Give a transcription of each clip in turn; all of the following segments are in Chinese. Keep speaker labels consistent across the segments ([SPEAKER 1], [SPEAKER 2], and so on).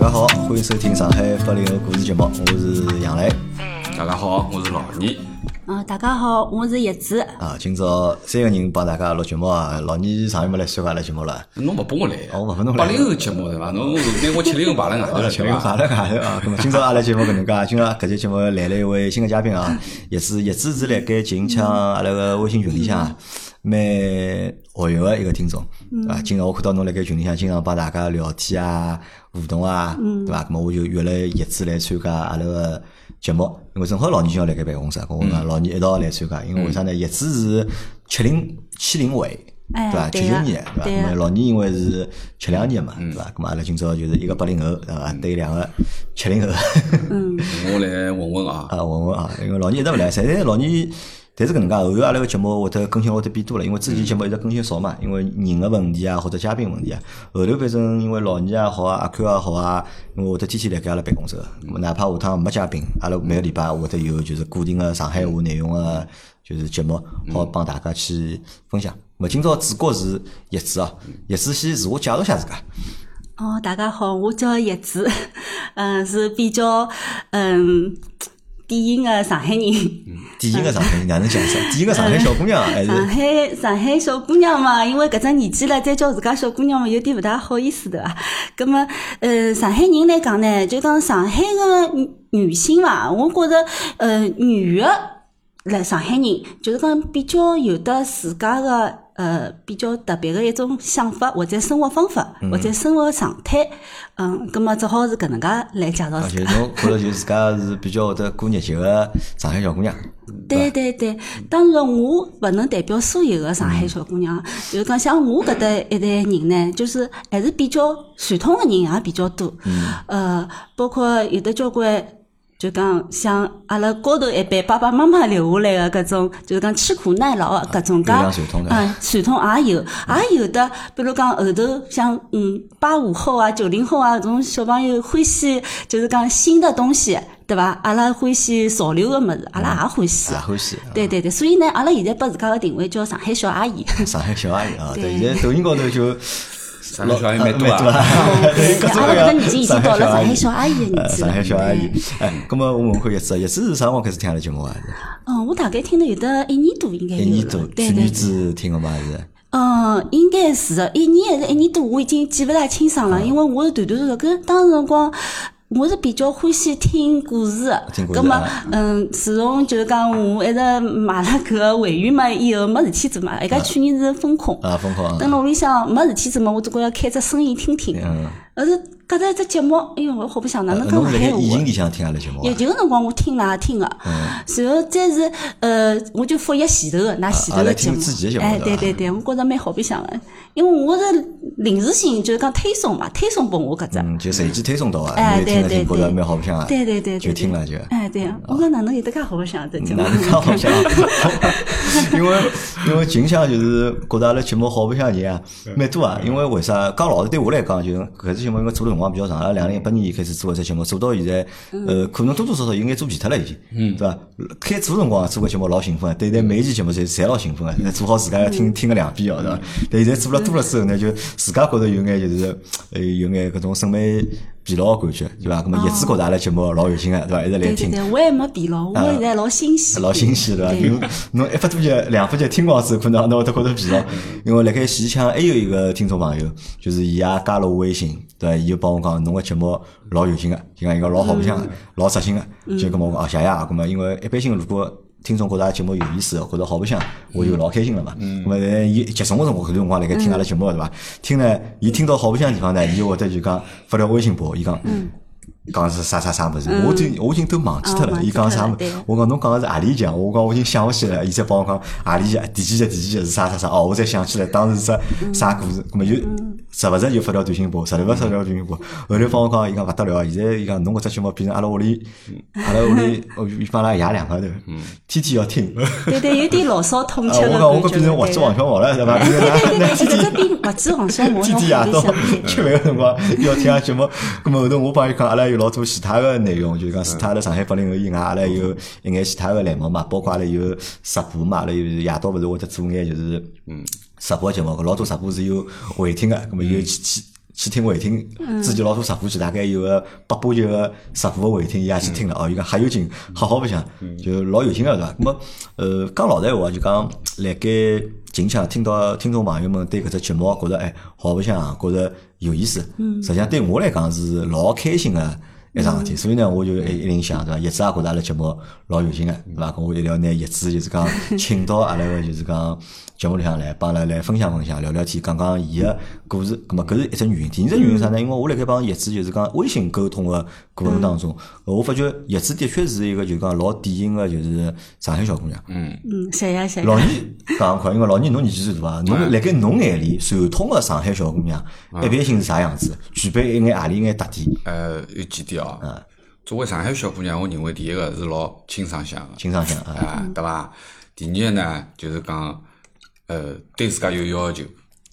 [SPEAKER 1] 家好，欢迎收听上海八零后故事节目，我是杨澜
[SPEAKER 2] 大家好，我是老倪。
[SPEAKER 3] 嗯，大家好，我是叶子。
[SPEAKER 1] 啊。今朝三个人帮大家录节目啊，老倪上一没来参加阿拉节目了，
[SPEAKER 2] 侬勿拨我来
[SPEAKER 1] 哦，我勿拨侬来
[SPEAKER 2] 八零后节目对伐？侬拿我七零后摆 辣外头
[SPEAKER 1] 阿
[SPEAKER 2] 了
[SPEAKER 1] 拉
[SPEAKER 2] 对
[SPEAKER 1] 节目
[SPEAKER 2] 伐？
[SPEAKER 1] 啥了 啥了啊？那么今朝阿拉节目搿能介啊，今朝搿节节目来了一位新的嘉宾啊，叶子叶子是辣盖近腔阿拉个微信群里向啊蛮活跃个一个听众啊。经常我看到侬辣盖群里向经常帮大家聊天啊、互动啊，对伐？那么我就约了叶子来参加阿拉个。节目，因为正好老倪今朝辣盖办公室，跟我
[SPEAKER 2] 嗯
[SPEAKER 1] 讲老倪一道来参加，因为为啥呢？叶子是七零七零尾，
[SPEAKER 3] 哎
[SPEAKER 1] 对伐？
[SPEAKER 3] 对
[SPEAKER 1] 七九
[SPEAKER 3] 个
[SPEAKER 1] 年，对伐？
[SPEAKER 3] 对
[SPEAKER 1] 那
[SPEAKER 3] 嗯
[SPEAKER 1] 么
[SPEAKER 3] 个
[SPEAKER 1] 老倪因为是七两年嘛，对伐？咁嘛啊阿拉今朝就是一个八零后，对伐？对两个七零后，
[SPEAKER 3] 嗯，
[SPEAKER 2] 我来问问啊，
[SPEAKER 1] 啊，问问啊，因为老倪一直勿来，现在老倪，但是搿能介，后头阿拉个节目会得更新会得变多了，因为之前节目一直更新少嘛，因为人个问题啊或者嘉宾问题啊，后头反正因为老倪也好啊，阿 Q 也好啊，因为会得天天辣盖阿拉办公室，那么哪怕下趟没嘉宾，阿拉每个礼拜会得有就是固定个上海话内容个就是节目，好帮大家去分享。咁今朝主角是叶子啊，叶子先自我介绍一下自家。
[SPEAKER 3] 哦，大家好，我叫叶子， 嗯，是比较嗯典型的上海人。
[SPEAKER 1] 典型个上海人哪能讲啥？典型个上海小姑娘啊 还是
[SPEAKER 3] 上海上海小姑娘嘛，因为搿只年纪了，再叫自家小姑娘嘛，有点勿大好意思，对伐？葛么，呃，上海人来讲呢，就讲上海个女女性伐，我觉着，呃，女个辣上海人，就是讲比较有得自家个。呃，比较特别的一种想法，或者生活方法，或者生活常态，嗯，葛么只好是搿能介来介绍
[SPEAKER 1] 而
[SPEAKER 3] 自
[SPEAKER 1] 且
[SPEAKER 3] 家。
[SPEAKER 1] 侬觉着就自家是比较会得过日节个上海小姑娘，
[SPEAKER 3] 对对对，
[SPEAKER 1] 嗯
[SPEAKER 3] 当然我勿能代表所有个上海小 姑娘，就是讲像我搿搭一代人呢，就是还是比较传统个人也比较多，
[SPEAKER 1] 嗯
[SPEAKER 3] 呃，包括有的交关。就讲像阿拉高头一辈爸爸妈妈留下来个搿种，就是讲吃苦耐劳个搿种介，
[SPEAKER 1] 力量传统的
[SPEAKER 3] 嗯，传统也有，
[SPEAKER 1] 嗯
[SPEAKER 3] 也有的，比如讲后头像嗯八五后啊、九零后啊，这种小朋友欢喜就是讲新的东西，对伐？阿拉欢喜潮流个物
[SPEAKER 1] 嗯
[SPEAKER 3] 事，阿拉也欢喜
[SPEAKER 1] 也。欢喜。
[SPEAKER 3] 对对对，所以呢，阿拉现在拨自家个定位叫上海小 阿姨。
[SPEAKER 1] 上海小阿姨啊，对，
[SPEAKER 3] 对
[SPEAKER 1] 现在抖音高头就
[SPEAKER 2] 上海小阿姨 蛮多
[SPEAKER 1] 啊
[SPEAKER 2] 啊。
[SPEAKER 1] 对各种
[SPEAKER 3] 阿
[SPEAKER 1] 各
[SPEAKER 3] 拉搿
[SPEAKER 1] 样
[SPEAKER 3] 只年纪已经到了上海小阿姨的
[SPEAKER 1] 啊
[SPEAKER 3] 年纪
[SPEAKER 1] 上
[SPEAKER 3] 了。
[SPEAKER 1] 海小阿姨
[SPEAKER 3] 对。
[SPEAKER 1] 哎，葛么我问看叶子，叶子是啥辰光开始听阿拉节目啊？
[SPEAKER 3] 嗯，我大概听了有得一年多，应该
[SPEAKER 1] 一
[SPEAKER 3] 有
[SPEAKER 1] 年多
[SPEAKER 3] 了，。
[SPEAKER 1] 去
[SPEAKER 3] 对对
[SPEAKER 1] 年
[SPEAKER 3] 对。
[SPEAKER 1] 子听个嘛是？
[SPEAKER 3] 嗯，应该是的，一年还是一年多，我已经记不大清爽了，
[SPEAKER 1] 嗯
[SPEAKER 3] 因为我是断断续续，搿当时辰光。我是比较欢喜听故事的
[SPEAKER 1] 听，故事
[SPEAKER 3] 葛么
[SPEAKER 1] 啊，
[SPEAKER 3] 嗯，自从就是讲我一直买了搿个会员嘛以后，没事体做嘛，
[SPEAKER 1] 嗯
[SPEAKER 3] 人家去年是风控，
[SPEAKER 1] 啊，疯狂
[SPEAKER 3] 等
[SPEAKER 1] 啊！
[SPEAKER 3] 了屋里向没事体做嘛，我总归要开只声音听听。
[SPEAKER 1] 嗯，
[SPEAKER 3] 而是搿只只节目，哎哟，我好白相哪能
[SPEAKER 1] 呃
[SPEAKER 3] 讲
[SPEAKER 1] 侬
[SPEAKER 3] 上
[SPEAKER 1] 是辣盖疫
[SPEAKER 3] 海
[SPEAKER 1] 情
[SPEAKER 3] 话
[SPEAKER 1] 里？向听阿拉节目啊嗯
[SPEAKER 3] 疫？情个辰光我听了也听个，然后再是呃，我就复习前头个，拿前头
[SPEAKER 1] 啊来
[SPEAKER 3] 个
[SPEAKER 1] 听
[SPEAKER 3] 节目
[SPEAKER 1] 自己的节，目
[SPEAKER 3] 哎，
[SPEAKER 1] 对吧
[SPEAKER 3] 对对对，我觉着蛮好白相个，因为我是临时性，就是讲推送嘛，推送拨我搿只，
[SPEAKER 1] 嗯，就随机推送到啊，
[SPEAKER 3] 哎
[SPEAKER 1] 侬就听了
[SPEAKER 3] 对
[SPEAKER 1] 听，
[SPEAKER 3] 对
[SPEAKER 1] 觉着
[SPEAKER 3] 对
[SPEAKER 1] 蛮好白相啊。
[SPEAKER 3] 对对对，对
[SPEAKER 1] 就听了就啊
[SPEAKER 3] 哎对，我讲哪能有得介好白相这节目
[SPEAKER 1] 嗯哪？能 讲好相？因为因为近腔就是觉得阿拉节目好白相人啊，蛮多啊。因为为啥？讲老实对我来讲，就是搿只节目因为做了辰光比较长，阿拉两零一八年开始做搿只节目，做到现在，
[SPEAKER 3] 嗯
[SPEAKER 1] 呃，可能多多少少有眼做疲脱了已经，对伐？开做辰光做个节目老兴奋啊，对待每一期节目侪侪老兴奋啊，做好自家要听
[SPEAKER 3] 嗯
[SPEAKER 1] 听个两遍哦，对伐？但现在做了多了之后呢，就自家觉得有眼就是呃有眼搿种审美疲劳个感觉，对伐？那么叶子觉得阿拉节目老有劲个，对伐？一直来
[SPEAKER 3] 哦对
[SPEAKER 1] 听啊
[SPEAKER 3] 对。对，我还没疲劳，我现在老欣喜，
[SPEAKER 1] 老新鲜对伐？
[SPEAKER 3] 对
[SPEAKER 1] 侬侬一百多集、两百集听光之后，可能侬会得觉得疲劳。因为辣盖前腔还有一个听众朋友，就是伊也加了我微信，对伐？伊就帮我讲，侬个节目老有劲个，就讲一个老好白相个，老扎心个。就跟我讲啊，谢谢啊，咁么因为一般性如果听众觉得节目有意思，觉得好白相，我就老开心了嘛。嗯。么伊集中个辰光，搿段辰光辣盖听阿拉节目对伐？听呢，伊听到好白相个地方呢，伊就会得就讲发条微信拨我，伊讲。讲是啥啥啥物事，我已经我已经都忘记脱
[SPEAKER 3] 哦
[SPEAKER 1] 了。
[SPEAKER 3] 忘
[SPEAKER 1] 伊
[SPEAKER 3] 记
[SPEAKER 1] 讲
[SPEAKER 3] 脱
[SPEAKER 1] 啥
[SPEAKER 3] 了
[SPEAKER 1] 物
[SPEAKER 3] 对
[SPEAKER 1] 我讲侬讲个是何里集啊？我讲我已经想勿起来了，伊再帮我讲何里集第几集第几集是啥啥啥哦，我才想起来当时
[SPEAKER 3] 嗯
[SPEAKER 1] 是啥故事，咁么就时不时就发条短信拨我，时不时发条短信拨我。后来帮我讲，伊讲勿得了，现在伊讲侬搿只节目变成阿拉屋里，
[SPEAKER 3] 嗯
[SPEAKER 1] 阿拉屋 里哦，伊帮阿拉爷两个头，天天要听。
[SPEAKER 3] 对对，有点老少通
[SPEAKER 1] 啊，
[SPEAKER 3] 嗯吃
[SPEAKER 1] 我
[SPEAKER 3] 的
[SPEAKER 1] 讲我搿
[SPEAKER 3] 感觉
[SPEAKER 1] 变成
[SPEAKER 3] 了，
[SPEAKER 1] 活鸡
[SPEAKER 3] 对
[SPEAKER 1] 黄
[SPEAKER 3] 个
[SPEAKER 1] 小毛了，对伐？ 变成哪
[SPEAKER 3] 对对
[SPEAKER 1] 哪
[SPEAKER 3] 对，这个比勿止黄小 毛
[SPEAKER 1] 天天
[SPEAKER 3] 要好
[SPEAKER 1] 夜
[SPEAKER 3] 白
[SPEAKER 1] 到
[SPEAKER 3] 相点。
[SPEAKER 1] 吃饭个辰光要听下节目。咁么后头我帮伊讲，阿拉有老多其他个内容，就是讲除脱阿拉上海八零后以外，阿拉有一眼其他个栏目嘛，包括阿拉有呃直播嘛，阿拉有夜到勿是会得做眼就是嗯直播节目，搿老多直播是有回听个，咁么有几期。去听回听，之前老多直播间大概有个八八九个直播回听，伊也去听了哦。伊讲瞎有劲，好好白相，就老有劲个对伐？那么呃，讲老实闲话，就讲辣盖近腔听到听众朋友们对搿只节目觉着哎好白相，觉着有意思，实际上对我来讲是老开心个。一桩事体，所以呢，我就一一定想对伐？叶子也觉着阿拉节目老有劲个，对伐？咾我一定要拿叶子就是讲请到阿拉个就是讲节目里向来，帮阿拉来分享分享，聊聊天，讲讲伊个故事。咁么啊搿是一只原因。第二只原因是啥呢？因为我辣盖帮叶子就是讲微信沟通个过程当中，我发觉叶子的确是一个就是讲老典型个就是上海小姑娘。
[SPEAKER 3] 嗯，谢谢谢谢。
[SPEAKER 1] 老倪讲快，因为老倪侬年纪最大啊，侬辣盖侬眼里传统个上海小姑娘一般性是啥样子？具备一眼何里眼特点？
[SPEAKER 2] 呃，有几点哦。作为上海小姑娘，我认为第一个是老清爽相的，
[SPEAKER 1] 经常想啊，
[SPEAKER 2] 啊，对伐？第二个呢，就是讲，呃，对自家有要求，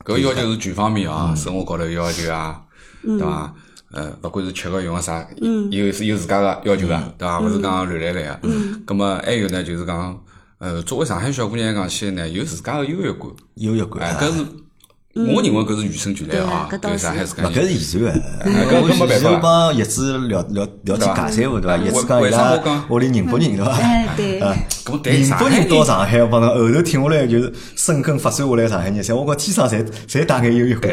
[SPEAKER 2] 搿个要求是全方面
[SPEAKER 3] 嗯
[SPEAKER 2] 啊，生活高头要求啊，对伐？呃，勿管是吃个用个啥，
[SPEAKER 3] 嗯
[SPEAKER 2] 有有自家个要求个，对伐？勿是讲乱来来个。
[SPEAKER 3] 嗯
[SPEAKER 2] 咁么还有呢，就是讲，呃，作为上海小姑娘来讲起来呢，有自家个优越感，
[SPEAKER 1] 优越感
[SPEAKER 2] 哎，
[SPEAKER 1] 啊。
[SPEAKER 2] 搿是我认为搿是与生俱来的啊，
[SPEAKER 3] 嗯对啊搿倒
[SPEAKER 2] 对上海自家
[SPEAKER 1] 勿
[SPEAKER 2] 人。
[SPEAKER 1] 搿是遗传
[SPEAKER 2] 哎
[SPEAKER 1] 个，
[SPEAKER 2] 搿
[SPEAKER 1] 我
[SPEAKER 2] 搿没办法
[SPEAKER 1] 前头帮叶子聊聊聊天尬三胡对伐？叶子讲伊
[SPEAKER 2] 为为啥我哎
[SPEAKER 1] 拉
[SPEAKER 2] 讲
[SPEAKER 1] 屋里宁波人对伐？
[SPEAKER 3] 哎对
[SPEAKER 1] 啊
[SPEAKER 2] 咁对
[SPEAKER 1] 宁
[SPEAKER 2] 上
[SPEAKER 1] 波
[SPEAKER 2] 海
[SPEAKER 1] 人到
[SPEAKER 2] 人
[SPEAKER 1] 上海，帮侬后头听下来就是生根发展下来上海人，侪我讲天生侪侪带眼优越感。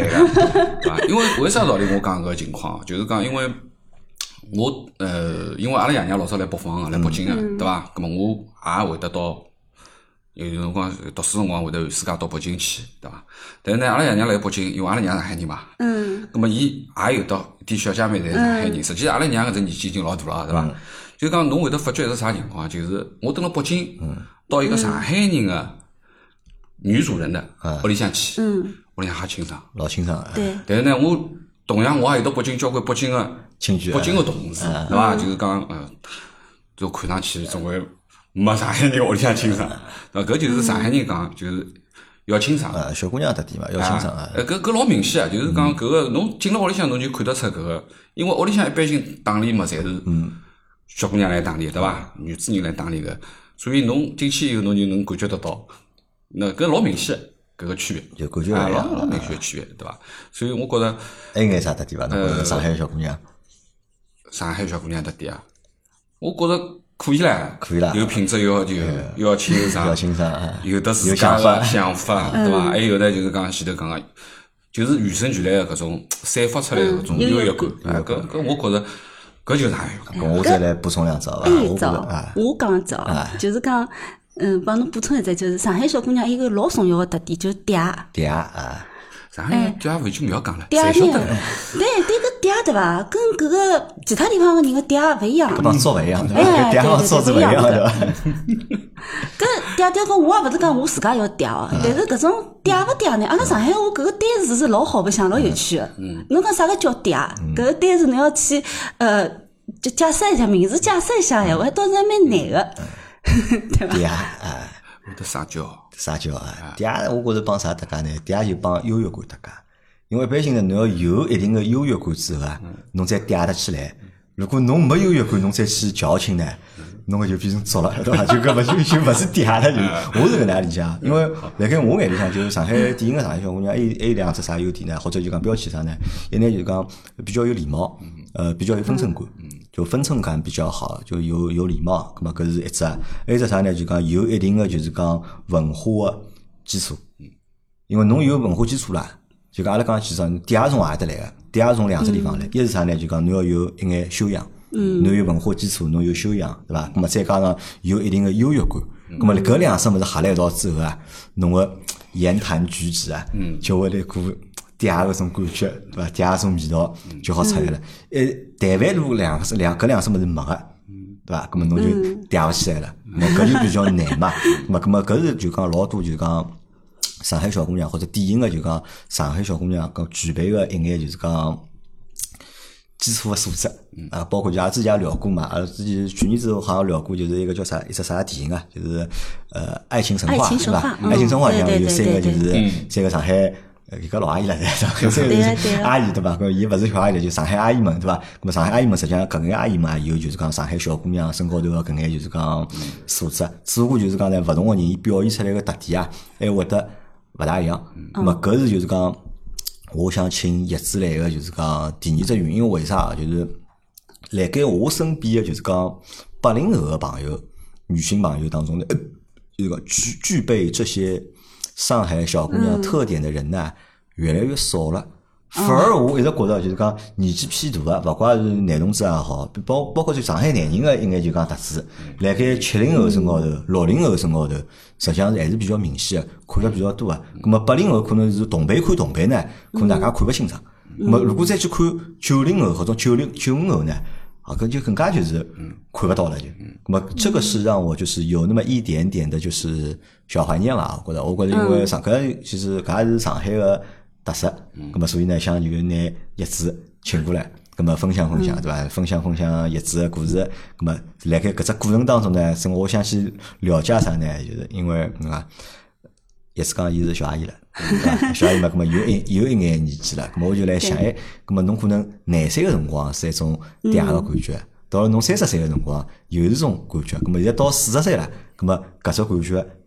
[SPEAKER 2] 啊，因为为啥道理我讲搿个情况，就是讲因为我呃，因为阿拉爷娘老早来北方个，啊来北京个，对伐？咁么我也会得到。有辰光读书辰光会得寒暑假到北京去，对伐？但是呢，阿拉爷娘来北京，因为阿拉娘上海人嘛，
[SPEAKER 3] 嗯
[SPEAKER 2] 咁么伊也有得一点小姐妹在上海人，实际阿拉娘搿只年纪已经老大了，对伐？就讲侬会得发觉一个啥情况，啊就是我蹲辣北京，到一个上海人个女主人的屋里向去，
[SPEAKER 3] 嗯，
[SPEAKER 2] 屋里向也清爽。
[SPEAKER 1] 老清爽啊，
[SPEAKER 3] 对，
[SPEAKER 2] 但是呢，我同样我也有得北京交关北京个
[SPEAKER 1] 亲眷啊
[SPEAKER 2] 北京个同事，对伐？就是讲，嗯，就看上去总归没上海人屋里向清爽，对伐？搿就是上海人讲，就是要清爽。
[SPEAKER 1] 啊，小姑娘特点嘛，要嗯清爽嗯啊
[SPEAKER 2] 啊。，呃，搿搿老明显啊，就是讲搿个侬进了屋里向，侬就看得出搿个，因为屋里向一般性打理嘛，侪是
[SPEAKER 1] 嗯
[SPEAKER 2] 小姑娘来打理，对伐？女主人来打理个，所以侬进去以后，侬就能感觉得到，那搿老明显搿个区别，
[SPEAKER 1] 有感觉
[SPEAKER 2] 啊，
[SPEAKER 1] 勿一样
[SPEAKER 2] 老老明显的区别，对伐？所以我觉着
[SPEAKER 1] 还有眼啥特点伐？侬觉着上海小姑娘
[SPEAKER 2] 上海小姑娘特点啊，我觉着可以唻，
[SPEAKER 1] 可以啦哎
[SPEAKER 2] 有品质，有要求，又要清爽，
[SPEAKER 1] 要清爽啊，
[SPEAKER 2] 有哎的自
[SPEAKER 1] 有
[SPEAKER 2] 家
[SPEAKER 1] 想法，
[SPEAKER 2] 的想 法，对
[SPEAKER 3] 嗯
[SPEAKER 2] 伐？还有呢，就是讲前头讲个，就是与生俱来的搿种散发出来的搿种
[SPEAKER 3] 嗯
[SPEAKER 2] 优越
[SPEAKER 3] 优
[SPEAKER 2] 感，啊，搿搿我觉着搿就是上海优越感。
[SPEAKER 1] 跟我再来补充两招啊，
[SPEAKER 3] 还有
[SPEAKER 1] 我
[SPEAKER 3] 一
[SPEAKER 1] 觉
[SPEAKER 3] 招
[SPEAKER 1] 着啊，，
[SPEAKER 3] 我讲一招，就是讲，嗯，帮侬补充一下，就是上海小姑娘一个老重要的特点就是嗲。
[SPEAKER 1] 嗲啊，
[SPEAKER 2] 上海
[SPEAKER 3] 哎
[SPEAKER 2] 人对阿回去勿要讲了，
[SPEAKER 3] 嗲
[SPEAKER 2] 侪晓
[SPEAKER 3] 呢？
[SPEAKER 2] 得了。
[SPEAKER 3] 对，对个嗲对伐？跟搿个其他地方个人个嗲勿一样。
[SPEAKER 1] 搿帮招勿一样对伐？
[SPEAKER 3] 哎
[SPEAKER 1] 嗲帮
[SPEAKER 3] 对对
[SPEAKER 1] 招是
[SPEAKER 3] 对
[SPEAKER 1] 勿一
[SPEAKER 3] 不一
[SPEAKER 1] 样
[SPEAKER 3] 样
[SPEAKER 1] 对伐？
[SPEAKER 3] 搿嗲嗲讲，我也勿是讲我自家要嗲哦，
[SPEAKER 1] 嗯
[SPEAKER 3] 但是搿种嗲勿嗲呢？阿拉上海话搿个单词是老好白相，老有趣个。
[SPEAKER 1] 嗯
[SPEAKER 3] 侬讲啥个叫嗲？搿个单词侬要去呃，就解释一下，名字解释一下哎，还倒是还蛮难个。
[SPEAKER 1] 嗲啊。
[SPEAKER 2] 会得撒娇，
[SPEAKER 1] 啥叫啊？嗲，我觉着帮啥搭界呢？嗲就帮优越感搭界，因为一般性呢，侬要有一定的优越感之后啊，侬再嗲得起来。如果侬没优越感，侬再去矫情呢，侬就变成作了，对伐？ 就搿勿就就勿是嗲了，就我是搿能样理解啊。因为辣盖我眼里向，就是上海典型个上海小姑娘，还有还有两只啥优点呢？或者就讲标签啥呢？一呢就是讲比较有礼貌，呃，比较有分寸感，就分寸感比较好，就有有礼貌。咁么搿是一只啊，还有一只啥呢？就讲有一定个就是讲文化个基础，因为侬有文化基础啦。就讲阿拉讲其实嗲是从何里搭来个？嗲是从两只地方来，一是啥呢？就讲侬要有一眼修养，侬有文化基础，侬有修养，对伐？咁么再加上有一定个优越感，咁么搿两样物事合辣一道之后啊，侬个言谈举止啊，就会来股嗲搿种感觉，对伐？嗲搿种味道就好出来了。呃，但凡如果两个两搿两只物事没个。对伐？咁么侬就嗲勿起来了，咾搿就比较难嘛。咾么，咁么搿是就讲老多就讲上海小姑娘或者典型个就讲上海小姑娘搿具备个一眼就是讲。基础个素质啊，包括就阿拉之前也聊过嘛，阿拉之前去年子好像聊过，就是一个叫啥一只啥电影啊，就是呃《爱情神话
[SPEAKER 3] 爱》情
[SPEAKER 1] 对
[SPEAKER 3] 神
[SPEAKER 1] 伐？
[SPEAKER 3] 话
[SPEAKER 1] 《爱情神话》
[SPEAKER 3] 嗯
[SPEAKER 1] 里向有
[SPEAKER 3] 对对
[SPEAKER 1] 三个就
[SPEAKER 3] 对
[SPEAKER 1] 是三个上海呃，搿个老阿姨了， 上海三个
[SPEAKER 3] 嗯对啊对啊
[SPEAKER 1] 阿姨对伐？搿伊勿是小阿姨了，就上海阿姨们对伐？咾么上海阿姨们实际上搿眼阿姨们啊也有就是讲上海小姑娘身高头个搿眼就是讲素质，只不过就是讲呢，勿同
[SPEAKER 3] 嗯
[SPEAKER 1] 个人伊表现出来个特点啊，还会得勿大一样。咾么搿是就是讲我想请叶子来个就是讲第二只原因为啥？就是辣盖我身边的就是讲八零后的朋友，女性朋友当中的，呃就是讲具具备这些上海小姑娘特点的人呢，越来越少了。反而我一直觉着就是讲年纪偏大的，勿怪是男同志也好，包包括就上海男人的，应该就讲特质，辣盖七零后身高头、六零后身高头，实际上还是比较明显的，看得比较多的。咁么八零后可能是同辈看同辈呢，可能大家看不清爽。咁么如果再去看九零后或者九零九五后呢，啊，更就更加就是看不到了就。那么这个是让我就是有那么一点点的，就是小怀念吧。我觉得，我觉得因为上搿其实搿也是上海个特色。那么所以呢，想就拿叶子请过来，那么分享分享，对伐？分享分享叶子个故事。那么辣盖搿只过程当中呢，是我想去了解啥呢？就是因为嗯啊。也是讲伊是小阿姨了，对伐？ 小阿姨嘛，葛么有一有一眼年纪了，葛么我就来想，哎，葛么侬可能廿岁个辰光是一种
[SPEAKER 3] 嗯
[SPEAKER 1] 嗲个感觉，到了侬三十岁个辰光又是种感觉，葛么现在到四十岁了，葛么搿只感觉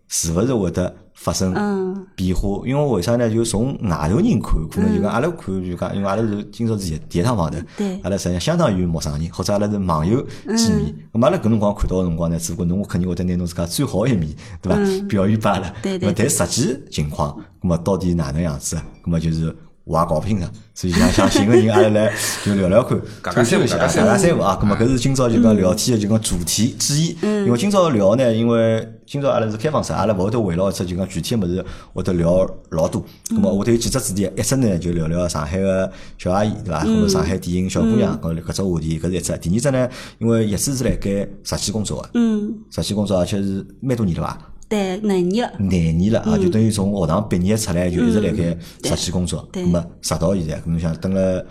[SPEAKER 1] 是勿是会得发生
[SPEAKER 3] 嗯
[SPEAKER 1] 变化？因为为啥呢？就从外头人看，可能就讲阿拉看就讲，因为阿拉是今朝是第一第一趟碰头
[SPEAKER 3] 嗯对，嗯
[SPEAKER 1] 阿拉实际上相当于陌生人，或者阿拉是网友见面，葛么阿拉搿辰光看到个辰光呢，只不过侬肯定会得拿侬自家最好一面，对
[SPEAKER 3] 嗯
[SPEAKER 1] 伐？表现拨阿拉。
[SPEAKER 3] 对对
[SPEAKER 1] 那但实际情况，那么到底哪能样子？那么就是我也搞不清爽，所以想想寻个人，阿拉来就聊 聊看，
[SPEAKER 2] 嘎
[SPEAKER 1] 推
[SPEAKER 2] 嘎三
[SPEAKER 1] 荐
[SPEAKER 2] 胡
[SPEAKER 1] 一下，
[SPEAKER 2] 嘎嘎三
[SPEAKER 1] 大
[SPEAKER 2] 胡
[SPEAKER 1] 家三胡啊。那么搿是今朝
[SPEAKER 3] 嗯
[SPEAKER 1] 就讲聊天的就讲主题之一，因为今朝聊呢，因为今朝阿拉是开放式，阿拉勿会得围绕一只就讲具体的物事会得聊老多。那
[SPEAKER 3] 嗯
[SPEAKER 1] 么我头有几只主题，一只呢就聊聊上海个小阿姨，对伐？或
[SPEAKER 3] 嗯
[SPEAKER 1] 者上海电影小姑娘搿搿只话题，搿是一只。第二只呢，因为叶子是辣盖实习工作个，
[SPEAKER 3] 嗯，
[SPEAKER 1] 实习工作而且是蛮多年了伐？
[SPEAKER 3] 对，能力，
[SPEAKER 1] 廿年了啊，就等于从学堂毕业出来就一直辣盖实习工作，
[SPEAKER 3] 对
[SPEAKER 1] 那么直到现在，咁侬想蹲辣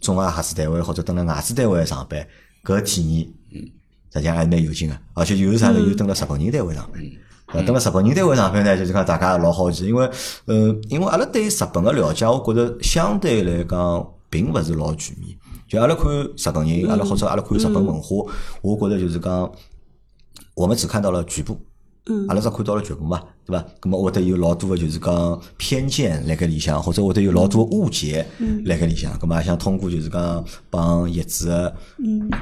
[SPEAKER 1] 中外合资单位或者蹲辣外资单位上班，搿体验，实际上还是蛮有劲个，而且有啥呢？有蹲辣日本人单位上班。啊，蹲辣日本人单位上班呢，就是讲大家老好奇，因为，呃，因为阿拉对日本个了解，我觉着相对来讲并勿是老全面。就阿拉看日本人，阿拉或者阿拉看日本文化，我觉着就是讲，我们只看到了局部，阿拉只看到了局部嘛，对伐？咁么会得有老多个就是讲偏见辣盖里向，或者会得有老多个误解辣盖里向。咁么也想通过就是讲帮叶子个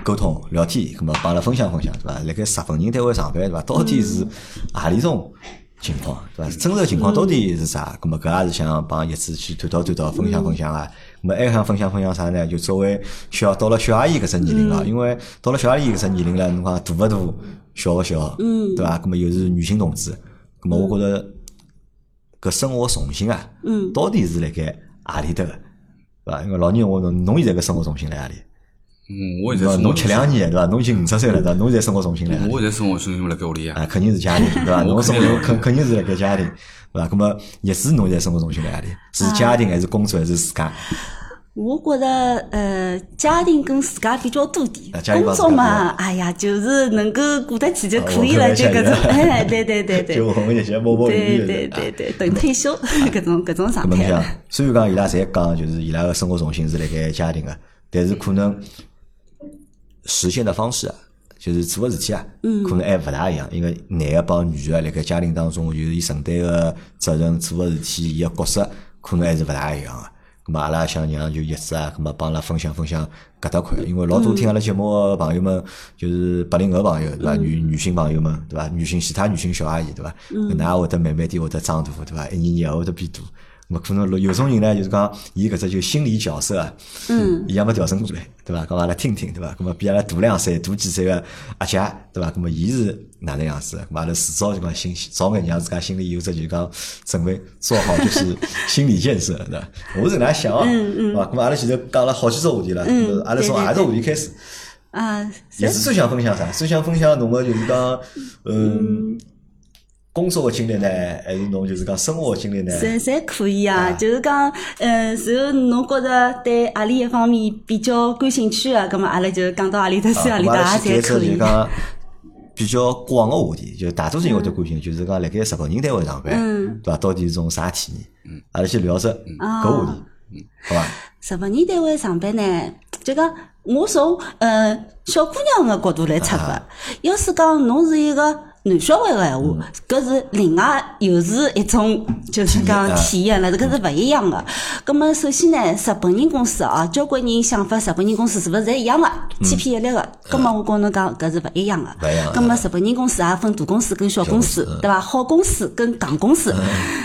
[SPEAKER 1] 沟通聊天，咁么帮阿拉分享分享，对伐？辣盖日本人单位上班，对伐？到底是何里种？情况对伐？真实情况到底是啥？咁么搿也是想帮叶子去探讨探讨，分享分享啊。咁么还想分享分享啥呢？就作为小到了小阿姨搿只年龄了，因为到了小阿姨搿只年龄了，侬讲大勿大，小勿小，对伐？咁么又是女性同志，咁么我觉着搿生活重心啊，到底是辣盖何里搭个，对伐？因为老年我侬侬现在搿生活重心辣何里？
[SPEAKER 2] 嗯，我现
[SPEAKER 1] 对
[SPEAKER 2] 在
[SPEAKER 1] 伐？
[SPEAKER 2] 是
[SPEAKER 1] 侬吃两年对伐？侬已经五十岁了对伐？侬现在生活重心辣何里？
[SPEAKER 2] 我现在生活重心辣盖屋里啊
[SPEAKER 1] 啊，，肯定是家庭，对伐？
[SPEAKER 2] 我
[SPEAKER 1] 侬
[SPEAKER 2] 肯
[SPEAKER 1] 生
[SPEAKER 2] 定
[SPEAKER 1] 活
[SPEAKER 2] 要
[SPEAKER 1] 肯肯定是辣盖家庭，对伐？那么叶子侬现在生活中心辣何里？是家庭还是工作还是自
[SPEAKER 3] 啊
[SPEAKER 1] 家？
[SPEAKER 3] 我觉得呃，家庭跟自家比较多点
[SPEAKER 1] 啊，家庭
[SPEAKER 3] 工
[SPEAKER 1] 帮
[SPEAKER 3] 作
[SPEAKER 1] 自家
[SPEAKER 3] 嘛，哎呀，就是能够过得去就
[SPEAKER 1] 啊
[SPEAKER 3] 可
[SPEAKER 1] 我
[SPEAKER 3] 以
[SPEAKER 1] 开
[SPEAKER 3] 了，
[SPEAKER 1] 玩
[SPEAKER 3] 就
[SPEAKER 1] 笑
[SPEAKER 3] 搿
[SPEAKER 1] 的
[SPEAKER 3] 种，哎，对对对 对
[SPEAKER 1] 就，我们这些默默无
[SPEAKER 3] 对
[SPEAKER 1] 名的
[SPEAKER 3] 对对
[SPEAKER 1] 人。啊
[SPEAKER 3] 对，等退休搿种搿种状
[SPEAKER 1] 么侬
[SPEAKER 3] 态
[SPEAKER 1] 想
[SPEAKER 3] 了，，
[SPEAKER 1] 虽然讲伊拉侪讲就是伊拉个生活重心是辣盖家庭个，但是可能实现的方式啊，就是做个事体啊，可能还勿大一样。因为男个帮女个辣盖家庭当中，就是伊承担个责任、做个事体，伊个角色可能还是勿大一样个。咁么阿拉想让就叶子啊，咁么帮阿拉分享分享搿搭块，因为老多听阿拉节目个朋友们，就是八零后朋友对伐？女女性朋友们对伐？女性其他女性小阿姨对伐？搿能也会得慢慢点会得长大对伐？一年年也会得变大。咁么可能有种人呢，就是讲伊搿只就心理角色啊，嗯，伊也没调整过来，对伐？咁阿拉听听对伐？咁么比阿拉大两岁、大几岁个阿姐对伐？咁么伊是哪能样子？咁阿拉迟早就讲心早眼让自家心里有只就是讲准备做好就是心理建设，对伐？我是搿能样想啊，对伐？咁阿拉前头讲了好几只话题了，咁阿拉从何只话题开始？
[SPEAKER 3] 啊，
[SPEAKER 1] 也是最想分享啥？最想分享侬个就是讲，嗯，工作个经历呢，还是侬就是讲生活个经历呢？
[SPEAKER 3] 侪侪可以啊，就是讲，嗯，然后侬觉着对阿里一方面比较感兴趣个，葛么阿拉就讲到阿里搭算阿里
[SPEAKER 1] 啊
[SPEAKER 3] 搭
[SPEAKER 1] 我
[SPEAKER 3] 也
[SPEAKER 1] 也
[SPEAKER 3] 侪
[SPEAKER 1] 是
[SPEAKER 3] 可
[SPEAKER 1] 开始
[SPEAKER 3] 以
[SPEAKER 1] 就。讲比较广个话题，就是大多数人会得
[SPEAKER 3] 嗯
[SPEAKER 1] 关心，就是讲辣盖日本人单位上班，对伐？到底是种啥体验？阿拉去聊只搿
[SPEAKER 3] 啊
[SPEAKER 1] 话题，好伐？
[SPEAKER 3] 日本人单位上班呢，就讲
[SPEAKER 1] 啊
[SPEAKER 3] 我从呃小姑娘的角度来出发。要是讲侬是一个男小孩个闲
[SPEAKER 1] 嗯
[SPEAKER 3] 话，搿是另外又是一种就是讲体验了，
[SPEAKER 1] 嗯
[SPEAKER 3] 搿是勿一样个。葛么首先呢，日本人公司啊，交关人想法，日本人公司是勿是侪一样个，千篇一律个？葛么我跟侬讲，搿是勿一样个。
[SPEAKER 1] 嗯勿一样
[SPEAKER 3] 葛么日本人公司也分大公司跟小公司，
[SPEAKER 1] 嗯
[SPEAKER 3] 对伐？好公司跟戆公司，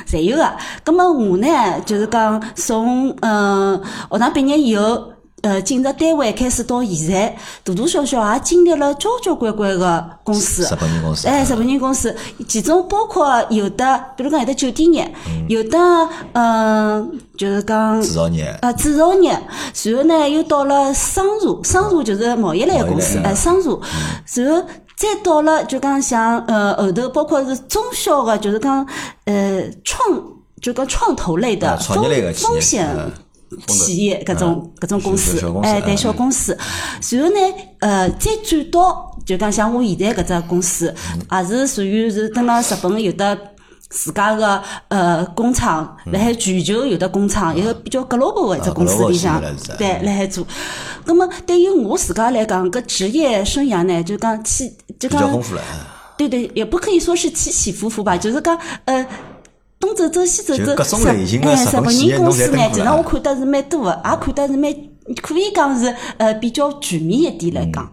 [SPEAKER 3] 侪有个。葛么我呢，就是讲从嗯学堂毕业以后。呃，进入单位开始到现在，大大小小也经历了交交关关个公司，
[SPEAKER 1] 日本人公司
[SPEAKER 3] 哎，日本人公司，其中包括有的，比如讲有的酒店业，有的嗯、就是讲
[SPEAKER 1] 制造业，
[SPEAKER 3] 呃制造业，然后呢又到了商社，商社就是贸易类的公司，
[SPEAKER 1] 贸易类嗯
[SPEAKER 3] 哎，商社，然后再到了就讲像呃后头包括是中小的，就是讲呃创就讲创投类的
[SPEAKER 1] 啊创业类的
[SPEAKER 3] 风风
[SPEAKER 1] 企业
[SPEAKER 3] 险
[SPEAKER 1] 嗯。
[SPEAKER 3] 企业搿种搿种公司
[SPEAKER 1] 啊小小公，司
[SPEAKER 3] 哎，对
[SPEAKER 1] 嗯
[SPEAKER 3] 小公司。然后呢，呃，再转到就讲像我现在搿只公司，
[SPEAKER 1] 嗯
[SPEAKER 3] 也是属于是登了日本有的自家个呃工厂，辣海全球有的工厂，一个比较 global 的一
[SPEAKER 1] 嗯
[SPEAKER 3] 只
[SPEAKER 1] 啊
[SPEAKER 3] 公司
[SPEAKER 1] global
[SPEAKER 3] 里向
[SPEAKER 1] 企业来自，
[SPEAKER 3] 对，辣海做。那么对于我自家来讲，搿职业生涯呢，就讲起就
[SPEAKER 1] 比较丰
[SPEAKER 3] 讲
[SPEAKER 1] 富了，嗯
[SPEAKER 3] 对对，也不可以说是起起伏伏吧，就是讲呃。东走走西走
[SPEAKER 1] 就
[SPEAKER 3] 走，
[SPEAKER 1] 各种
[SPEAKER 3] 日
[SPEAKER 1] 类型的
[SPEAKER 3] 哎
[SPEAKER 1] 日
[SPEAKER 3] 日
[SPEAKER 1] 本
[SPEAKER 3] 本
[SPEAKER 1] 企业
[SPEAKER 3] 人公司
[SPEAKER 1] 侬侪
[SPEAKER 3] 呢
[SPEAKER 1] 登，过
[SPEAKER 3] 其实
[SPEAKER 1] 了
[SPEAKER 3] 我看得是蛮多的，也看得是蛮可以讲是呃比较全面一点来讲。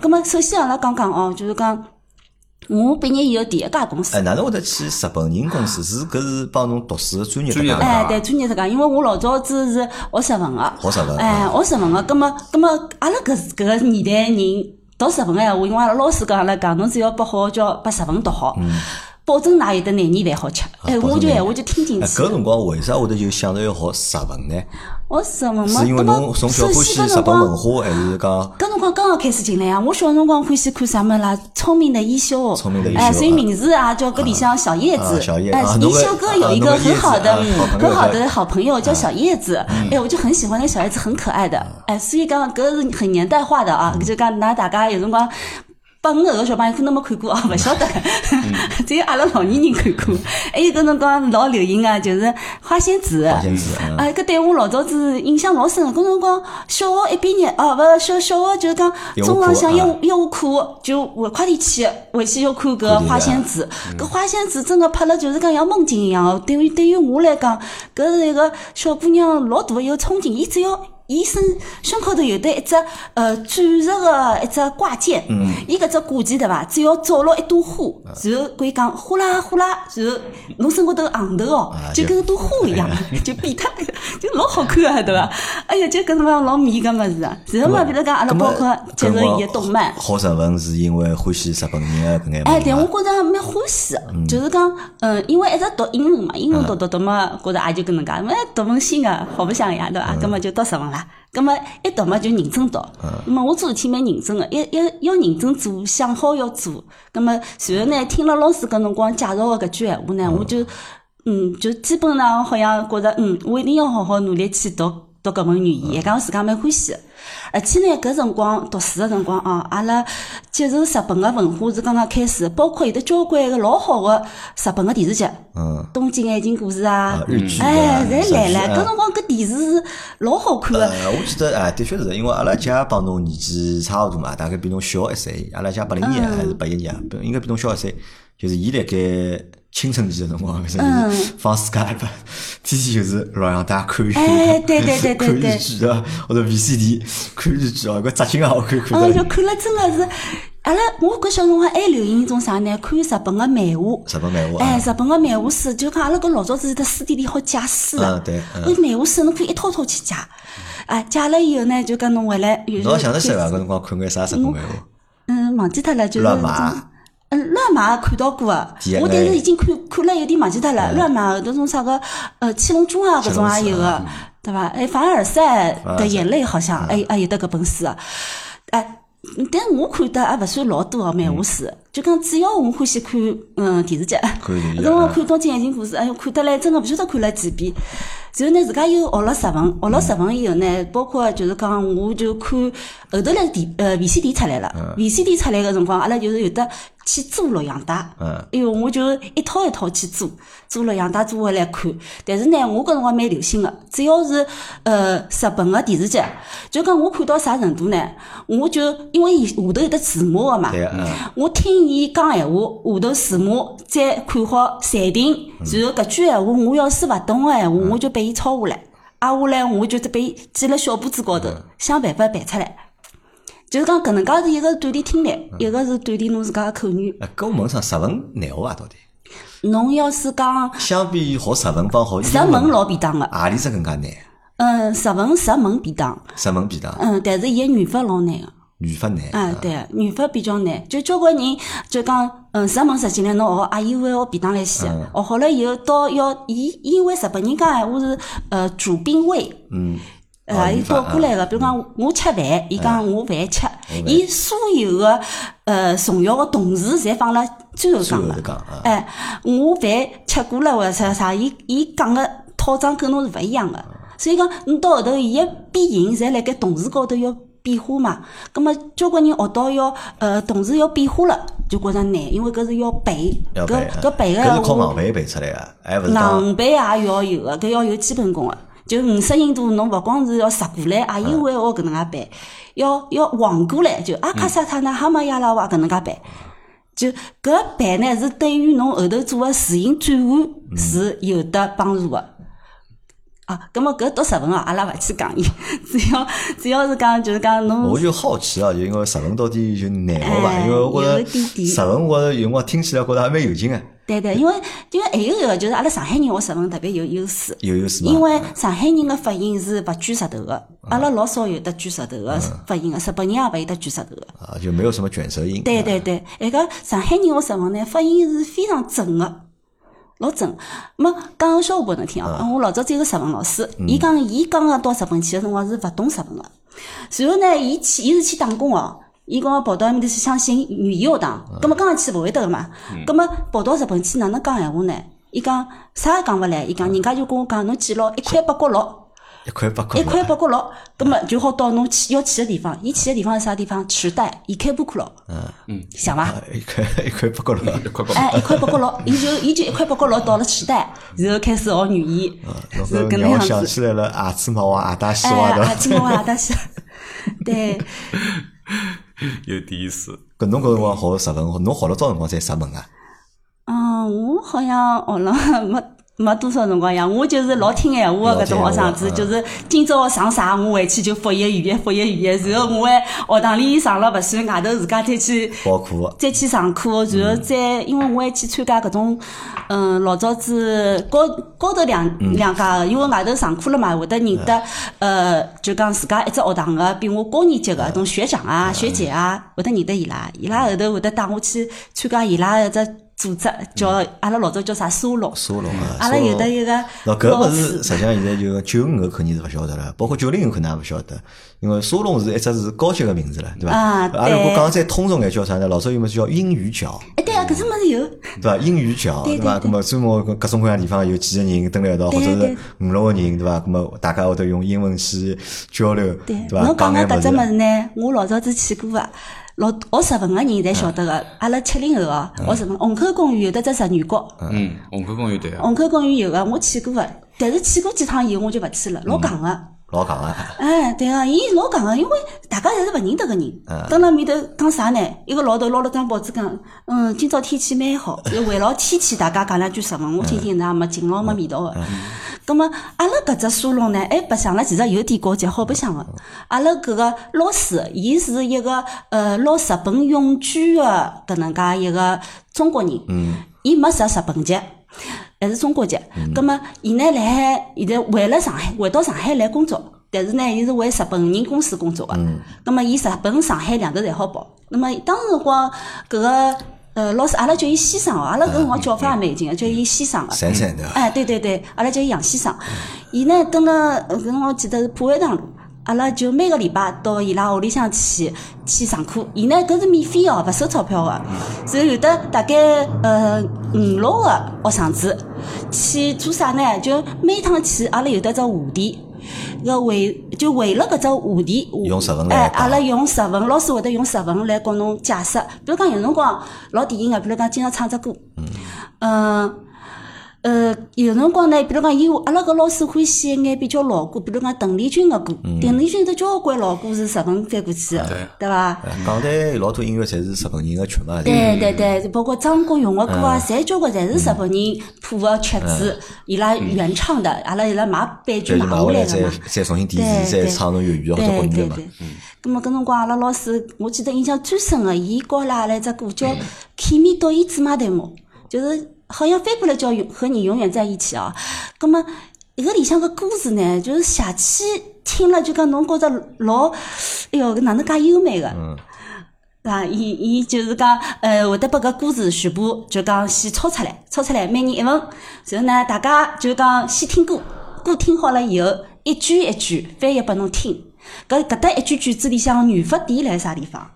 [SPEAKER 3] 咁么，首先阿拉讲讲哦，就是讲我毕业以后第一家公司
[SPEAKER 1] 哎，，哪能会得去日本人公司？是搿是帮侬读书的啊专业搭
[SPEAKER 2] 专业搭
[SPEAKER 1] 档
[SPEAKER 2] 档
[SPEAKER 3] 哎，对，专业是讲，因为我老早子是学日文个，
[SPEAKER 1] 学日文
[SPEAKER 3] 哎，学日文个，葛么，葛么，啊阿拉搿搿个年代人读日文个闲话，因为阿拉老师跟阿拉讲，侬只要把好叫把日文读好，保证㑚有得廿年饭好吃。哎，
[SPEAKER 1] 嗯啊保
[SPEAKER 3] 我
[SPEAKER 1] 证
[SPEAKER 3] 就
[SPEAKER 1] 廿
[SPEAKER 3] 闲话就听进
[SPEAKER 1] 哎
[SPEAKER 3] 去
[SPEAKER 1] 搿
[SPEAKER 3] 了。
[SPEAKER 1] 辰光为啥会得就想着要学日文呢？
[SPEAKER 3] 学日文嘛，
[SPEAKER 1] 是因为
[SPEAKER 3] 葛么
[SPEAKER 1] 侬从小欢
[SPEAKER 3] 首
[SPEAKER 1] 喜
[SPEAKER 3] 先
[SPEAKER 1] 日
[SPEAKER 3] 搿辰
[SPEAKER 1] 本
[SPEAKER 3] 光
[SPEAKER 1] 文
[SPEAKER 3] 呃
[SPEAKER 1] 化，还是讲
[SPEAKER 3] 搿辰光刚刚开始进来啊，我小辰光欢喜看啥物事啦，《聪明的一休》，
[SPEAKER 1] 聪明的一休
[SPEAKER 3] 哎，所以名字啊叫搿里向小叶
[SPEAKER 1] 啊
[SPEAKER 3] 子，
[SPEAKER 1] 小叶
[SPEAKER 3] 哎
[SPEAKER 1] 啊，
[SPEAKER 3] 一
[SPEAKER 1] 侬个
[SPEAKER 3] 休哥有一个很好的、
[SPEAKER 1] 啊
[SPEAKER 3] 嗯
[SPEAKER 1] 侬个叶嗯子啊好朋友
[SPEAKER 3] 很好的好朋友叫小叶子，哎，我就很喜欢那小叶子，很可爱的，哎，所以讲搿是很年代化的啊，
[SPEAKER 1] 嗯
[SPEAKER 3] 就讲拿大家有辰光。八五后个小朋友可能没看
[SPEAKER 1] 嗯
[SPEAKER 3] 过啊，勿晓得， 只有阿拉老年人看过。还有搿辰光老流行啊，就是花仙子，
[SPEAKER 1] 花仙子嗯
[SPEAKER 3] 啊，搿对我老早子印象老深的。搿辰光小学一毕业，哦，勿小小学就是讲
[SPEAKER 1] 要下
[SPEAKER 3] 中浪向
[SPEAKER 1] 课
[SPEAKER 3] 要
[SPEAKER 1] 啊
[SPEAKER 3] 要下课，就我快点去回去要看搿个
[SPEAKER 1] 看点
[SPEAKER 3] 花仙子。搿花仙子真的拍了就是讲像梦境一样哦。对于对于我来讲，搿是一个小姑娘老大的一个憧憬。伊只要伊身胸口头有得一只呃钻石的一只挂件，伊搿只挂件对伐？只要照牢一朵花，然后可以讲呼啦呼啦，然后侬身高头行头哦
[SPEAKER 1] 啊，
[SPEAKER 3] 就
[SPEAKER 1] 就
[SPEAKER 3] 跟一朵花一样，就变脱，就老好看啊，对伐？哎呀，就搿辰光老迷搿物事啊。然后嘛，比如讲阿拉
[SPEAKER 1] 葛末
[SPEAKER 3] 包括接
[SPEAKER 1] 搿辰
[SPEAKER 3] 受
[SPEAKER 1] 光
[SPEAKER 3] 伊个动漫。
[SPEAKER 1] 学日文啊是因为欢喜日本人的搿眼文化。
[SPEAKER 3] 哎，对，我觉着蛮欢喜的，就是讲，嗯，因为一直读英文嘛，英文读读读嘛，觉着也就搿能介，没读文心个，好白相呀，对伐？葛末就读日文啦，葛末一读嘛就认真读，葛末我做事体蛮认真个，一一要认真做，想好要做，葛末随后呢，听了老师搿辰光介绍个搿句闲话呢，我就，嗯，就基本上好像觉着，嗯，我一定要好好努力去读读搿门语言，也讲自家蛮欢喜的。而且呢，搿辰光读书个辰光哦，阿拉接受日本个文化是刚刚开始，包括有得交关个老好个日本个电视剧，
[SPEAKER 1] 嗯，
[SPEAKER 3] 《东京爱情故事》啊
[SPEAKER 1] 啊，日剧啊
[SPEAKER 3] 哎，侪来
[SPEAKER 1] 日剧
[SPEAKER 3] 了。
[SPEAKER 1] 啊
[SPEAKER 3] 搿辰光搿电视是老好看个，
[SPEAKER 1] 呃，我记得啊，的确是因为阿拉姐帮侬年纪差勿多嘛，大概比侬小一岁，阿拉姐八零年
[SPEAKER 3] 嗯
[SPEAKER 1] 还是八一年啊，不应该比侬小一岁。就是伊辣盖青春期的辰光，就是
[SPEAKER 3] 嗯
[SPEAKER 1] 放暑假一般，天天就是老让大家看日剧，
[SPEAKER 3] 哎对对 对对
[SPEAKER 1] 看
[SPEAKER 3] 对
[SPEAKER 1] 日剧对伐？或者 VCD 看日剧哦，搿扎金啊，我看看
[SPEAKER 3] 嗯，就
[SPEAKER 1] 到。
[SPEAKER 3] 看了真个是。阿拉我搿小辰光还流行一种啥呢？看日本个漫画。
[SPEAKER 1] 日本漫画
[SPEAKER 3] 哎，
[SPEAKER 1] 啊，
[SPEAKER 3] 日本个漫画书，就讲阿拉搿老早子在书店里好借书的
[SPEAKER 1] 嗯，对嗯
[SPEAKER 3] 搿漫画书侬可以一套套去借，哎，借了以后呢，就讲侬回来有时
[SPEAKER 1] 侬
[SPEAKER 3] 候
[SPEAKER 1] 也想得起
[SPEAKER 3] 开
[SPEAKER 1] 来伐？
[SPEAKER 3] 始
[SPEAKER 1] 搿辰光看眼啥日本漫画？
[SPEAKER 3] 嗯，忘记脱了，就是
[SPEAKER 1] 乱码
[SPEAKER 3] 种嗯，乱码也看到过啊
[SPEAKER 1] 第一，
[SPEAKER 3] 我但
[SPEAKER 1] 类
[SPEAKER 3] 是已经看看了有点忘记脱了。乱码后头种啥个呃七龙珠啊，搿种
[SPEAKER 1] 嗯七龙珠
[SPEAKER 3] 也有个，对伐？哎，凡尔赛的眼泪好
[SPEAKER 1] 啊
[SPEAKER 3] 像，哎哎有得搿本书啊，哎。但我看的也勿算老多哦，漫画书，就讲主要我欢喜看嗯电视剧，
[SPEAKER 1] 嗯看电视剧
[SPEAKER 3] 搿辰光
[SPEAKER 1] 嗯
[SPEAKER 3] 看《东京爱情故事》，哎哟，看得来真个勿晓得看了几遍。然后呢，自家又学了日文，学了日文以后呢，包括就是
[SPEAKER 1] 嗯
[SPEAKER 3] 讲，我就看后头来电呃 VCD 出来了，VCD 出来个辰光，阿拉就是有的去做洛阳带。
[SPEAKER 1] 嗯，
[SPEAKER 3] 哎哟，我就一套一套去做，做洛阳带做回来看。但是呢，我搿辰光蛮流行的，只要是呃日本个电视剧，就讲我看到啥程度呢？我就因为伊下头有得字幕个嘛，
[SPEAKER 1] 对啊，嗯
[SPEAKER 3] 我听伊讲闲话，下头字幕再看好暂停，然后搿句闲话我要是勿懂个闲话，我就拨伊抄下来，挨下来我就再拨伊记辣小簿子高头，想办法背出来。就是讲搿能介是一个是锻炼听力，一个是锻炼侬自家个口语。
[SPEAKER 1] 哎，搿我问上日文难学伐？到底？
[SPEAKER 3] 侬要是讲
[SPEAKER 1] 相比学日文啊帮学
[SPEAKER 3] 日
[SPEAKER 1] 英
[SPEAKER 3] 文
[SPEAKER 1] 文，
[SPEAKER 3] 老便当个，
[SPEAKER 1] 何里只更加难？
[SPEAKER 3] 嗯，日文日文便当，
[SPEAKER 1] 日文比当
[SPEAKER 3] 嗯，但是伊个语法老难个。
[SPEAKER 1] 语法难。
[SPEAKER 3] 啊，对，语法比较难，就交关人就讲，嗯，日文十几年侬学，啊，伊会学便当来写，
[SPEAKER 1] 嗯
[SPEAKER 3] 学好了以后到要，伊因为日本人讲闲话是，呃，主宾位，嗯，
[SPEAKER 1] 哦
[SPEAKER 3] 呃，伊
[SPEAKER 1] 语法嗯
[SPEAKER 3] 倒过来个，比如讲我吃饭，伊讲我饭吃，伊所有个呃重要个动词侪放辣最后
[SPEAKER 1] 最
[SPEAKER 3] 讲
[SPEAKER 1] 后
[SPEAKER 3] 个
[SPEAKER 1] 头讲啊，
[SPEAKER 3] 哎，我饭吃过了或者啥啥，伊伊讲个套装跟侬是勿一样个，所以讲侬到后头伊个变形侪辣盖动词高头要变化嘛，葛么交关人学到要呃动词要变化了，就觉着难，因为搿是要背，
[SPEAKER 1] 要
[SPEAKER 3] 搿
[SPEAKER 1] 背啊，
[SPEAKER 3] 搿背个
[SPEAKER 1] 搿是
[SPEAKER 3] 闲
[SPEAKER 1] 靠硬
[SPEAKER 3] 话，
[SPEAKER 1] 背背出啊来的，还勿是讲
[SPEAKER 3] 硬背也要有个，搿要有基本功个。就五十音图，侬勿光是要识过来，啊，伊会学搿能介背，要要忘过来，就阿卡萨塔那哈玛亚拉瓦搿能介背。就搿办呢，是对于侬后头做个词音转
[SPEAKER 1] 嗯
[SPEAKER 3] 换是有得帮助个。啊，葛末搿读日文啊，阿拉勿去讲伊， 只要只要是讲就是讲侬
[SPEAKER 1] 我就好奇啊，就因为日文到底就难学伐？
[SPEAKER 3] 哎
[SPEAKER 1] 因为我觉
[SPEAKER 3] 有一点
[SPEAKER 1] 着
[SPEAKER 3] 点
[SPEAKER 1] 日文，我觉着有辰光听起来觉着还蛮有劲啊个，
[SPEAKER 3] 对对，因为因为还有一个就是阿拉上海人学日文特别有优势，
[SPEAKER 1] 有意思嘛。
[SPEAKER 3] 因为上海人的发音是勿卷舌头的，阿拉老少有得卷舌头的发音的，日本人也勿有得卷舌头的。
[SPEAKER 1] 啊，就没有什么卷舌音。
[SPEAKER 3] 对对对，那个上海人学日文呢，发音是非常正的，老正。么讲个笑话拨侬听哦，我老早子有个日文老师，伊讲伊刚刚到日本去个辰光是勿懂日文个，然后呢，伊去伊是去打工哦。伊讲跑到埃面头去相信语言学堂，葛么刚刚去勿会得个嘛，葛么跑到日本去哪能讲闲话呢？伊讲啥也讲勿来，伊讲人家就跟我讲，侬记牢一块八角六。
[SPEAKER 1] 一块八块
[SPEAKER 3] 一
[SPEAKER 1] 嘛。
[SPEAKER 3] 块八角六，葛么就好到侬去要去的地方。伊去的地方是啥地方？池袋，伊开布库咯。嗯嗯，想伐？
[SPEAKER 1] 啊一块 一块八角 了。
[SPEAKER 2] 一块八毛，
[SPEAKER 3] 哎，一块八角六，伊就伊就一块八角六到了池袋，然后开始学语言，
[SPEAKER 1] 侬
[SPEAKER 3] 是
[SPEAKER 1] 搿
[SPEAKER 3] 搿
[SPEAKER 1] 让
[SPEAKER 3] 能
[SPEAKER 1] 我
[SPEAKER 3] 样
[SPEAKER 1] 想
[SPEAKER 3] 子。
[SPEAKER 1] 起来了，阿兹玛哇、阿达西
[SPEAKER 3] 哎，
[SPEAKER 1] 哇
[SPEAKER 3] 啊，
[SPEAKER 1] 的。
[SPEAKER 3] 金毛啊，但是， 对，
[SPEAKER 2] 有点意思。
[SPEAKER 1] 搿侬搿辰光学日文，侬学了多少辰光才入门啊？
[SPEAKER 3] 嗯，我好像学了没没多少辰光呀，我就是老听闲话嗯的搿种学生子，
[SPEAKER 1] 老听闲
[SPEAKER 3] 就是今朝上啥，我回去就复习语言，复习语言，然后我还学堂里上了勿算，外头自家再去
[SPEAKER 1] 包括
[SPEAKER 3] 再去上课，然
[SPEAKER 1] 嗯
[SPEAKER 3] 后再因为我还去参加搿种，嗯，老早子高高头两
[SPEAKER 1] 嗯
[SPEAKER 3] 两家的，因为外头上课了嘛，会得认得，呃，就讲自家一只学堂个比我高年级
[SPEAKER 1] 嗯
[SPEAKER 3] 个，种学长啊、学姐啊，会得认得伊拉，伊拉后头会得带我去参加伊拉一只组织，
[SPEAKER 1] 嗯
[SPEAKER 3] 叫阿拉老早叫啥沙龙，
[SPEAKER 1] 沙龙啊，
[SPEAKER 3] 阿拉有的一个
[SPEAKER 1] 那搿
[SPEAKER 3] 老
[SPEAKER 1] 物
[SPEAKER 3] 师
[SPEAKER 1] 事，实际上现在就九五后肯定是勿晓得了，包括九零后可能也勿晓得，因为沙龙是一只是高级个名字了，对伐？
[SPEAKER 3] 啊
[SPEAKER 1] 阿拉如果
[SPEAKER 3] 对
[SPEAKER 1] 讲再通俗眼叫啥呢？老早有么子叫英语角，
[SPEAKER 3] 哎对啊，搿只物事有，
[SPEAKER 1] 对伐？英语角，
[SPEAKER 3] 对对
[SPEAKER 1] 伐？那
[SPEAKER 3] 对
[SPEAKER 1] 么专门各种各样地方有几个人蹲辣一道，或者
[SPEAKER 3] 对
[SPEAKER 1] 是
[SPEAKER 3] 对
[SPEAKER 1] 五六个人，对伐？那么大家会得用英文去交流，对
[SPEAKER 3] 对，
[SPEAKER 1] 伐？
[SPEAKER 3] 侬讲
[SPEAKER 1] 讲
[SPEAKER 3] 到
[SPEAKER 1] 眼物
[SPEAKER 3] 搿只物事
[SPEAKER 1] 事，
[SPEAKER 3] 呢，我老早子去过个。老学日文个人侪晓得
[SPEAKER 1] 嗯
[SPEAKER 3] 个，阿拉七零后哦，学日文。虹口公园有得只日语角，
[SPEAKER 2] 嗯，虹口公园对啊，
[SPEAKER 3] 虹口公园有个，我去过个，但是去过几趟以后我就勿去了，老戆个。
[SPEAKER 1] 老讲啊，
[SPEAKER 3] 哎，对啊，伊老戆个，因为大家侪是勿认得个人
[SPEAKER 1] 嗯。
[SPEAKER 3] 蹲辣面头讲啥呢？一个老头拿了张报纸讲，嗯，今朝天气蛮好，就围绕天气大家讲两句日文，我听听那没劲，老没味道
[SPEAKER 1] 嗯
[SPEAKER 3] 个。咁么，阿拉搿只沙龙呢，还白相了，其实有点高级，好白相个。阿拉搿个老师，伊是一个呃拿日本永居个搿能介一个中国人，伊没入日本籍。还是中国籍，咁么伊呢？辣海现在回了上海，回到上海来工作，但是呢，伊是为日本人公司工作个。咁么伊日本、上海两头侪好跑。那么当时辰光，搿个呃老师，阿拉叫伊先生哦，阿拉搿辰光叫法也蛮有劲个，叫伊先生个。
[SPEAKER 1] 闪闪的，
[SPEAKER 3] 哎，对对对，阿拉叫伊杨先生，伊呢蹲辣呃搿辰光记得是浦湾堂路，阿拉就每个礼拜到伊拉屋里向去去上课，伊呢搿是免费哦，勿收钞票个，所以有的大概呃五六个学生子去做啥呢？就每趟去阿拉有得只话题。搿为就为了搿只话题，
[SPEAKER 1] 用日文来
[SPEAKER 3] 哎，
[SPEAKER 1] 讲
[SPEAKER 3] 阿拉用日文，老师会得用日文来告侬解释。比如讲有辰光老典型个，比如讲今朝唱只歌，嗯。呃，有辰光呢，比如讲，伊阿拉搿老师欢喜一眼比较老歌，比如讲邓丽君个歌，
[SPEAKER 1] 嗯
[SPEAKER 3] 邓丽君有交关老歌是日文翻过去
[SPEAKER 2] 对
[SPEAKER 3] 个，对伐？
[SPEAKER 1] 港台老多音乐侪是日本人的曲嘛，
[SPEAKER 3] 对对对，包括张国荣的歌
[SPEAKER 1] 嗯
[SPEAKER 3] 啊，侪交关侪是日本人谱的曲子，伊拉原唱的，阿拉伊拉买版
[SPEAKER 1] 就
[SPEAKER 3] 权
[SPEAKER 1] 是
[SPEAKER 3] 买
[SPEAKER 1] 拿
[SPEAKER 3] 下
[SPEAKER 1] 回来
[SPEAKER 3] 来的
[SPEAKER 1] 再
[SPEAKER 3] 嘛。
[SPEAKER 1] 再重新
[SPEAKER 3] 对
[SPEAKER 1] 填词，
[SPEAKER 3] 对
[SPEAKER 1] 再唱成粤语或者国
[SPEAKER 3] 对
[SPEAKER 1] 语
[SPEAKER 3] 对
[SPEAKER 1] 的嘛。
[SPEAKER 3] 对。咁么搿辰光阿拉老师，我记得印象最深的，伊教阿拉阿拉一只歌叫《Kimi to i t m a d e m 就是好像翻过来叫“永和你永远在一起”啊。咁么搿里向个歌词呢，就是邪气听了就讲侬觉着老，哎哟，搿哪能介优美个？对伐？啊伊伊就是讲，呃，会得把搿歌词全部就讲先抄出来，抄出来，每人一份。然后呢，大家就讲先听歌，歌听好了以后，一句一句翻译拨侬听。搿搿搭一句句子里向的语法点辣啥地方？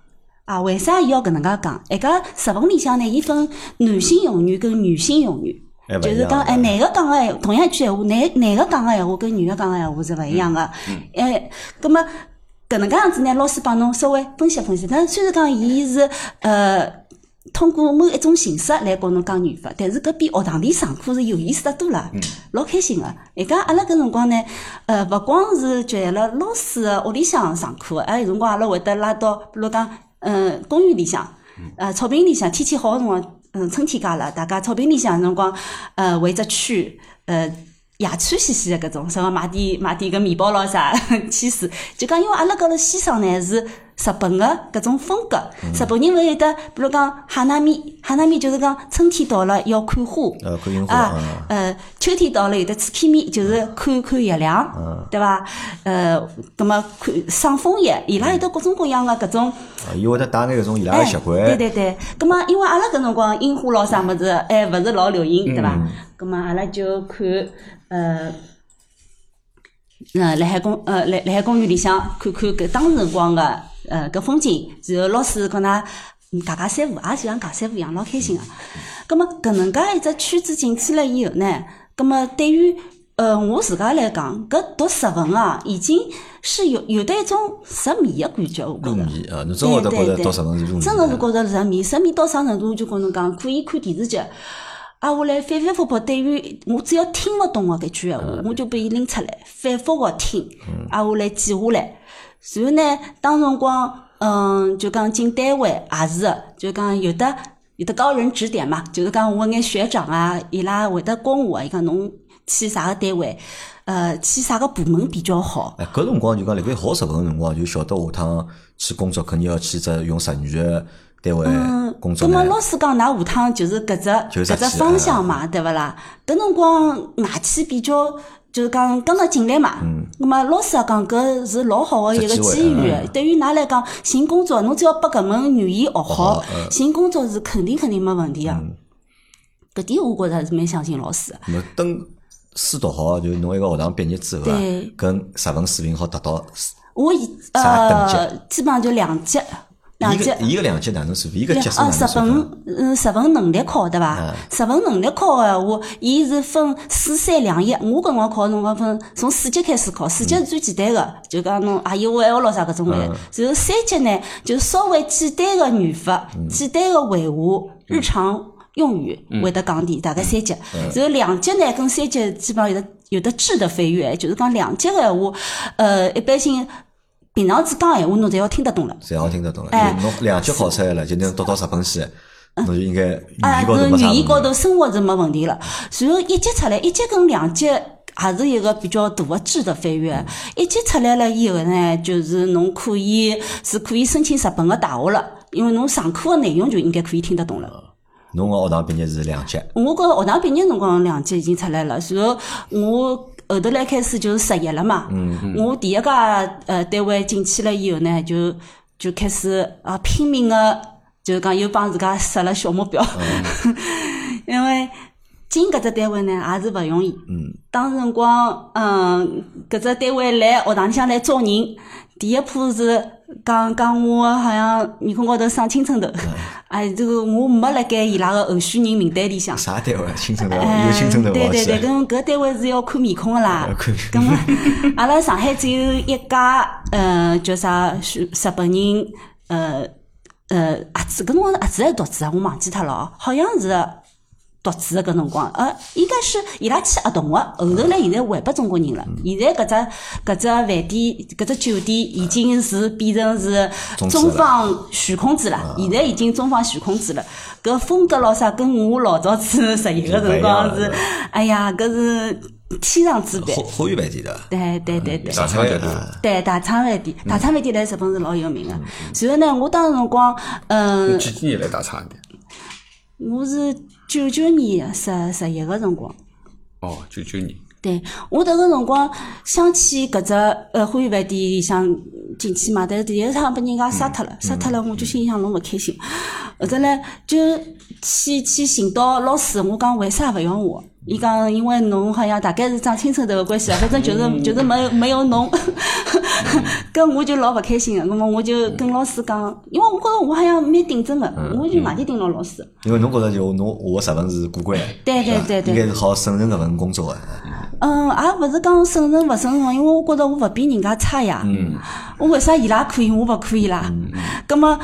[SPEAKER 3] 啊，为啥伊要搿能介讲？一个日文里向呢，伊分男性用语跟女性用语
[SPEAKER 1] 哎。不
[SPEAKER 3] 就
[SPEAKER 1] 一样
[SPEAKER 3] 是讲，哎，
[SPEAKER 1] 的
[SPEAKER 3] 男个讲个闲话，同样一句闲话，男男个讲个闲话跟女个讲个闲话是勿一样个。
[SPEAKER 1] 嗯
[SPEAKER 3] 哎，葛么搿能介样子呢，老师帮侬稍微分析分析。但虽然讲伊是呃通过某一种形式来告侬讲语法，但是搿比学堂里上课是有意思得多了，老开心个。一家阿拉搿辰光呢，呃，勿光是就辣辣老师个屋里向上课，还有辰光阿拉会得拉到，比如讲，嗯，公园里向，呃，草坪里向，天气好个辰光，嗯，春天介了，大家草坪里向的辰光，呃，围只圈，呃。野餐兮兮的搿种，什么买点买点搿面包咯啥， 去死！就讲因为阿拉搿头先生呢是日本个搿种风格，
[SPEAKER 1] 嗯
[SPEAKER 3] 日本人勿会得，比如讲哈纳米，哈纳米就是讲春天到了要看花，
[SPEAKER 1] 呃看樱花
[SPEAKER 3] 啊
[SPEAKER 1] 嗯，
[SPEAKER 3] 呃，秋天到了有的赤开面，就是看看月亮，
[SPEAKER 1] 嗯
[SPEAKER 3] 对伐？呃，葛么看赏枫叶，伊拉有得各种各样的搿种。
[SPEAKER 1] 啊伊会得带眼搿种伊拉
[SPEAKER 3] 哎，
[SPEAKER 1] 个嗯习惯，
[SPEAKER 3] 对对对，咁么因为阿拉搿辰光樱花咯啥物事，哎，勿是老流行，对
[SPEAKER 1] 嗯
[SPEAKER 3] 伐？咁么阿拉就看呃。嗯，辣海公呃，辣辣海公园里向看看搿当时辰光个呃搿风景，然后老师跟㑚嗯尬尬三胡，也就像尬三胡一样，老开心个、葛末搿能介一只圈子进去了以后呢，葛末对于呃我自家来讲，搿读日文啊，已经是有有得一种入迷个感觉，我觉
[SPEAKER 1] 入
[SPEAKER 3] 着。
[SPEAKER 1] 迷啊！侬真会得觉
[SPEAKER 3] 对
[SPEAKER 1] 得
[SPEAKER 3] 对
[SPEAKER 1] 读日文是入迷，
[SPEAKER 3] 真的是觉着入迷，入迷到啥程度？我就跟侬讲，可以看电视剧。啊，我来反反复复，对于我只要听得懂的搿句闲话，我就把伊拎出来，反复个听，啊，我来记下来。然后呢，当辰光，嗯，就讲进单位也是的，就讲有的有的高人指点嘛，就是讲我眼学长啊，伊拉会得教我，伊讲侬去啥个单位，呃，去啥个部门比较好。
[SPEAKER 1] 哎，搿辰光就讲辣盖好日本个辰光，就晓得下趟去工作肯定要去只用日语个单位工作
[SPEAKER 3] 嗯咁
[SPEAKER 1] 呢
[SPEAKER 3] 么。老师讲，㑚下趟就是搿只
[SPEAKER 1] 就是嗯
[SPEAKER 3] 搿
[SPEAKER 1] 搿
[SPEAKER 3] 只
[SPEAKER 1] 只
[SPEAKER 3] 方向嘛，对勿啦？搿辰光外企比较就是讲刚刚进来嘛，咁么老师也讲搿是老好个一个
[SPEAKER 1] 嗯只机会嗯
[SPEAKER 3] 机遇。对于㑚来讲，寻工作侬只要把搿门语言学好
[SPEAKER 1] 好嗯，
[SPEAKER 3] 寻工作是肯定肯定没问题个。搿点我觉着还是蛮相信老师的。
[SPEAKER 1] 那么等书读好，就是侬一个学堂毕业之后啊
[SPEAKER 3] 对，
[SPEAKER 1] 跟日文水平好达到。
[SPEAKER 3] 我以
[SPEAKER 1] 啥等级
[SPEAKER 3] 呃基本上就两级，两
[SPEAKER 1] 伊
[SPEAKER 3] 级
[SPEAKER 1] 个。伊个两级哪能算？伊个级数哪
[SPEAKER 3] 啊，
[SPEAKER 1] 能
[SPEAKER 3] 日
[SPEAKER 1] 算
[SPEAKER 3] 本
[SPEAKER 1] 法？，嗯
[SPEAKER 3] 嗯，日本能力考对伐？日本能力考个闲话，伊是分四三两一。我搿辰光考个辰光分从四级开始考，四级是最简单个，就讲侬啊有 L 咯啥搿种
[SPEAKER 1] 嗯
[SPEAKER 3] 类。然后三级呢，就稍微简单个语法、
[SPEAKER 1] 嗯
[SPEAKER 3] 简单个绘画、日常用语会得讲点，大概三级。
[SPEAKER 1] 嗯
[SPEAKER 3] 然后两级呢跟三级基本上有得有得质的飞跃，就是讲两级个闲话，呃，一般性平常子讲闲话侬侪要听得懂了。
[SPEAKER 1] 侪好听得懂了。
[SPEAKER 3] 哎
[SPEAKER 1] 就是侬两级考出来了，就能读到日本去，侬就应该语
[SPEAKER 3] 啊，
[SPEAKER 1] 言高头没
[SPEAKER 3] 语
[SPEAKER 1] 啥问题
[SPEAKER 3] 言高头生活是没问题了。然后一级出来，一级跟两级也是一个比较大的质的翻跃。一级出来了以后呢，就是侬可以是可以申请日本的大学了，因为侬上课的内容就应该可以听得懂了。
[SPEAKER 1] 侬个学堂毕业是两级，
[SPEAKER 3] 我觉着学堂毕业辰光两级已经出来了，然后我后头来开始就是实习了嘛。我第一家呃单位进去了以后呢，就就开始啊拼 命的，就是讲又帮自家设了小目标，因为。进搿只单位呢，也是勿容易。
[SPEAKER 1] 嗯，
[SPEAKER 3] 当时辰光，嗯，搿只单位来学堂里向来招人，第一步是讲讲我好像面孔高头生青春痘，哎，这个我没辣盖伊拉个候选人名单里向。
[SPEAKER 1] 啥单位？青春头
[SPEAKER 3] 哎
[SPEAKER 1] 有青春头
[SPEAKER 3] 对
[SPEAKER 1] 老
[SPEAKER 3] 对
[SPEAKER 1] 师
[SPEAKER 3] 对，，跟搿单位是要看面 孔个啦
[SPEAKER 1] 要啊看。
[SPEAKER 3] 咁么， 阿拉上海只有一家，呃，叫啥是日本人，呃呃，阿子，搿辰光是阿子还是独子啊？我忘记脱了哦，好像是独子的搿辰光，呃，应该是伊拉去合同个，后头呢，现在还拨中国人了。
[SPEAKER 1] 嗯
[SPEAKER 3] 现在搿只搿只饭店、搿只酒店已经是变成是
[SPEAKER 1] 中资
[SPEAKER 3] 中
[SPEAKER 1] 了啊
[SPEAKER 3] 方徐孔子了，现在已经中方徐孔子了。搿风格咯啥，跟我老早子实习个辰光
[SPEAKER 1] 是勿一样
[SPEAKER 3] 是
[SPEAKER 1] 的，
[SPEAKER 3] 哎呀，搿是天壤之别
[SPEAKER 1] 花。花园饭店的，
[SPEAKER 3] 对对对对。
[SPEAKER 2] 大厂
[SPEAKER 1] 哎
[SPEAKER 2] 集团，
[SPEAKER 1] 啊
[SPEAKER 3] 对大昌饭店，大昌饭店来日本是老有名个。随后呢，我当时辰光，嗯，
[SPEAKER 1] 啊
[SPEAKER 2] 几几年来大厂的？
[SPEAKER 3] 我是九九年十十一个辰光，
[SPEAKER 2] 哦，九九年，
[SPEAKER 3] 对我迭个辰光想去搿只呃花园饭店里向进去嘛，但是第一趟被人家杀脱了，杀脱了我就心里想侬勿开心，后头呢就去去寻到老师，我讲为啥勿要我？伊讲，因为侬好像大概是长青春痘个关系啊，反正就是就是没没有侬， 搿我就老勿开心个。那么我就跟老师讲，因为我觉着我好像蛮顶真个，我就硬劲盯牢老师。
[SPEAKER 1] 因为侬觉着就侬我日本是过关的，
[SPEAKER 3] 对对
[SPEAKER 1] 是吧
[SPEAKER 3] 对对
[SPEAKER 1] 应该是好胜任搿份工作啊的，
[SPEAKER 3] 嗯，也勿是讲胜任勿胜任，因为我觉着我勿比人家差呀。
[SPEAKER 1] 嗯
[SPEAKER 3] 我为啥伊拉可以，我勿可以啦？葛么，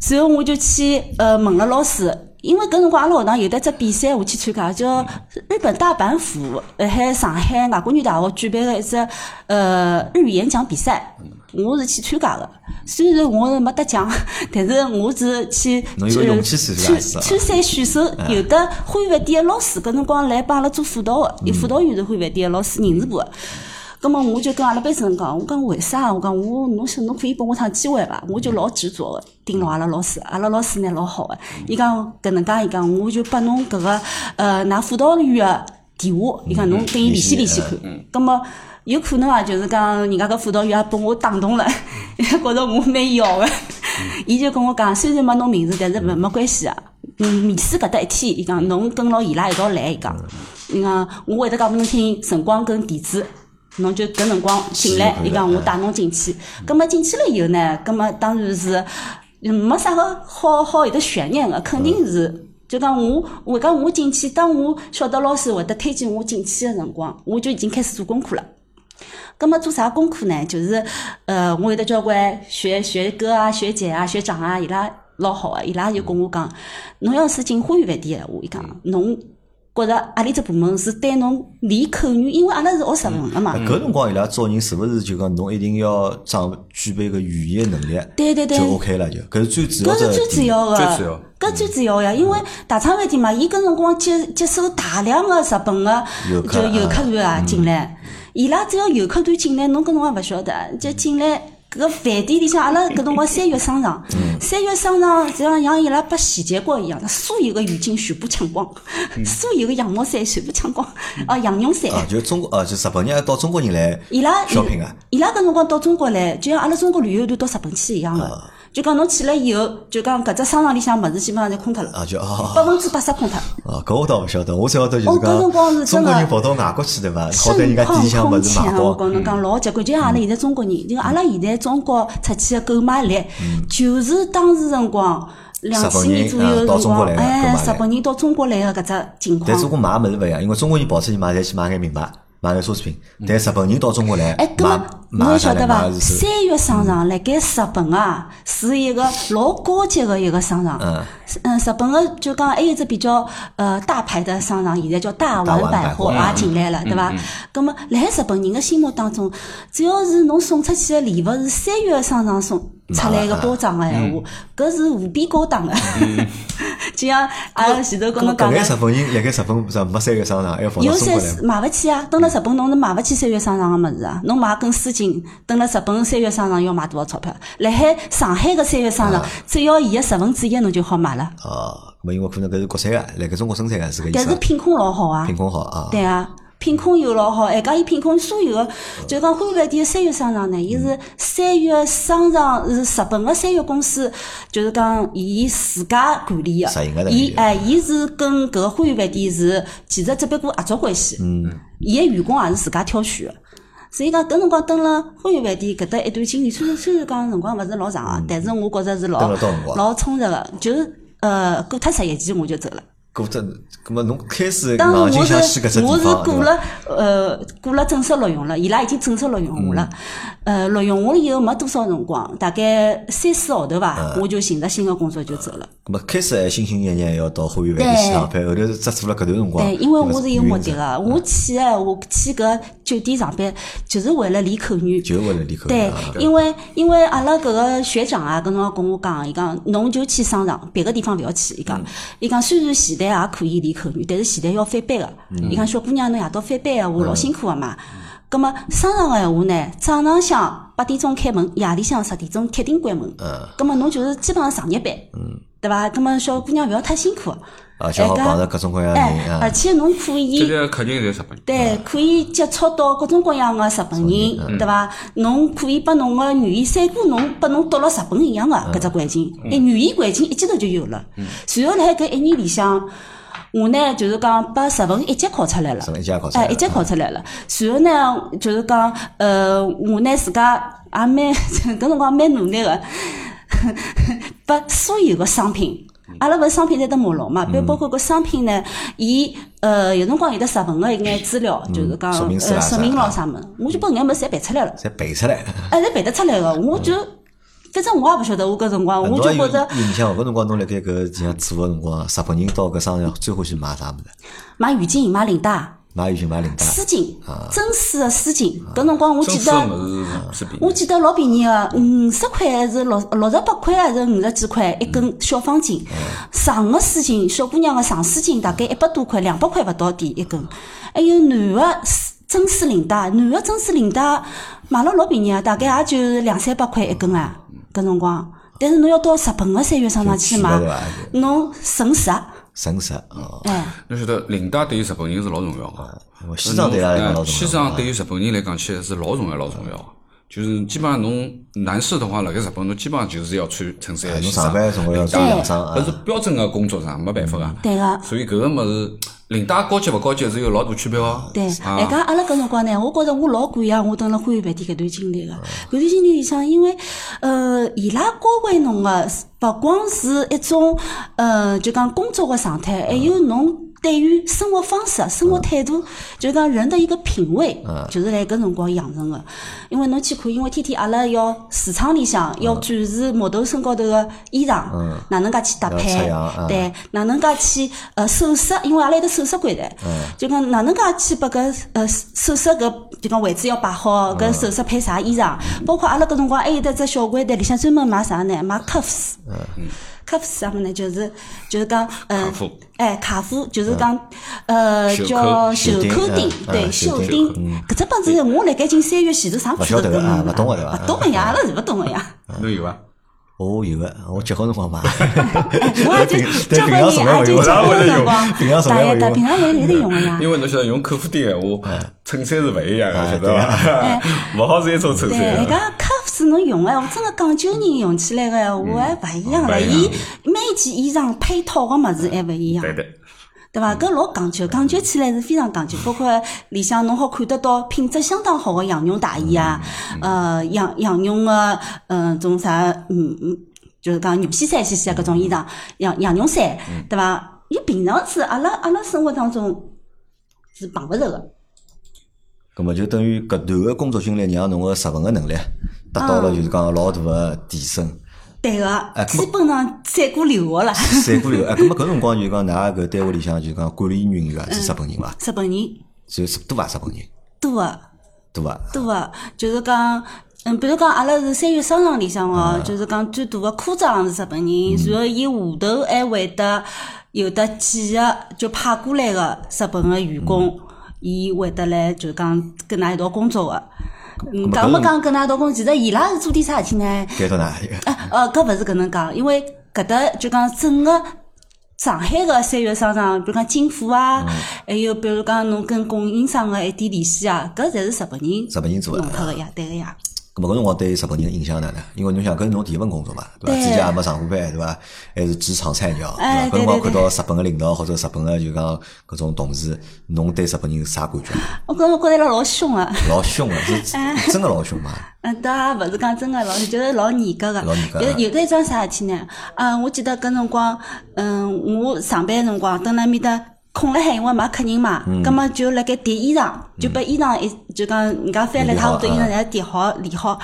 [SPEAKER 3] 随后我就去呃问了老师，因为搿辰光阿拉学堂有得只比赛，我去参加，叫日本大阪府呃海上海外国语大学举办个一只呃日语演讲比赛，
[SPEAKER 1] 嗯
[SPEAKER 3] 我是去参加个。虽然我是没得奖，但是我是去
[SPEAKER 1] 侬有勇气去参加是吧
[SPEAKER 3] 参赛选手有的花园饭店个老师，搿辰光来帮阿拉做辅导个，伊辅导员是花园饭店个老师，人事部个。葛么我就跟阿拉班主任讲，我讲为啥？我讲我侬想侬可以拨我趟机会伐？我就老执着个，盯牢阿拉老师，阿拉老师呢老好个，伊讲搿能介，伊讲我就拨侬搿个呃，㑚辅导员个电话，伊讲侬跟伊联系联系看。葛么有可能啊，就是讲人家搿辅导员也拨我打动了，觉着我蛮要个。伊就跟我讲，虽然没侬名字，但是没没关系啊。嗯，面试搿搭一天，伊讲侬跟牢伊拉一道来，伊讲，伊讲我会得讲拨侬听辰光跟地址，侬就搿辰光进来，伊讲我带侬进去。葛末进去了以后呢，葛末当然是嗯没啥个好好有得悬念个，肯定是。就讲我，我讲我进去，当我晓得老师会得推荐我进去的辰光，我就已经开始做功课了。葛么做啥功课呢？就是呃，我有得交关学学哥啊、学姐啊、学长啊，伊拉老好个，伊拉就跟我讲，侬要是进花园饭店闲话，伊讲侬觉着阿里只部门是对侬练口语，因为阿拉是学日文个嘛。
[SPEAKER 1] 搿辰光伊拉招人是勿是就讲侬一定要长具备个语言能力，啊
[SPEAKER 3] 对对对
[SPEAKER 1] 就 OK 了就，搿是最主要
[SPEAKER 3] 搿
[SPEAKER 1] 的
[SPEAKER 3] 是最主
[SPEAKER 1] 点，
[SPEAKER 3] 要
[SPEAKER 2] 最主要
[SPEAKER 3] 个，搿最主要呀，因为大昌饭店嘛，伊搿辰光接接收大量个日本个
[SPEAKER 1] 游
[SPEAKER 3] 就
[SPEAKER 1] 客
[SPEAKER 3] 游客团啊进来，伊拉只要游客团进来，侬搿辰光勿晓得，就进来。搿个饭店里向，阿拉搿辰光三月商场，三月啊商场实际上像伊拉被洗劫过一样，所有个浴巾全部抢光，所有个羊毛衫全部抢光，哦，羊绒衫，
[SPEAKER 1] 啊，就中国啊，就日本人到中国人来
[SPEAKER 3] 伊拉
[SPEAKER 1] shopping 啊，
[SPEAKER 3] 伊拉搿辰光到中国来，就像阿拉中国旅游团到日本去一样的。
[SPEAKER 1] 啊
[SPEAKER 3] 就讲侬去了以后，就讲搿只商场里向物事基本上侪空脱了，
[SPEAKER 1] 啊就啊
[SPEAKER 3] 百分之八十空脱。
[SPEAKER 1] 啊，搿我倒勿晓得，我只晓得就
[SPEAKER 3] 哦搿辰光是
[SPEAKER 1] 讲中
[SPEAKER 3] 真的
[SPEAKER 1] 国人跑到外国去对伐？好歹
[SPEAKER 3] 盛
[SPEAKER 1] 人家
[SPEAKER 3] 况
[SPEAKER 1] 店里向
[SPEAKER 3] 空
[SPEAKER 1] 物事
[SPEAKER 3] 前
[SPEAKER 1] 买嗯
[SPEAKER 3] 啊！我
[SPEAKER 1] 到，
[SPEAKER 3] 跟侬讲老结棍，就像阿拉现在中国人，就阿拉
[SPEAKER 1] 嗯
[SPEAKER 3] 现在中国出去的购买力，就是当时辰光两千年左右的
[SPEAKER 1] 日本人啊到
[SPEAKER 3] 辰
[SPEAKER 1] 中国
[SPEAKER 3] 光，
[SPEAKER 1] 来的
[SPEAKER 3] 哎，
[SPEAKER 1] 购买力
[SPEAKER 3] 日本人到中国来的搿只情
[SPEAKER 1] 但中
[SPEAKER 3] 况。
[SPEAKER 1] 国买物事勿一样，因为中国人跑出去买，侪去买眼名牌，买眼奢侈品，但日本人到中国来
[SPEAKER 3] 嗯哎，搿
[SPEAKER 1] 买
[SPEAKER 3] 么侬
[SPEAKER 1] 买
[SPEAKER 3] 晓
[SPEAKER 1] 啥
[SPEAKER 3] 得
[SPEAKER 1] 呢？
[SPEAKER 3] 伐
[SPEAKER 1] 买？是手
[SPEAKER 3] 三月商场辣盖日本啊，是一个老高级的一个商场。
[SPEAKER 1] 嗯
[SPEAKER 3] 嗯，日本的就讲还有一只比较呃大牌的商场，现在叫
[SPEAKER 1] 大
[SPEAKER 3] 大丸
[SPEAKER 1] 丸
[SPEAKER 3] 百
[SPEAKER 1] 百
[SPEAKER 3] 货
[SPEAKER 1] 货嗯
[SPEAKER 3] 也进来了，对伐？葛么，辣海日本人的心目当中，只要是侬送出去的礼物是三月商场送出来的包装
[SPEAKER 1] 嗯
[SPEAKER 3] 的闲话，搿是无比高档的。 就像阿拉前头跟侬
[SPEAKER 1] 搿
[SPEAKER 3] 讲
[SPEAKER 1] 眼
[SPEAKER 3] 的。
[SPEAKER 1] 日本人辣盖日本上没三个商场，还要跑到
[SPEAKER 3] 有
[SPEAKER 1] 中
[SPEAKER 3] 三
[SPEAKER 1] 国来买。
[SPEAKER 3] 买勿起啊！蹲辣日本侬是买勿起三月商场个物事啊！侬买根丝巾，蹲辣日本三月商场要卖多少钞票？辣海上海个三月商场，只要伊个十分之一侬就好买了，
[SPEAKER 1] 啊，没因为可能搿是国产个，辣盖中国生产个是搿意
[SPEAKER 3] 但
[SPEAKER 1] 思
[SPEAKER 3] 是
[SPEAKER 1] 啊，
[SPEAKER 3] 品控老好啊
[SPEAKER 1] 品！控好啊。
[SPEAKER 3] 对啊，品控又老好，还讲伊品控所有个，就讲欢乐点三月商
[SPEAKER 1] 嗯
[SPEAKER 3] 场呢，伊是三月商场是日本个三月公司，就是讲伊自家管理
[SPEAKER 1] 直营的
[SPEAKER 3] 个，伊哎，伊是跟搿个欢悦店是其实只不过合作关系，嗯，伊个员工也是自家挑选个。所以讲，搿辰光蹲辣欢悦饭店搿搭一段经历，虽然虽然讲辰光勿是老长啊，但是我觉着是老
[SPEAKER 1] 蹲嗯了多辰光
[SPEAKER 3] 老充实个，就是呃过脱实业期我就走了。
[SPEAKER 1] 过这，葛么侬开始
[SPEAKER 3] 当
[SPEAKER 1] 硬劲
[SPEAKER 3] 时我是
[SPEAKER 1] 想去搿只地
[SPEAKER 3] 我
[SPEAKER 1] 方，
[SPEAKER 3] 是过
[SPEAKER 1] 对伐
[SPEAKER 3] 了呃过了正式录用了，伊拉已经正式录用我了。
[SPEAKER 1] 嗯
[SPEAKER 3] 呃，录用我了以后没多少辰光，大概三四号头吧，
[SPEAKER 1] 嗯
[SPEAKER 3] 我就寻着新的工作就走了。
[SPEAKER 1] 葛么开始还心心念念要到花园饭店去上班，后头是只做了搿段辰光。
[SPEAKER 3] 对，因为我是有目的
[SPEAKER 1] 个，嗯
[SPEAKER 3] 个，我去个我去搿酒店上班就是为了练口语。
[SPEAKER 1] 就为了练口
[SPEAKER 3] 对
[SPEAKER 1] 啊，
[SPEAKER 3] 因为因为阿拉搿个学长啊，搿辰光跟我讲，伊讲侬就去商场，别个地方勿要去。伊讲，伊讲虽然现在也可以练口语，但是现在要翻班个。伊讲小姑娘侬夜到翻班个话老辛苦个嘛。葛么商场个闲话呢，早浪向八点钟开门，夜里向十点钟铁定关门。葛么侬就是基本上上夜班，对伐？葛么小姑娘勿要太辛苦。
[SPEAKER 1] 啊，就好碰着各种各样的
[SPEAKER 3] 哎
[SPEAKER 1] 人，
[SPEAKER 3] 而
[SPEAKER 1] 啊，
[SPEAKER 3] 且侬可以
[SPEAKER 2] 这些客群侪日本人。
[SPEAKER 3] 对，
[SPEAKER 1] 嗯
[SPEAKER 3] 可以接触到各种各样的日本人，对伐？侬可以把侬个语言三顾侬，把侬到了日本一样的
[SPEAKER 1] 嗯
[SPEAKER 3] 搿只环境，哎，语言环境一记头就有了。随后辣海搿一年里向，我呢就是讲把日文一级考出来了
[SPEAKER 1] 什，么一家搞出
[SPEAKER 3] 哎，
[SPEAKER 1] 来
[SPEAKER 3] 一级考出来了。随后呢，就是讲呃，我呢自家也蛮 搿辰光蛮努力个， 把所有个商品。
[SPEAKER 1] 嗯
[SPEAKER 3] 阿拉勿是商品在得目录嘛，包包括搿商品呢，伊呃有辰光有的日文个一眼资料，就是讲
[SPEAKER 1] 嗯说明书啦
[SPEAKER 3] 呃说明
[SPEAKER 1] 啥嗯
[SPEAKER 3] 咯啥物事，我就把搿眼物事侪背出来了，
[SPEAKER 1] 侪背出来。
[SPEAKER 3] 哎，侪背得出来
[SPEAKER 1] 嗯
[SPEAKER 3] 个，我就反正我也勿晓得，我搿辰光我就
[SPEAKER 1] 有
[SPEAKER 3] 觉着
[SPEAKER 1] 印象，搿辰光侬辣盖搿地方做个辰光，日本人到搿商场最欢喜买啥物事？
[SPEAKER 3] 买浴巾、买领带、
[SPEAKER 1] 买浴巾，买领带，
[SPEAKER 3] 丝巾，
[SPEAKER 1] 啊
[SPEAKER 3] 真丝个丝巾，搿辰光我
[SPEAKER 2] 真
[SPEAKER 3] 记
[SPEAKER 2] 丝
[SPEAKER 3] 得。
[SPEAKER 2] 物事是比
[SPEAKER 3] 我记得老便宜个，五十块还是六六十八块还是五十几块一根小方巾，长个丝巾，小姑娘个长丝巾大概一百多块，两百块勿到点一根。还有男个丝真丝领带，男个真丝领带买了老便宜个，大概也就是两三百块一根啊，搿辰光。但是侬要到日本个啊三月商场去
[SPEAKER 1] 就贵了
[SPEAKER 3] 买
[SPEAKER 1] 对伐，
[SPEAKER 3] 侬省十，
[SPEAKER 1] 绳绳哦，
[SPEAKER 3] 哎，
[SPEAKER 2] 侬晓得领带对于日本人是老重要个
[SPEAKER 1] 因为，西装对伊拉来讲老重要
[SPEAKER 2] 嗯西装对于日本人来讲起来是老重要老重要的。就是基本上侬男士的话，辣盖日本侬基本上就是要穿衬衫、
[SPEAKER 1] 哎侬
[SPEAKER 2] 西
[SPEAKER 1] 上
[SPEAKER 2] 装、
[SPEAKER 1] 班总归要
[SPEAKER 2] 领
[SPEAKER 1] 穿
[SPEAKER 2] 带
[SPEAKER 1] 洋装啊
[SPEAKER 2] 搿是标准个工作上没办法个。
[SPEAKER 3] 嗯对个。
[SPEAKER 2] 所以搿个物事，领带高级勿高级是有老大区别哦。
[SPEAKER 3] 对，哎，
[SPEAKER 2] 啊，
[SPEAKER 3] 讲阿拉搿辰光呢，我觉着我老感谢我蹲辣花园饭店搿段经历个。搿段经历里向，因为呃，伊拉教会侬个，勿光是一种呃，就讲工作个状态，还有侬。对于生活方式、啊生活态度，就讲人的一个品味，就是来搿辰光养成个。因为侬去看，因为天天阿拉要市场里向要展示模特身高头个衣裳，哪能介去搭
[SPEAKER 1] 要测
[SPEAKER 3] 配
[SPEAKER 1] 量，
[SPEAKER 3] 对，哪能介去呃首饰，因为阿拉有得首饰柜台，就讲哪能介去把搿呃首饰搿就讲位置要摆好，搿首饰配啥衣裳，包括阿拉搿辰光还有得只小柜台里向专门卖啥呢？卖 cuffs。cuffs 啥物呢？就是就是讲，呃
[SPEAKER 2] 卡夫，
[SPEAKER 3] 哎，卡夫就是讲，呃，
[SPEAKER 2] 袖
[SPEAKER 3] 叫
[SPEAKER 2] 扣
[SPEAKER 3] 袖
[SPEAKER 1] 袖钉
[SPEAKER 3] 扣钉
[SPEAKER 1] 嗯，
[SPEAKER 3] 对，
[SPEAKER 1] 嗯
[SPEAKER 3] 袖
[SPEAKER 1] 袖
[SPEAKER 3] 钉
[SPEAKER 1] 钉。
[SPEAKER 3] 搿只本子我辣盖进三月前头啥
[SPEAKER 1] 勿
[SPEAKER 3] 知道
[SPEAKER 1] 晓得
[SPEAKER 3] 搿
[SPEAKER 1] 啊
[SPEAKER 3] 物事
[SPEAKER 1] 勿懂个对伐
[SPEAKER 3] 勿懂个呀，阿拉是勿懂个呀。
[SPEAKER 2] 侬有伐？
[SPEAKER 1] 哦，有个，我结婚辰光买。
[SPEAKER 3] 我也就
[SPEAKER 1] 对
[SPEAKER 3] 交关
[SPEAKER 1] 平常从
[SPEAKER 3] 年
[SPEAKER 1] 来没用平常从来
[SPEAKER 3] 也就结婚辰光，大概
[SPEAKER 1] 没
[SPEAKER 3] 大
[SPEAKER 1] 用
[SPEAKER 3] 平常有有得用个 呀。
[SPEAKER 2] 因为侬晓得用客服店闲话，
[SPEAKER 3] 啊
[SPEAKER 2] 衬衫是勿一样个，啊
[SPEAKER 1] 哎
[SPEAKER 2] 晓得伐？ 勿好是一种衬
[SPEAKER 3] 对，哎
[SPEAKER 2] 衫
[SPEAKER 3] 人
[SPEAKER 2] 啊。
[SPEAKER 3] 家卡夫是侬用啊个，我真个讲究人用起来个闲话
[SPEAKER 1] 嗯
[SPEAKER 3] 还勿一样了。
[SPEAKER 2] 勿一
[SPEAKER 3] 伊
[SPEAKER 2] 样
[SPEAKER 3] 每件衣裳配套个物事还勿一样
[SPEAKER 2] 对，的，
[SPEAKER 1] 嗯
[SPEAKER 3] 对伐？搿老讲究，讲究起来是非常讲究。包括里向侬好看得到品质相当好个羊绒大衣啊，
[SPEAKER 1] 嗯
[SPEAKER 3] 呃，羊羊绒个，嗯，种啥，嗯嗯，就是讲牛皮衫、西西啊，搿种衣裳，羊羊绒衫，
[SPEAKER 1] 嗯
[SPEAKER 3] 对伐？伊平常是阿拉阿拉生活当中是碰勿着个。
[SPEAKER 1] 咁么就等于搿段个工作经历，让侬个日文个能力达到
[SPEAKER 3] 啊
[SPEAKER 1] 了就是讲老大个提升。
[SPEAKER 3] 对
[SPEAKER 1] 哎
[SPEAKER 3] 个，
[SPEAKER 1] 搿么
[SPEAKER 3] 基本上三过留学了，
[SPEAKER 1] 三过以后，哎，咁么搿辰光就是讲，㑚搿单位里向就是讲管理人员是日本人伐？
[SPEAKER 3] 日本人
[SPEAKER 1] 就是多伐？日本人
[SPEAKER 3] 多个
[SPEAKER 1] 多伐？
[SPEAKER 3] 多个，就是讲。嗯，比如讲，阿拉是三月商场里向哦，就是讲最大个科长是日本人，然后伊下头还会得有得几个就派过来个日本个员工，伊会得来就是讲跟㑚一道工作个。嗯，讲没讲跟㑚一道工作，其实伊拉是做点啥事体呢？啊哦
[SPEAKER 1] 该到哪里？
[SPEAKER 3] 哎，呃，搿勿是搿能讲，因为搿搭就讲整个上海个三月商场，比如讲金富啊，还有比如讲侬跟供应商个一点联系啊，搿侪是日本人
[SPEAKER 1] 日本人做的
[SPEAKER 3] 弄脱个呀，对个呀。
[SPEAKER 1] 咁么搿辰光对日本人的印象哪能？因为侬想搿是侬第一份工作嘛，对伐？
[SPEAKER 3] 对
[SPEAKER 1] 之前也没上过班，对伐？还是职场菜鸟，
[SPEAKER 3] 哎
[SPEAKER 1] 伐？搿辰光
[SPEAKER 3] 对
[SPEAKER 1] 看
[SPEAKER 3] 对
[SPEAKER 1] 到日本个领导或者日本个就讲搿种同事，侬对日本人是啥感觉？
[SPEAKER 3] 我觉着觉着伊拉老凶啊个、
[SPEAKER 1] 老凶个，啊是
[SPEAKER 3] 哎
[SPEAKER 1] 真个老凶嘛？
[SPEAKER 3] 嗯，倒也勿是讲真个老，就是老严格个
[SPEAKER 1] 老严格。啊
[SPEAKER 3] 有有的一桩啥事体呢？嗯，我记得搿辰光，嗯，我上班个辰光蹲辣埃面搭空了海，因为没客人嘛，
[SPEAKER 1] 嗯
[SPEAKER 3] 葛末就辣盖叠衣裳，就把衣裳一就讲人家翻了一塌糊涂，衣
[SPEAKER 1] 理好
[SPEAKER 3] 裳侪叠好理好。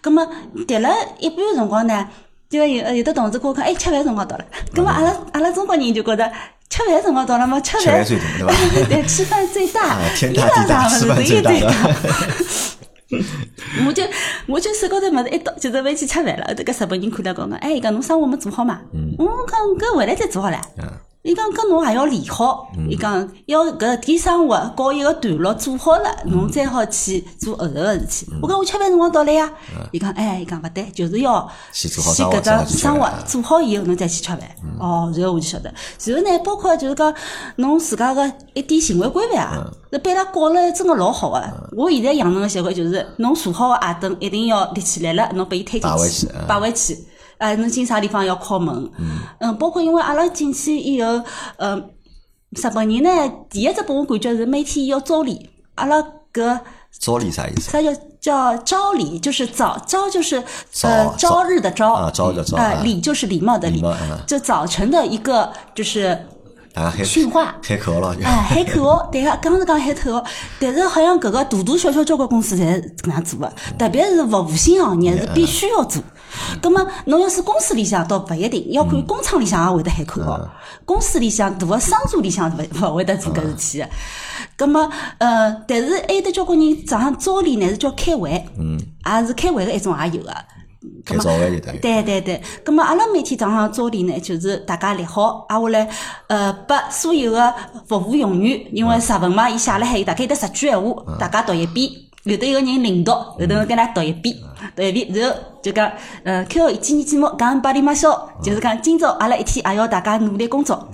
[SPEAKER 3] 葛末叠了一半个辰光呢，就有呃有的同事跟我讲，哎，吃饭辰光到了。葛末阿拉阿拉中国人就觉得。吃饭辰光到了嘛，吃
[SPEAKER 1] 吃
[SPEAKER 3] 饭
[SPEAKER 1] 饭最重对 吧
[SPEAKER 3] 对，吃饭最大
[SPEAKER 1] 啊，天
[SPEAKER 3] 衣
[SPEAKER 1] 大地
[SPEAKER 3] 裳
[SPEAKER 1] 大
[SPEAKER 3] 啥
[SPEAKER 1] 吃
[SPEAKER 3] 物
[SPEAKER 1] 饭
[SPEAKER 3] 事
[SPEAKER 1] 最
[SPEAKER 3] 最
[SPEAKER 1] 大
[SPEAKER 3] 大。 我就我就手高头么子一到，就准备去吃饭了。后头搿日本人看了讲讲，哎，伊讲侬生活没做好嘛？我讲搿回来再做好唻。
[SPEAKER 1] 嗯，
[SPEAKER 3] 伊讲搿侬还要理好，伊讲要搿点生活搞一个段落做好了，
[SPEAKER 1] 嗯
[SPEAKER 3] 侬再好去做后头个事体。我讲我吃饭辰光到了呀，伊讲哎，伊讲勿对，就是要
[SPEAKER 1] 嗯先做好
[SPEAKER 3] 先
[SPEAKER 1] 生活
[SPEAKER 3] 搿桩
[SPEAKER 1] 再去吃
[SPEAKER 3] 生活
[SPEAKER 1] 饭
[SPEAKER 3] 做好以后侬再去吃饭。
[SPEAKER 1] 嗯
[SPEAKER 3] 哦，然后我就晓得，然后呢，包括就是讲侬自家个一点行为规范
[SPEAKER 1] 嗯
[SPEAKER 3] 啊，那被伊拉教了真个老好个。我现在养成个习惯就是，侬坐好个鞋凳一定要立起来了，侬拨伊推进
[SPEAKER 1] 摆回
[SPEAKER 3] 去
[SPEAKER 1] 去嗯，
[SPEAKER 3] 摆回去。哎，侬进啥地方要敲门？嗯，包括因为阿拉进去以后，呃，日本人呢，第一只拨我感觉是每天要招礼，阿拉搿。
[SPEAKER 1] 朝礼啥意思？
[SPEAKER 3] 它叫叫朝礼，就是早朝就是呃
[SPEAKER 1] 早
[SPEAKER 3] 朝日的朝
[SPEAKER 1] 啊朝日的朝
[SPEAKER 3] 呃
[SPEAKER 1] 啊
[SPEAKER 3] 礼就是礼貌的
[SPEAKER 1] 礼
[SPEAKER 3] 礼
[SPEAKER 1] 貌啊，
[SPEAKER 3] 就早晨的一个就是
[SPEAKER 1] 大家喊
[SPEAKER 3] 训话。
[SPEAKER 1] 开口了，就
[SPEAKER 3] 哎，海口哦，对个，刚是讲海口哦，但是好像搿个大大小小交关公司侪是搿能做个，特别是服务性行业是必须要做。葛么，侬要是公司里向倒勿一定，要看工厂里向也会得海口哦，公司里向大个商住里向勿勿会得做搿事体个。葛么，呃，但是还有得交关人早上早里呢是叫开会，嗯，也是开会个一种也有个。葛
[SPEAKER 1] 开
[SPEAKER 3] 么
[SPEAKER 1] 早饭就等于。
[SPEAKER 3] 对对对，咁啊么阿拉每天早上早点呢，就是大家立好，挨下来，呃，把所有个服务用语，因为日文嘛，伊写了海有大概有得十句闲话，大家读一遍。有的一个人领读，后头跟他读一遍，读一遍，然后就讲，呃，今后一期节目讲巴里马笑，就是讲今朝阿拉一天也要大家努力工作。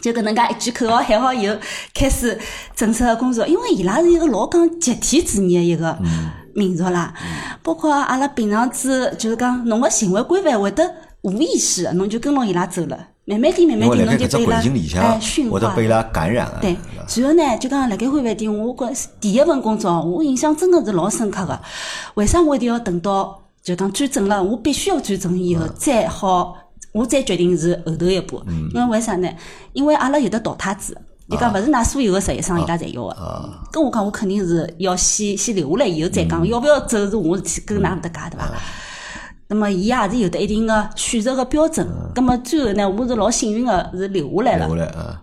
[SPEAKER 3] 就搿能介一句口号喊好以后，开始正式的工作，因为伊拉是一个老讲集体主义的一个
[SPEAKER 1] 嗯
[SPEAKER 3] 民族啦。包括阿拉平常子就是讲侬个行为规范会得无意识的，侬就跟牢伊拉走了，慢慢点
[SPEAKER 1] 因
[SPEAKER 3] 慢慢
[SPEAKER 1] 为
[SPEAKER 3] 点
[SPEAKER 1] 辣盖
[SPEAKER 3] 侬
[SPEAKER 1] 搿只
[SPEAKER 3] 就被伊拉
[SPEAKER 1] 环境里
[SPEAKER 3] 哎
[SPEAKER 1] 向
[SPEAKER 3] 驯，
[SPEAKER 1] 会得
[SPEAKER 3] 化
[SPEAKER 1] 被伊。拉感染啊。
[SPEAKER 3] 对，然后呢，就讲辣盖汉饭店，我觉第一份工作，我印象真的是老深刻的。为啥我一定要等到就讲转正了，我必须要转正以后再好，我再决定是后头一步。因为为啥呢？因为阿拉有的淘汰制，就讲勿是㑚所有的实习生伊拉侪要的。跟我讲，我肯定是要先先留下来以后再讲，要不要走是我事体，跟㑚勿搭界对伐？那么伊也是有得一定的选择的标准，那么最后呢，我是老幸运的，是留下来了
[SPEAKER 1] 留。下来啊，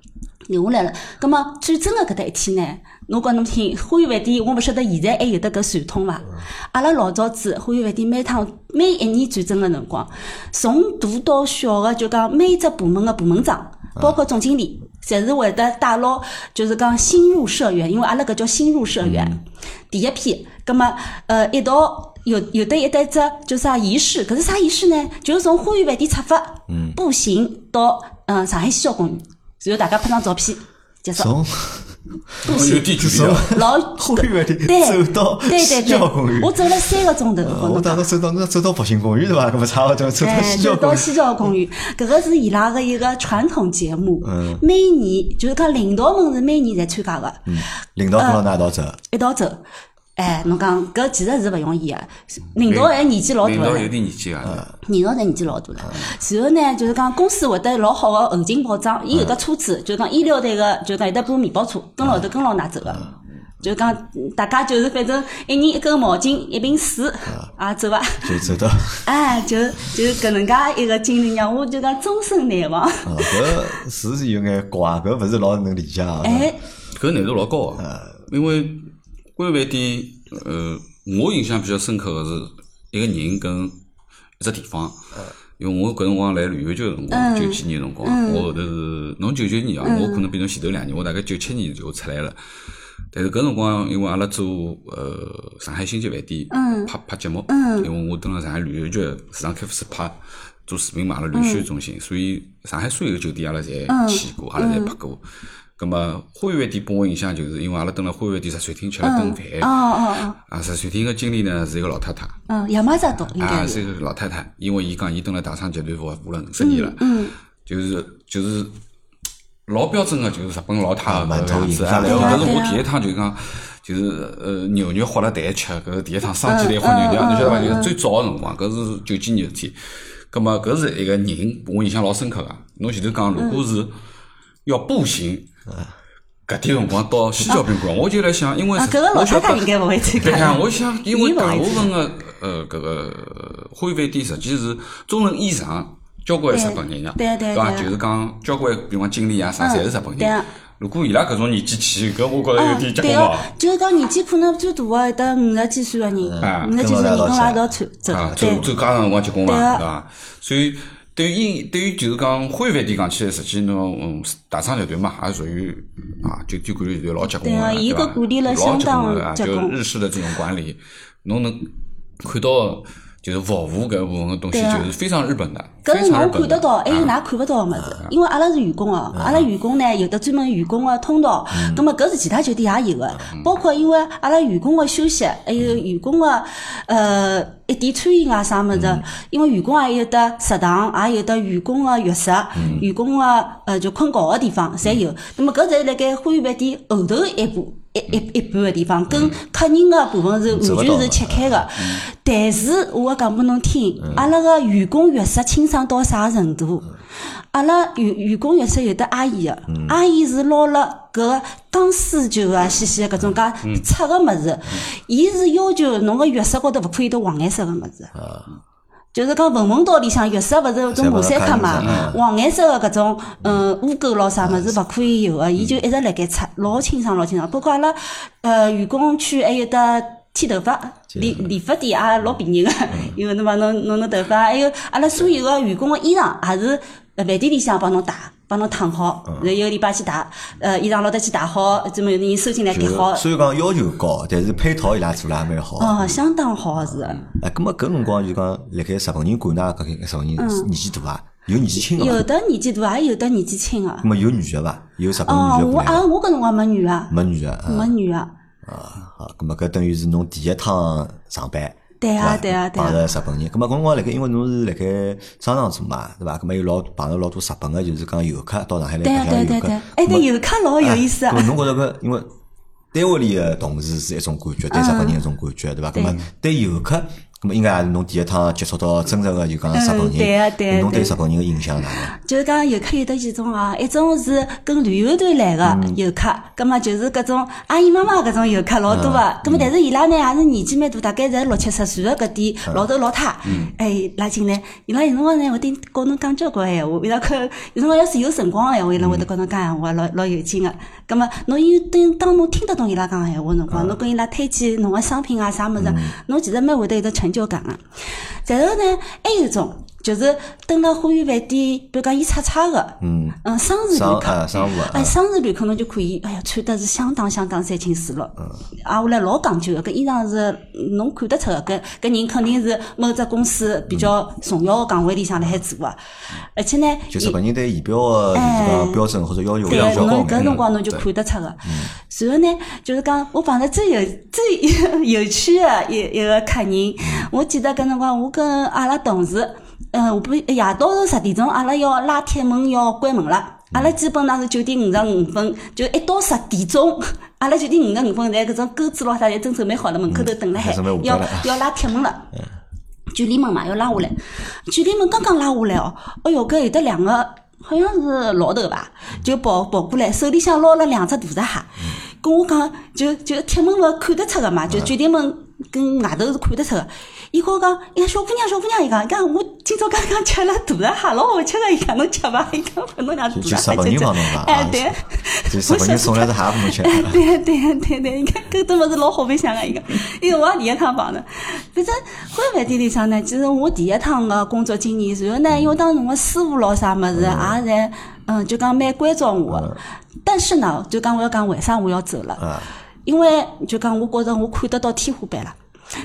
[SPEAKER 3] 留下来了。葛么最真个搿搭一天呢，侬讲侬听，花园饭店，我勿晓得现在还有得搿传统伐？阿拉老早子花园饭店每趟每一年转正个辰光，从大到小个就讲每一只部门个部门长，包括总经理。侪是会得带牢，就是讲新入社员，因为阿拉搿叫新入社员，第一批。葛么，呃，一道有有的一搭只就是啥仪式，搿是啥仪式呢？就是从花园饭店出发，
[SPEAKER 1] 嗯
[SPEAKER 3] 步行到嗯上海西郊公园，然后大家拍张照片，结束。
[SPEAKER 1] 从
[SPEAKER 2] 哦有点距离
[SPEAKER 1] 从
[SPEAKER 2] 啊。
[SPEAKER 3] 老
[SPEAKER 1] 后院里
[SPEAKER 3] 对
[SPEAKER 1] 走到
[SPEAKER 3] 对对
[SPEAKER 1] 西郊公
[SPEAKER 3] 对，
[SPEAKER 1] 园
[SPEAKER 3] 我。走了三个钟头，
[SPEAKER 1] 啊
[SPEAKER 3] 我
[SPEAKER 1] 我
[SPEAKER 3] 侬
[SPEAKER 1] 当
[SPEAKER 3] 讲
[SPEAKER 1] 时走到那走到复兴公园对伐？搿么差勿多走到
[SPEAKER 3] 哎，
[SPEAKER 1] 西郊
[SPEAKER 3] 就
[SPEAKER 1] 公
[SPEAKER 3] 到
[SPEAKER 1] 园。
[SPEAKER 3] 西郊公园，搿个是伊拉个一个传统节目，
[SPEAKER 1] 嗯
[SPEAKER 3] 每年就是讲领导们是每年侪参加
[SPEAKER 1] 嗯
[SPEAKER 3] 个，
[SPEAKER 1] 领导跟
[SPEAKER 3] 嗯
[SPEAKER 1] 牢㑚一道走，
[SPEAKER 3] 一道走。哎，侬讲搿其实是勿容易个，领导还年纪老大
[SPEAKER 2] 领导
[SPEAKER 3] 了，
[SPEAKER 2] 有点年纪啊，
[SPEAKER 3] 人老侪年纪老大了，然后呢，就是讲公司会得老好个后勤保障，伊有个车
[SPEAKER 2] 嗯
[SPEAKER 3] 子，就是讲医疗队个，就是讲有得部面包车，跟牢头跟牢㑚走个。就是讲，嗯大家就是反正一人一根毛巾，一瓶水，
[SPEAKER 2] 嗯
[SPEAKER 3] 啊，走伐？
[SPEAKER 1] 就啊走到。
[SPEAKER 3] 哎，就就是搿能介一个经历，让我就讲终身难忘。
[SPEAKER 1] 啊，搿是有眼怪，搿勿是老能理解啊。
[SPEAKER 2] 嗯
[SPEAKER 3] 哎，
[SPEAKER 2] 搿难度老高啊。因为关饭店，呃，我印象比较深刻个是一个人跟一只地方。因为我搿辰光来旅游局个辰光，九几年辰光，我后头是侬九九年啊，我可能比侬前头两年，我大概九七年就出来了。但是搿辰光，因为阿拉做呃上海星级饭店拍拍节目，因为我蹲辣上海旅游局市场开发室拍做视频嘛，阿拉旅游中心，所以上海所有个酒店阿拉侪去过，阿拉侪拍过。咁么花园店拨我印象就是因为阿拉蹲辣花园店茶餐厅吃了顿
[SPEAKER 3] 哦
[SPEAKER 2] 饭，
[SPEAKER 3] 哦哦，
[SPEAKER 2] 啊，茶餐厅个经理呢是一个老太太，
[SPEAKER 3] 嗯，亚麻扎多应
[SPEAKER 2] 啊，
[SPEAKER 3] 该
[SPEAKER 2] 是
[SPEAKER 3] 是，
[SPEAKER 2] 一个老太太，因为伊讲伊蹲辣大商集团服务了五十年了，
[SPEAKER 3] 嗯
[SPEAKER 2] 就是就是老标准个，就是日本老太
[SPEAKER 1] 啊
[SPEAKER 2] 太搿
[SPEAKER 1] 馒头
[SPEAKER 2] 个样子
[SPEAKER 1] 引上
[SPEAKER 2] 啊。
[SPEAKER 1] 来
[SPEAKER 2] 然后
[SPEAKER 3] 了
[SPEAKER 2] 搿是
[SPEAKER 3] 对
[SPEAKER 2] 我
[SPEAKER 3] 啊
[SPEAKER 2] 第一趟就是讲，就是呃牛肉豁了蛋吃，搿是第一趟生鸡蛋
[SPEAKER 3] 嗯
[SPEAKER 2] 豁牛啊肉，你晓得伐？就是最早个辰光，搿是九几年的事体。葛末搿是一个人，我印象老深刻个。侬前头讲，如果是要步行，
[SPEAKER 3] 嗯
[SPEAKER 2] 搿点辰光到西郊宾馆，我就来想，因为
[SPEAKER 3] 啊，
[SPEAKER 2] 是
[SPEAKER 3] 搿个老
[SPEAKER 2] 我
[SPEAKER 3] 太
[SPEAKER 2] 晓
[SPEAKER 3] 太
[SPEAKER 2] 得
[SPEAKER 3] 应该勿会参
[SPEAKER 2] 对
[SPEAKER 3] 加
[SPEAKER 2] 呀，，我想，因为
[SPEAKER 3] 你勿
[SPEAKER 2] 大
[SPEAKER 3] 会
[SPEAKER 2] 部
[SPEAKER 3] 去
[SPEAKER 2] 分个呃，搿个呃花卉店实际是中人以上，交关是日本人呀，
[SPEAKER 3] 对对对
[SPEAKER 2] 伐？
[SPEAKER 3] 对
[SPEAKER 2] 就是讲交关，比如讲经理啊啥，
[SPEAKER 3] 嗯
[SPEAKER 2] 侪是日本
[SPEAKER 3] 对
[SPEAKER 2] 人
[SPEAKER 3] 啊。
[SPEAKER 2] 如果伊拉搿种年纪去，搿我觉着
[SPEAKER 3] 啊
[SPEAKER 2] 有点结棍
[SPEAKER 3] 对
[SPEAKER 2] 哦
[SPEAKER 3] 哦。，就是讲年纪可能最大个有得五十几岁个
[SPEAKER 2] 啊
[SPEAKER 3] 人，五十几岁的人跟我一道 走
[SPEAKER 2] 啊
[SPEAKER 3] 走，，
[SPEAKER 2] 走
[SPEAKER 3] 对，
[SPEAKER 2] 走加上辰光结棍嘛，
[SPEAKER 3] 对啊
[SPEAKER 2] 对伐？所以对于应对于就是讲花卉店讲起来，实际侬嗯大商集团嘛，也属于啊酒店管理集团老结棍
[SPEAKER 3] 对啊
[SPEAKER 2] 个，
[SPEAKER 3] 伊
[SPEAKER 2] 对
[SPEAKER 3] 搿
[SPEAKER 2] 伐
[SPEAKER 3] 管理了
[SPEAKER 2] 老
[SPEAKER 3] 相
[SPEAKER 2] 结
[SPEAKER 3] 当
[SPEAKER 2] 棍个啊，
[SPEAKER 3] 结
[SPEAKER 2] 就
[SPEAKER 3] 棍
[SPEAKER 2] 日式的这种管理，侬能看到就是服务搿部分个东西，
[SPEAKER 3] 对啊
[SPEAKER 2] 就是非常日本的，
[SPEAKER 3] 搿
[SPEAKER 2] 非
[SPEAKER 3] 是
[SPEAKER 2] 常日
[SPEAKER 3] 侬
[SPEAKER 2] 本
[SPEAKER 3] 看
[SPEAKER 2] 的
[SPEAKER 3] 得到，还有㑚看勿到个物事。因为阿拉是员工哦，阿拉员工呢有的专门员工个通道，葛末搿是其他酒店也有个，包括因为阿拉员工个休息，还有员工个呃一点餐饮啊啥物事，因为员工也有得食堂，也有得员工个浴室，员工个呃就困觉个地方侪有。那么搿侪辣盖花园饭店后头一步。一一一半个地方，跟客人个部分是
[SPEAKER 1] 走不
[SPEAKER 3] 完
[SPEAKER 1] 到
[SPEAKER 3] 全是
[SPEAKER 1] 的
[SPEAKER 3] 切开个。但是我要讲拨侬听，阿拉个员工浴室清爽到啥程度？阿拉员员工浴室有的阿姨个，阿姨是捞了搿个钢丝球啊、细细的搿种介擦个物事，伊是要求侬个浴室高头勿可以有得黄颜色个物事。就是讲文文道里向浴室勿是种马赛克嘛
[SPEAKER 1] 侪勿是卡，
[SPEAKER 3] 黄颜色个搿种嗯污垢咯啥物事勿可以有个，伊就一直辣盖擦，老清爽老清爽。包括阿拉呃员工区还有得剃头发。嗯理理发店也老便宜个， 因为侬把侬弄弄头发，还有阿拉所有个员工个衣裳也是呃饭店里向帮侬洗，帮侬烫好，然后一个礼拜去洗，呃衣裳拿得去洗好，专门有人收进来
[SPEAKER 1] 就
[SPEAKER 3] 叠好，
[SPEAKER 1] 虽然讲要求高，但是配套伊拉做了也蛮好。
[SPEAKER 3] 哦相当好是，
[SPEAKER 1] 啊，咁么搿辰光就讲，辣盖日本人管㑚搿个日本人年纪大伐？有年纪轻个
[SPEAKER 3] 嗯有
[SPEAKER 1] 伐？
[SPEAKER 3] 的年纪大，也有的年纪轻个。
[SPEAKER 1] 咁么有女个伐？有日本
[SPEAKER 3] 哦，
[SPEAKER 1] 女个
[SPEAKER 3] 我啊，我搿辰光没女啊，
[SPEAKER 1] 没女个啊
[SPEAKER 3] 没女啊，
[SPEAKER 1] 啊，好，咁么搿等于是侬第一趟上班。
[SPEAKER 3] 对啊
[SPEAKER 1] 伐
[SPEAKER 3] 对啊对啊
[SPEAKER 1] 碰着日本人，咁么搿辰光辣盖，因为侬是辣盖商场做嘛，对伐？咁么有老碰着老多日本个，就是讲游客到上海来
[SPEAKER 3] 对啊
[SPEAKER 1] 白相游
[SPEAKER 3] 对啊对啊
[SPEAKER 1] 客
[SPEAKER 3] 对啊，。哎，
[SPEAKER 1] 咁么
[SPEAKER 3] 对游客老有意思
[SPEAKER 1] 啊
[SPEAKER 3] 啊
[SPEAKER 1] 咁，么侬觉着搿，因为单位里个同事是一种感觉，对日本人一种感觉，对伐？咁么对游客，咁么应该也是侬第一趟接触到真正个就讲日本
[SPEAKER 3] 嗯对啊对啊
[SPEAKER 1] 人，侬对
[SPEAKER 3] 对
[SPEAKER 1] 日本人个印象哪能？
[SPEAKER 3] 就是讲游客有得几种啊，一种是跟旅游团来个游客，葛么就是搿种阿姨妈妈搿种游客老多个，葛么但是伊拉呢也是年纪蛮大，大概侪六七十岁个搿点老头老太，哎拉进来，伊拉有辰光呢会得跟侬讲交关闲话，伊拉看有辰光要是有辰光闲话，伊拉会得跟侬讲闲话，老老有劲个。葛么侬有当当侬听得懂伊拉讲闲话辰光，侬跟伊拉推荐侬个商品啊啥物事，侬其实蛮会得有得成就感个。然后呢，还有一种就是蹲辣花园饭店，比如讲伊叉叉个，嗯，嗯，商务旅
[SPEAKER 1] 商
[SPEAKER 3] 客。
[SPEAKER 1] 啊商务啊
[SPEAKER 3] 哎，，商务旅客侬就可以，哎呀，穿得是相当相当三清四绿，
[SPEAKER 1] 嗯
[SPEAKER 3] 啊，我来老讲究个，搿衣裳是嗯侬看得出个，搿搿人肯定是某只公司比较重要个岗位里向辣海做个，而且呢，
[SPEAKER 1] 嗯就
[SPEAKER 3] 伊
[SPEAKER 1] 日本人对仪表个就是讲标准或者要求会
[SPEAKER 3] 哎对
[SPEAKER 1] 比较高
[SPEAKER 2] 弄
[SPEAKER 1] 嘛
[SPEAKER 2] 一
[SPEAKER 3] 侬
[SPEAKER 2] 个
[SPEAKER 1] 嗯
[SPEAKER 3] 搿辰光侬就看得出个。然后呢，就是讲我碰着最有最 有趣的一一个客人，
[SPEAKER 1] 嗯
[SPEAKER 3] 我记得搿辰光我跟阿拉同事，呃，下半夜到头十点钟，阿拉要拉铁门要关门了。
[SPEAKER 1] 嗯
[SPEAKER 3] 阿拉基本上是九点五十五分，就一到十点钟，阿拉九点五十五分，侪搿种钩子咯啥侪正准备好了，门口头等辣
[SPEAKER 1] 嗯
[SPEAKER 3] 海
[SPEAKER 1] 准备，下
[SPEAKER 3] 要
[SPEAKER 1] 班了
[SPEAKER 3] 要拉铁门了。距离门嘛要拉下来，距离门刚刚拉下来哦，哎哟，搿有得两个好像是老头吧，就跑跑过来，手里向捞了两只大闸蟹，跟我讲，就就铁门勿看得出个嘛，
[SPEAKER 1] 嗯
[SPEAKER 3] 就酒店门跟外头是看得出个。伊跟我讲，哎呀，小姑娘，小姑娘，伊讲，伊讲我今朝刚刚吃了大闸蟹，老好吃个，伊讲侬吃伐？伊讲 侬两只
[SPEAKER 1] 就就
[SPEAKER 3] 大闸
[SPEAKER 1] 日本
[SPEAKER 3] 蟹
[SPEAKER 1] 人
[SPEAKER 3] 吃
[SPEAKER 1] 帮侬
[SPEAKER 3] 吃
[SPEAKER 1] 伐？
[SPEAKER 3] 哎
[SPEAKER 1] 啊，
[SPEAKER 3] 对。
[SPEAKER 1] 就日本人送来是还不能吃。
[SPEAKER 3] 哎对呀对呀对对，你看搿都勿是老好白相个啊一个，因为我也第一趟碰的。反正花园饭店里向呢，其实我第一趟个工作经验，然后呢，因为当时我师傅咯啥物事也侪，嗯，就讲蛮关照我个。但是呢，就讲我要讲为啥我要走了，
[SPEAKER 1] 啊，
[SPEAKER 3] 因为就讲我觉着我看得到天花板了。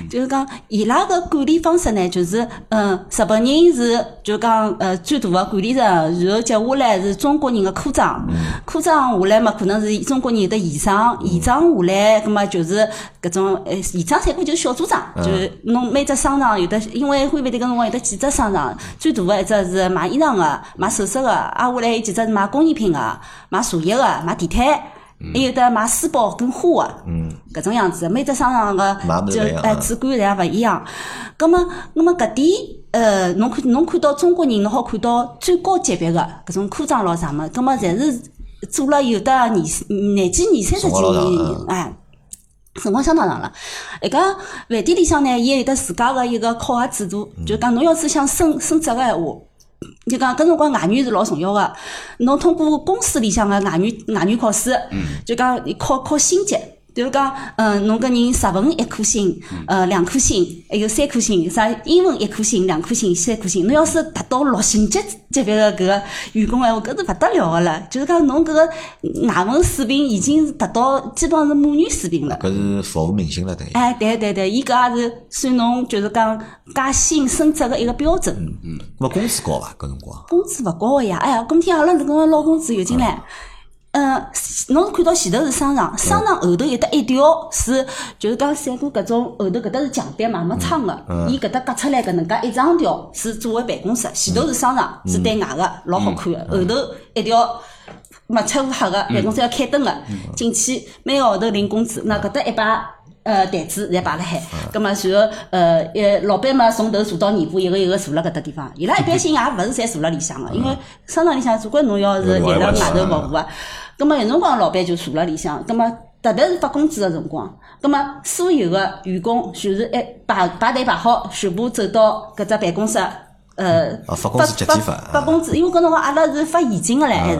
[SPEAKER 3] 就是讲伊拉个管理方式呢，就是嗯，日本人是就讲呃最大的管理层，然后接下来是中国人的科长，科长下来嘛，可能是中国人的县长，县长下来，葛么就是搿种呃县长三过就是小组长，就是侬每只商场有的，因为花万迭个辰光有得几只商场，最大的一只是卖衣裳的，卖首饰的，啊下来有几只是卖工艺品的，卖茶叶的，卖地毯。还有的卖书包跟花的，搿种样子，每只商场个
[SPEAKER 1] 嗯买不
[SPEAKER 3] 就
[SPEAKER 1] 一样
[SPEAKER 3] 哎
[SPEAKER 1] 啊
[SPEAKER 3] 主观侪勿一样。葛么，葛么搿点，呃，侬看侬看到中国人，侬好看到最高级别个搿种科长咯啥么，葛么侪是做了有的廿廿几廿三十
[SPEAKER 1] 辰
[SPEAKER 3] 几
[SPEAKER 1] 光老嗯
[SPEAKER 3] 年
[SPEAKER 1] 长，
[SPEAKER 3] 哎。辰光相当长了，一个饭店里向呢，伊也有得自家个一个考核制度，就讲侬要是想升升职个闲话，就讲搿辰光外语是老重要个，侬通过公司里向个外语外语考试，就讲考考星级。就是讲，嗯，侬搿人日文一颗星，呃，两颗星，还有三颗星，啥英文一颗星、两颗星、三颗星。侬要是达到六星级级别的搿个员工闲话，搿是勿得了个了。就是讲，侬搿个外文水平已经达到基本上是母语水平了。
[SPEAKER 1] 搿是符合民心了，等于。
[SPEAKER 3] 哎，对对对，伊搿也是算侬就是讲加薪升职个一个标准。
[SPEAKER 1] 咾么工资高伐？搿辰 光
[SPEAKER 3] 工资勿高个呀，哎呀，今天阿拉搿个捞工资有进来。呃，侬看到前头是商场，商场后头有得一条是，就是讲晒过搿种后头搿搭是墙壁嘛，没窗个，伊搿搭隔出来搿能介一长条是作为办公室，前头是商场是对外个，老好看个，后头一条没漆黑个办公室要开灯个，进去每个号头领工资，那搿搭一排呃台子侪摆辣海，葛末然后呃呃老板嘛从头坐到尾巴，一个一个坐辣搿搭地方，伊拉一般性也勿是侪坐辣里向个，因为商场里向总归侬要是一直外头服务啊，葛末有辰光老板就坐辣里向，葛末。特别是发工资个辰光，葛末所有个员工就是一排排队排好，全部走到搿只办公室，呃，
[SPEAKER 1] 啊啊发工资集体发
[SPEAKER 3] 发工资，因为搿辰光阿拉是发现金个唻，还是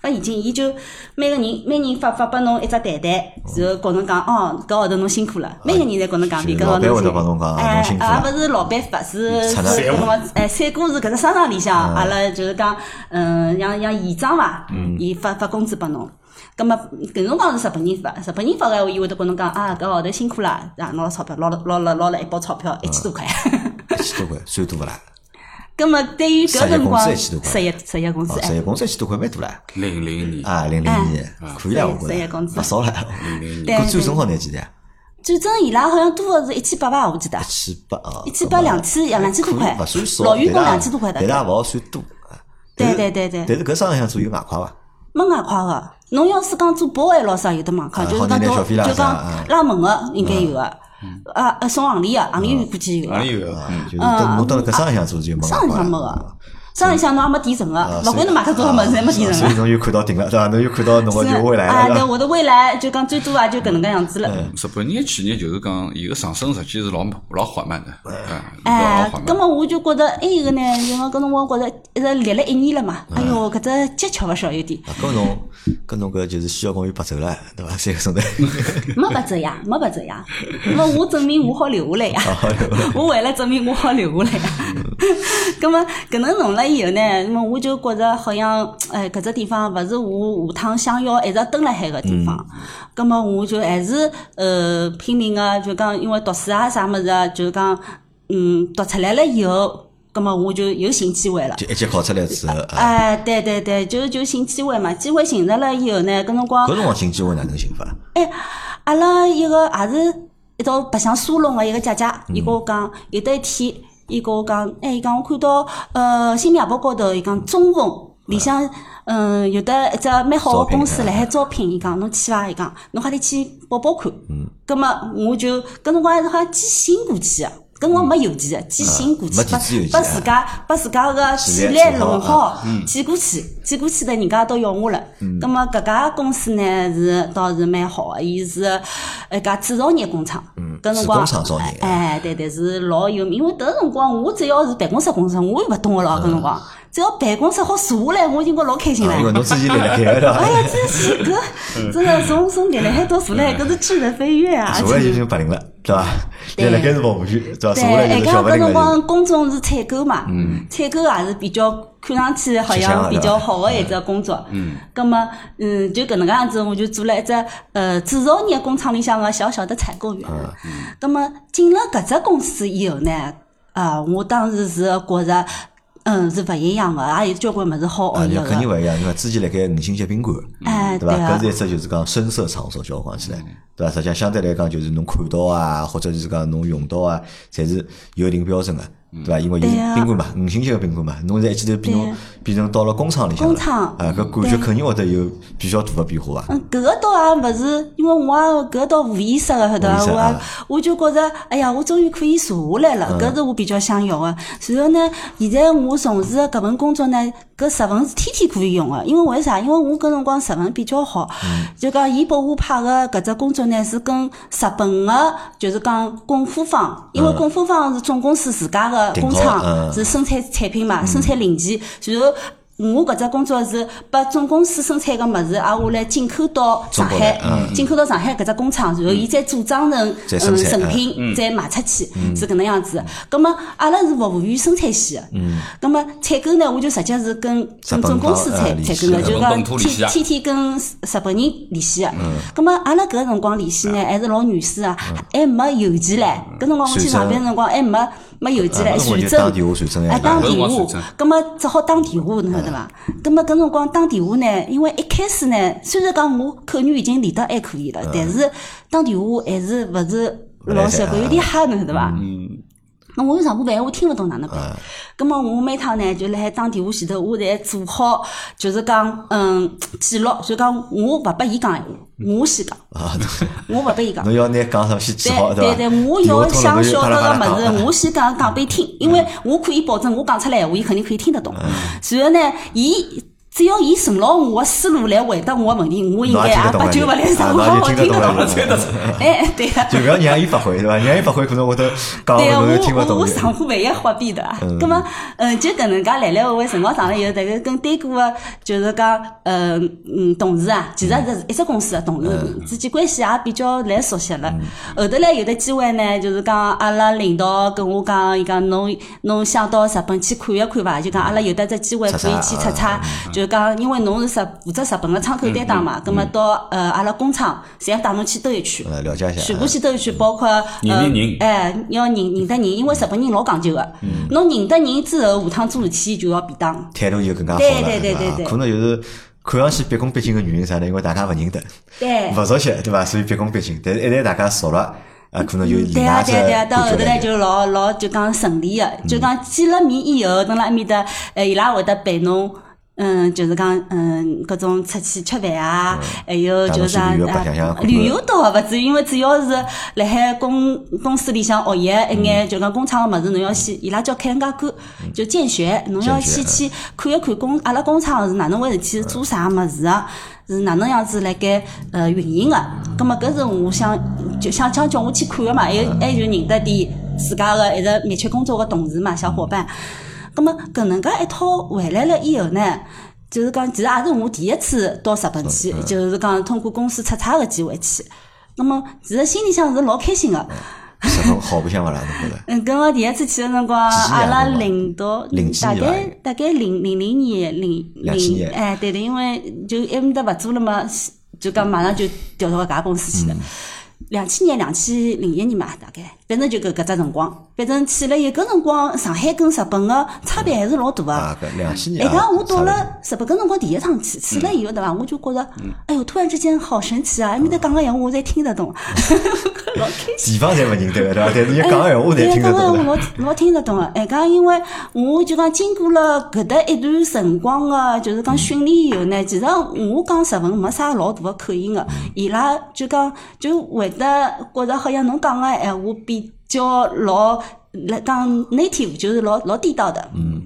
[SPEAKER 3] 发现金，伊就每个人每人发发拨侬一只袋袋，然后告侬讲哦，搿号头侬辛苦了，每个人侪告侬讲点，
[SPEAKER 1] 啊是
[SPEAKER 3] 搿
[SPEAKER 1] 老板会
[SPEAKER 3] 号头
[SPEAKER 1] 得帮侬讲啊
[SPEAKER 3] 哎
[SPEAKER 1] 侬辛苦
[SPEAKER 3] 哎
[SPEAKER 1] 了，
[SPEAKER 3] 也勿是老板发，是
[SPEAKER 1] 散
[SPEAKER 3] 是
[SPEAKER 1] 散
[SPEAKER 3] 搿辰光哎，三哥是搿只商场里向，
[SPEAKER 1] 啊
[SPEAKER 3] 阿拉就是讲，嗯，像像县长伐，
[SPEAKER 1] 嗯
[SPEAKER 3] 伊发发工资拨侬。葛么搿辰光是日本人发，日本人发个闲话，伊会得跟侬讲啊，搿号头辛苦啦，啊，拿了钞票，捞了捞了捞了一包钞票，一千多块。
[SPEAKER 1] 一千多块，算多勿啦？
[SPEAKER 3] 葛么对于搿辰光，
[SPEAKER 1] 失业工资
[SPEAKER 3] 失业失业工资
[SPEAKER 1] 哦，
[SPEAKER 3] 哎
[SPEAKER 1] 职，业工资一千多块蛮多啦。
[SPEAKER 2] 零零年，
[SPEAKER 1] 啊，零零一年可以啦，我
[SPEAKER 3] 哎职
[SPEAKER 1] 觉
[SPEAKER 3] 业
[SPEAKER 1] 着
[SPEAKER 3] 工资
[SPEAKER 1] 勿少啦。
[SPEAKER 2] 零
[SPEAKER 3] 对
[SPEAKER 1] 搿 最正好拿几钿啊？
[SPEAKER 3] 最终伊拉好像多的是一千八吧，我记得
[SPEAKER 1] 一。千八啊，
[SPEAKER 3] 一千八两千两两千多块
[SPEAKER 1] 勿算少，
[SPEAKER 3] 老员工
[SPEAKER 1] 但
[SPEAKER 3] 两
[SPEAKER 1] 是
[SPEAKER 3] 千多块的
[SPEAKER 1] 但是也勿好算多。啊
[SPEAKER 3] 对
[SPEAKER 1] 但是
[SPEAKER 3] 对对对
[SPEAKER 1] 但是搿商场里向做有外快伐？
[SPEAKER 3] 没外快个。侬要是讲做保安咯啥，有的嘛，
[SPEAKER 1] 啊
[SPEAKER 3] 看就是
[SPEAKER 1] 好
[SPEAKER 3] 讲
[SPEAKER 1] 人来
[SPEAKER 3] 到
[SPEAKER 1] 消费啦
[SPEAKER 3] 就
[SPEAKER 1] 啥啊嗯
[SPEAKER 3] 讲拉门个应该有个，啊啊送行李个，行李员估计有个
[SPEAKER 2] 哪。里有个？
[SPEAKER 1] 啊，就是等侬到了搿商场里向做就嗯没外
[SPEAKER 3] 商
[SPEAKER 1] 快了
[SPEAKER 3] 场嗯上没
[SPEAKER 1] 啊
[SPEAKER 3] 个，商场里向侬也没提成
[SPEAKER 1] 啊
[SPEAKER 3] 个，勿
[SPEAKER 1] 所以
[SPEAKER 3] 管侬买脱多少物事，侪没提
[SPEAKER 1] 啊
[SPEAKER 3] 成
[SPEAKER 1] 所以
[SPEAKER 3] 个。
[SPEAKER 1] 侬又看到顶了，对伐？侬又看到侬个就未来了嗯
[SPEAKER 3] 啊，对，
[SPEAKER 1] 对伐。
[SPEAKER 3] 我的未来就讲最多啊也就搿能介样子了。
[SPEAKER 2] 日本人的企业就是讲，伊个上升实际是老老缓慢的，啊，老
[SPEAKER 3] 哎
[SPEAKER 2] 缓，
[SPEAKER 3] 葛
[SPEAKER 2] 慢。
[SPEAKER 3] 么我就觉得还有一个呢，因为搿辰光觉得一直立了一年了嘛，哎哟，搿只脚吃勿消 有点。
[SPEAKER 1] 啊，搿侬搿侬搿就是西郊公园白走了，对伐？三个钟头。
[SPEAKER 3] 没白走呀，没白走呀。那么我证明我 好留下来呀，我为了证嗯明我好留下来呀。 那么搿能弄了以后呢，那么我就觉着好像，哎，搿只地方勿是我下趟想要一直蹲辣海个地方。那么我就还是呃拼命个，就讲因为读书啊啥物事啊，就是讲嗯读出来了以后，那么我就有寻机会了。
[SPEAKER 1] 就一级考出来之后，啊，
[SPEAKER 3] 哎，对对对，就就寻机会嘛，机会寻着了以后呢，搿辰光
[SPEAKER 1] 搿辰光进机会哪能寻法？
[SPEAKER 3] 哎，阿拉一个也是一道白相沙龙的一个姐姐，
[SPEAKER 1] 嗯
[SPEAKER 3] 伊跟我讲，有得一天，伊跟我讲，哎，伊讲我看到呃《新闻夜报》高头，伊讲中风里
[SPEAKER 1] 啊
[SPEAKER 3] 向，嗯，有得一只蛮好
[SPEAKER 1] 招
[SPEAKER 3] 的
[SPEAKER 1] 聘
[SPEAKER 3] 公司
[SPEAKER 1] 哎
[SPEAKER 3] 辣海招聘，伊讲侬去伐？伊讲侬快点去报报看。嗯。葛末我就搿辰光还是好像寄信过去个。搿辰光没邮件个，寄信过去，
[SPEAKER 1] 没
[SPEAKER 3] 把
[SPEAKER 1] 电子邮件
[SPEAKER 3] 把
[SPEAKER 1] 哎
[SPEAKER 3] 自家把自家个
[SPEAKER 1] 企业
[SPEAKER 3] 简历
[SPEAKER 1] 做好
[SPEAKER 3] 弄
[SPEAKER 1] 啊
[SPEAKER 3] 好，寄过去，寄过去的人家都要我了。
[SPEAKER 1] 嗯
[SPEAKER 3] 咁么搿家公司呢是倒是蛮好的，伊是一家制造业工厂。搿辰光
[SPEAKER 1] 嗯是工厂造业，
[SPEAKER 3] 哎，对对，是老有名。因为迭个辰光我只要是办公室工作，我又勿懂个咯，搿辰光。只要办公室好坐下来，我已经觉老开心
[SPEAKER 1] 嗯
[SPEAKER 3] 了
[SPEAKER 1] 啊。因为侬自己立辣盖对
[SPEAKER 3] 哎
[SPEAKER 1] 伐？
[SPEAKER 3] 呀，真是
[SPEAKER 1] 嗯
[SPEAKER 3] 搿真的从从点来海到坐来，搿是质的飞 跃啊！
[SPEAKER 1] 坐下来就已经白领了，对伐？
[SPEAKER 3] 对
[SPEAKER 1] 但辣盖是服务区，对伐？坐
[SPEAKER 3] 对，
[SPEAKER 1] 下来就
[SPEAKER 3] 哎，
[SPEAKER 1] 是
[SPEAKER 3] 刚
[SPEAKER 1] 小白
[SPEAKER 3] 搿
[SPEAKER 1] 领
[SPEAKER 3] 辰光
[SPEAKER 1] 了。啊
[SPEAKER 3] 工种是采购嘛，采购也是比较看上去好
[SPEAKER 1] 吃香
[SPEAKER 3] 像
[SPEAKER 1] 啊
[SPEAKER 3] 比
[SPEAKER 1] 对
[SPEAKER 3] 较
[SPEAKER 1] 吧
[SPEAKER 3] 好的一只工作。嗯，葛么，嗯，就搿能介样子，我就做了一只呃制造业工厂里向个小小的采购员。葛么进了搿只公司以后呢，啊，我当时是觉着，嗯，是勿一样个，也有交关物事好
[SPEAKER 1] 啊，
[SPEAKER 3] 学习
[SPEAKER 1] 你肯定
[SPEAKER 3] 个。
[SPEAKER 1] 勿一样，因为之前辣盖五星级宾馆，
[SPEAKER 3] 哎，
[SPEAKER 1] 对伐？
[SPEAKER 3] 啊嗯
[SPEAKER 1] 搿是一只就是讲深色场所，叫我讲起来，对伐？实际上相对来讲，就是侬看到啊，或者是讲侬用到啊，侪是有一定标准个，对伐？因为伊是
[SPEAKER 3] 对啊
[SPEAKER 1] 宾馆嘛，五星级个宾馆嘛，侬在一记头变
[SPEAKER 3] 对
[SPEAKER 1] 成变成到了工厂里向了，
[SPEAKER 3] 工厂
[SPEAKER 1] 啊，搿感觉
[SPEAKER 3] 对
[SPEAKER 1] 肯定会得有比较大个变化伐？
[SPEAKER 3] 嗯，搿个倒也勿是，因为我也搿个倒无意识个，晓得伐？
[SPEAKER 1] 无意识
[SPEAKER 3] 我
[SPEAKER 1] 啊嗯
[SPEAKER 3] 也我就觉着，哎呀，我终于可以坐下来了，搿是我比较想要个。然后呢，现在我从事的搿份工作呢，搿日文是天天可以用个，因为为啥？因为我搿辰光日文比较好，
[SPEAKER 1] 嗯
[SPEAKER 3] 就讲伊拨我派个搿只工作呢是跟日本个，就是讲供货方，因为供货方是总公司自家个
[SPEAKER 1] 嗯订
[SPEAKER 3] 工
[SPEAKER 1] 好
[SPEAKER 3] 厂，
[SPEAKER 1] 嗯
[SPEAKER 3] 是生产产品嘛，生产零件，然后。我搿只工作是把总公司生产个物事，啊，我来进口到
[SPEAKER 1] 中
[SPEAKER 3] 上
[SPEAKER 1] 国来啊
[SPEAKER 3] 海，进口到上海搿只工厂，然后伊再组装成
[SPEAKER 1] 再生
[SPEAKER 3] 嗯
[SPEAKER 1] 产嗯
[SPEAKER 3] 成品，再卖出去，是搿能样子。葛末阿拉是服务于生产线个，葛末采购呢，我就直接是跟
[SPEAKER 1] 嗯
[SPEAKER 3] 跟
[SPEAKER 1] 日本
[SPEAKER 3] 总公司
[SPEAKER 1] 帮
[SPEAKER 3] 采
[SPEAKER 1] 呃联
[SPEAKER 3] 采
[SPEAKER 1] 系
[SPEAKER 3] 购个，
[SPEAKER 1] 日
[SPEAKER 3] 就
[SPEAKER 2] 本
[SPEAKER 3] 讲
[SPEAKER 2] 本土联系
[SPEAKER 3] 天
[SPEAKER 2] 啊
[SPEAKER 3] 天天跟日本人联系个。
[SPEAKER 1] 嗯
[SPEAKER 3] 葛末阿拉搿辰光联系
[SPEAKER 1] 啊
[SPEAKER 3] 呢，还是老原始个，还没邮件唻。搿辰光我去
[SPEAKER 1] 传真
[SPEAKER 3] 上班个辰光还没没邮件
[SPEAKER 1] 啊
[SPEAKER 3] 唻，
[SPEAKER 1] 搿辰光就打
[SPEAKER 3] 传真
[SPEAKER 1] 电话传真呀
[SPEAKER 3] 哎，打
[SPEAKER 2] 搿辰
[SPEAKER 3] 电
[SPEAKER 2] 光
[SPEAKER 3] 话
[SPEAKER 2] 传真。
[SPEAKER 3] 葛么只好打电话，
[SPEAKER 1] 嗯
[SPEAKER 3] 侬晓得伐？葛么搿辰光打电话呢，因为一开始呢，虽然讲我口语已经练得还可以
[SPEAKER 1] 嗯
[SPEAKER 3] 了，但是打电话还是勿是老习惯，有点吓
[SPEAKER 1] 嗯
[SPEAKER 3] 侬晓得伐？那我有啥不办？我听勿懂哪能办？葛么我每趟呢，就辣海打电话前头，我侪做好，就是讲，嗯，记录，就讲我勿拨伊讲闲话，我先讲，
[SPEAKER 1] 啊，
[SPEAKER 3] 我勿拨伊讲
[SPEAKER 1] 侬。要拿讲上去记好，
[SPEAKER 3] 对
[SPEAKER 1] 伐？
[SPEAKER 3] 对，我
[SPEAKER 1] 电话
[SPEAKER 3] 要
[SPEAKER 1] 通了
[SPEAKER 3] 想
[SPEAKER 1] 侬就
[SPEAKER 3] 晓
[SPEAKER 1] 啪
[SPEAKER 3] 得
[SPEAKER 1] 啦啪啦
[SPEAKER 3] 个
[SPEAKER 1] 讲
[SPEAKER 3] 物 事，我先讲讲拨伊听，因为我可以保证我讲出来闲话，伊肯定可以听得懂。
[SPEAKER 1] 嗯
[SPEAKER 3] 然后呢，伊。只要伊顺牢我个思路来回答我个问题，我应该
[SPEAKER 1] 侬也听得
[SPEAKER 3] 也
[SPEAKER 1] 懂
[SPEAKER 3] 八九
[SPEAKER 1] 了
[SPEAKER 3] 勿离十，
[SPEAKER 1] 啊
[SPEAKER 3] 我
[SPEAKER 1] 侬也
[SPEAKER 3] 好好
[SPEAKER 1] 听得
[SPEAKER 3] 听
[SPEAKER 1] 懂
[SPEAKER 3] 得懂
[SPEAKER 1] 了
[SPEAKER 3] 了，
[SPEAKER 1] 听得懂
[SPEAKER 3] 哎，对个。
[SPEAKER 1] 就勿要让伊发挥，对伐？让伊发挥，可能会得讲
[SPEAKER 3] 对啊
[SPEAKER 1] 了侬就听勿
[SPEAKER 3] 我我
[SPEAKER 1] 懂
[SPEAKER 3] 我
[SPEAKER 1] 了。
[SPEAKER 3] 上火万一哗变的啊，葛么，嗯，就搿能介来来回回，辰光长了以后，大概跟对过个就是讲，呃，嗯，同事啊，其实是一只公司的同事
[SPEAKER 1] 嗯
[SPEAKER 3] 之间关系也比较来熟悉了。后头来有的机会呢，就是讲阿拉领导跟我讲，伊讲侬侬想到日本去看一看伐？就讲
[SPEAKER 1] 嗯
[SPEAKER 3] 阿拉有得只机会可以去出差，就是讲因为侬是日负责日本个窗口担
[SPEAKER 1] 嗯
[SPEAKER 3] 当嘛，葛么到呃阿拉工厂，侪带侬去兜一圈。
[SPEAKER 1] 呃，了解一下。
[SPEAKER 3] 全部去兜一圈，包括
[SPEAKER 1] 嗯
[SPEAKER 2] 认
[SPEAKER 3] 呃
[SPEAKER 2] 得人
[SPEAKER 3] 哎，要认认得人，因为日本人老讲究个。
[SPEAKER 1] 嗯
[SPEAKER 3] 侬认得人之后，下趟做事体就要便当。
[SPEAKER 1] 态度就更加好
[SPEAKER 3] 对
[SPEAKER 1] 了，
[SPEAKER 3] 对对
[SPEAKER 1] 吧
[SPEAKER 3] 对对
[SPEAKER 1] 可能就是看上去毕恭毕敬的原因是啥呢？因为大家勿认得，
[SPEAKER 3] 对。
[SPEAKER 1] 勿熟悉，对伐？所以毕恭毕敬。但是一旦大家熟了，啊，可能就另
[SPEAKER 3] 对
[SPEAKER 1] 外
[SPEAKER 3] 啊，
[SPEAKER 1] 一只
[SPEAKER 3] 对啊，对啊，到后头呢
[SPEAKER 1] 感觉了。
[SPEAKER 3] 就老老就讲顺利个，
[SPEAKER 1] 嗯
[SPEAKER 3] 就讲见了面以后，蹲辣埃面搭，呃，伊拉会得陪侬，嗯，就是讲，嗯，各种出去吃饭啊，还有就是
[SPEAKER 1] 嗯带侬去旅
[SPEAKER 3] 啥
[SPEAKER 1] 游白相相
[SPEAKER 3] 啊
[SPEAKER 1] 看看
[SPEAKER 3] 旅游倒勿至于，因为主要是辣海公公司里向学习一
[SPEAKER 1] 嗯
[SPEAKER 3] 眼，就讲工厂个物事，侬要先，伊拉叫开人家干，就见学，侬要
[SPEAKER 1] 见学
[SPEAKER 3] 先去看一看工，阿拉工厂是哪能回事体，是做啥物事啊？是哪能样子辣盖呃运营个、葛么搿是我想就想想叫我去看个嘛，还有还有认得点自家个一直密切工作个同事嘛，小伙伴。葛么搿能介一套回来了以后呢，就是讲其实也是我第一次到日本去，就是讲通过公司出差个机会去。那么其实心里向是老开心个、
[SPEAKER 1] 十分好白相勿啦？侬 觉得？
[SPEAKER 3] 嗯，跟我第一次去的辰光，
[SPEAKER 1] 几几年
[SPEAKER 3] 阿拉
[SPEAKER 1] 辰光
[SPEAKER 3] 领导
[SPEAKER 1] 零几
[SPEAKER 3] 大
[SPEAKER 1] 年
[SPEAKER 3] 概
[SPEAKER 1] 吧
[SPEAKER 3] 大概零零零年零
[SPEAKER 1] 两千
[SPEAKER 3] 零
[SPEAKER 1] 年
[SPEAKER 3] 哎，对的，因为就埃面搭勿做了嘛，就讲马上就调到搿家公司去
[SPEAKER 1] 嗯
[SPEAKER 3] 了。两千年、两千零一年嘛，大概，反正就搿搿只辰光，反正去了以后，搿辰光上海跟日本个差别还是老大个。
[SPEAKER 1] 啊，搿两千年
[SPEAKER 3] 哎，
[SPEAKER 1] 啊。
[SPEAKER 3] 讲我到
[SPEAKER 1] 啥物事
[SPEAKER 3] 了日本搿辰光第一趟去，去了以后对伐，我就觉着，
[SPEAKER 1] 嗯
[SPEAKER 3] 哎哟，突然之间好神奇啊！埃面搭讲个闲话我侪听得懂，老开心。
[SPEAKER 1] 地方侪勿认得个，对伐？但是人家讲个闲话侪听得懂的。
[SPEAKER 3] 哎讲个闲话老老听得懂个。哎，讲因为我就讲经过了搿搭一段辰光个，就是讲训练以后
[SPEAKER 1] 嗯
[SPEAKER 3] 呢，其实我讲日文没啥老大个口音个，伊拉就讲就会得觉着好像侬讲个闲话比较老来讲 native，就是老老地道的。嗯。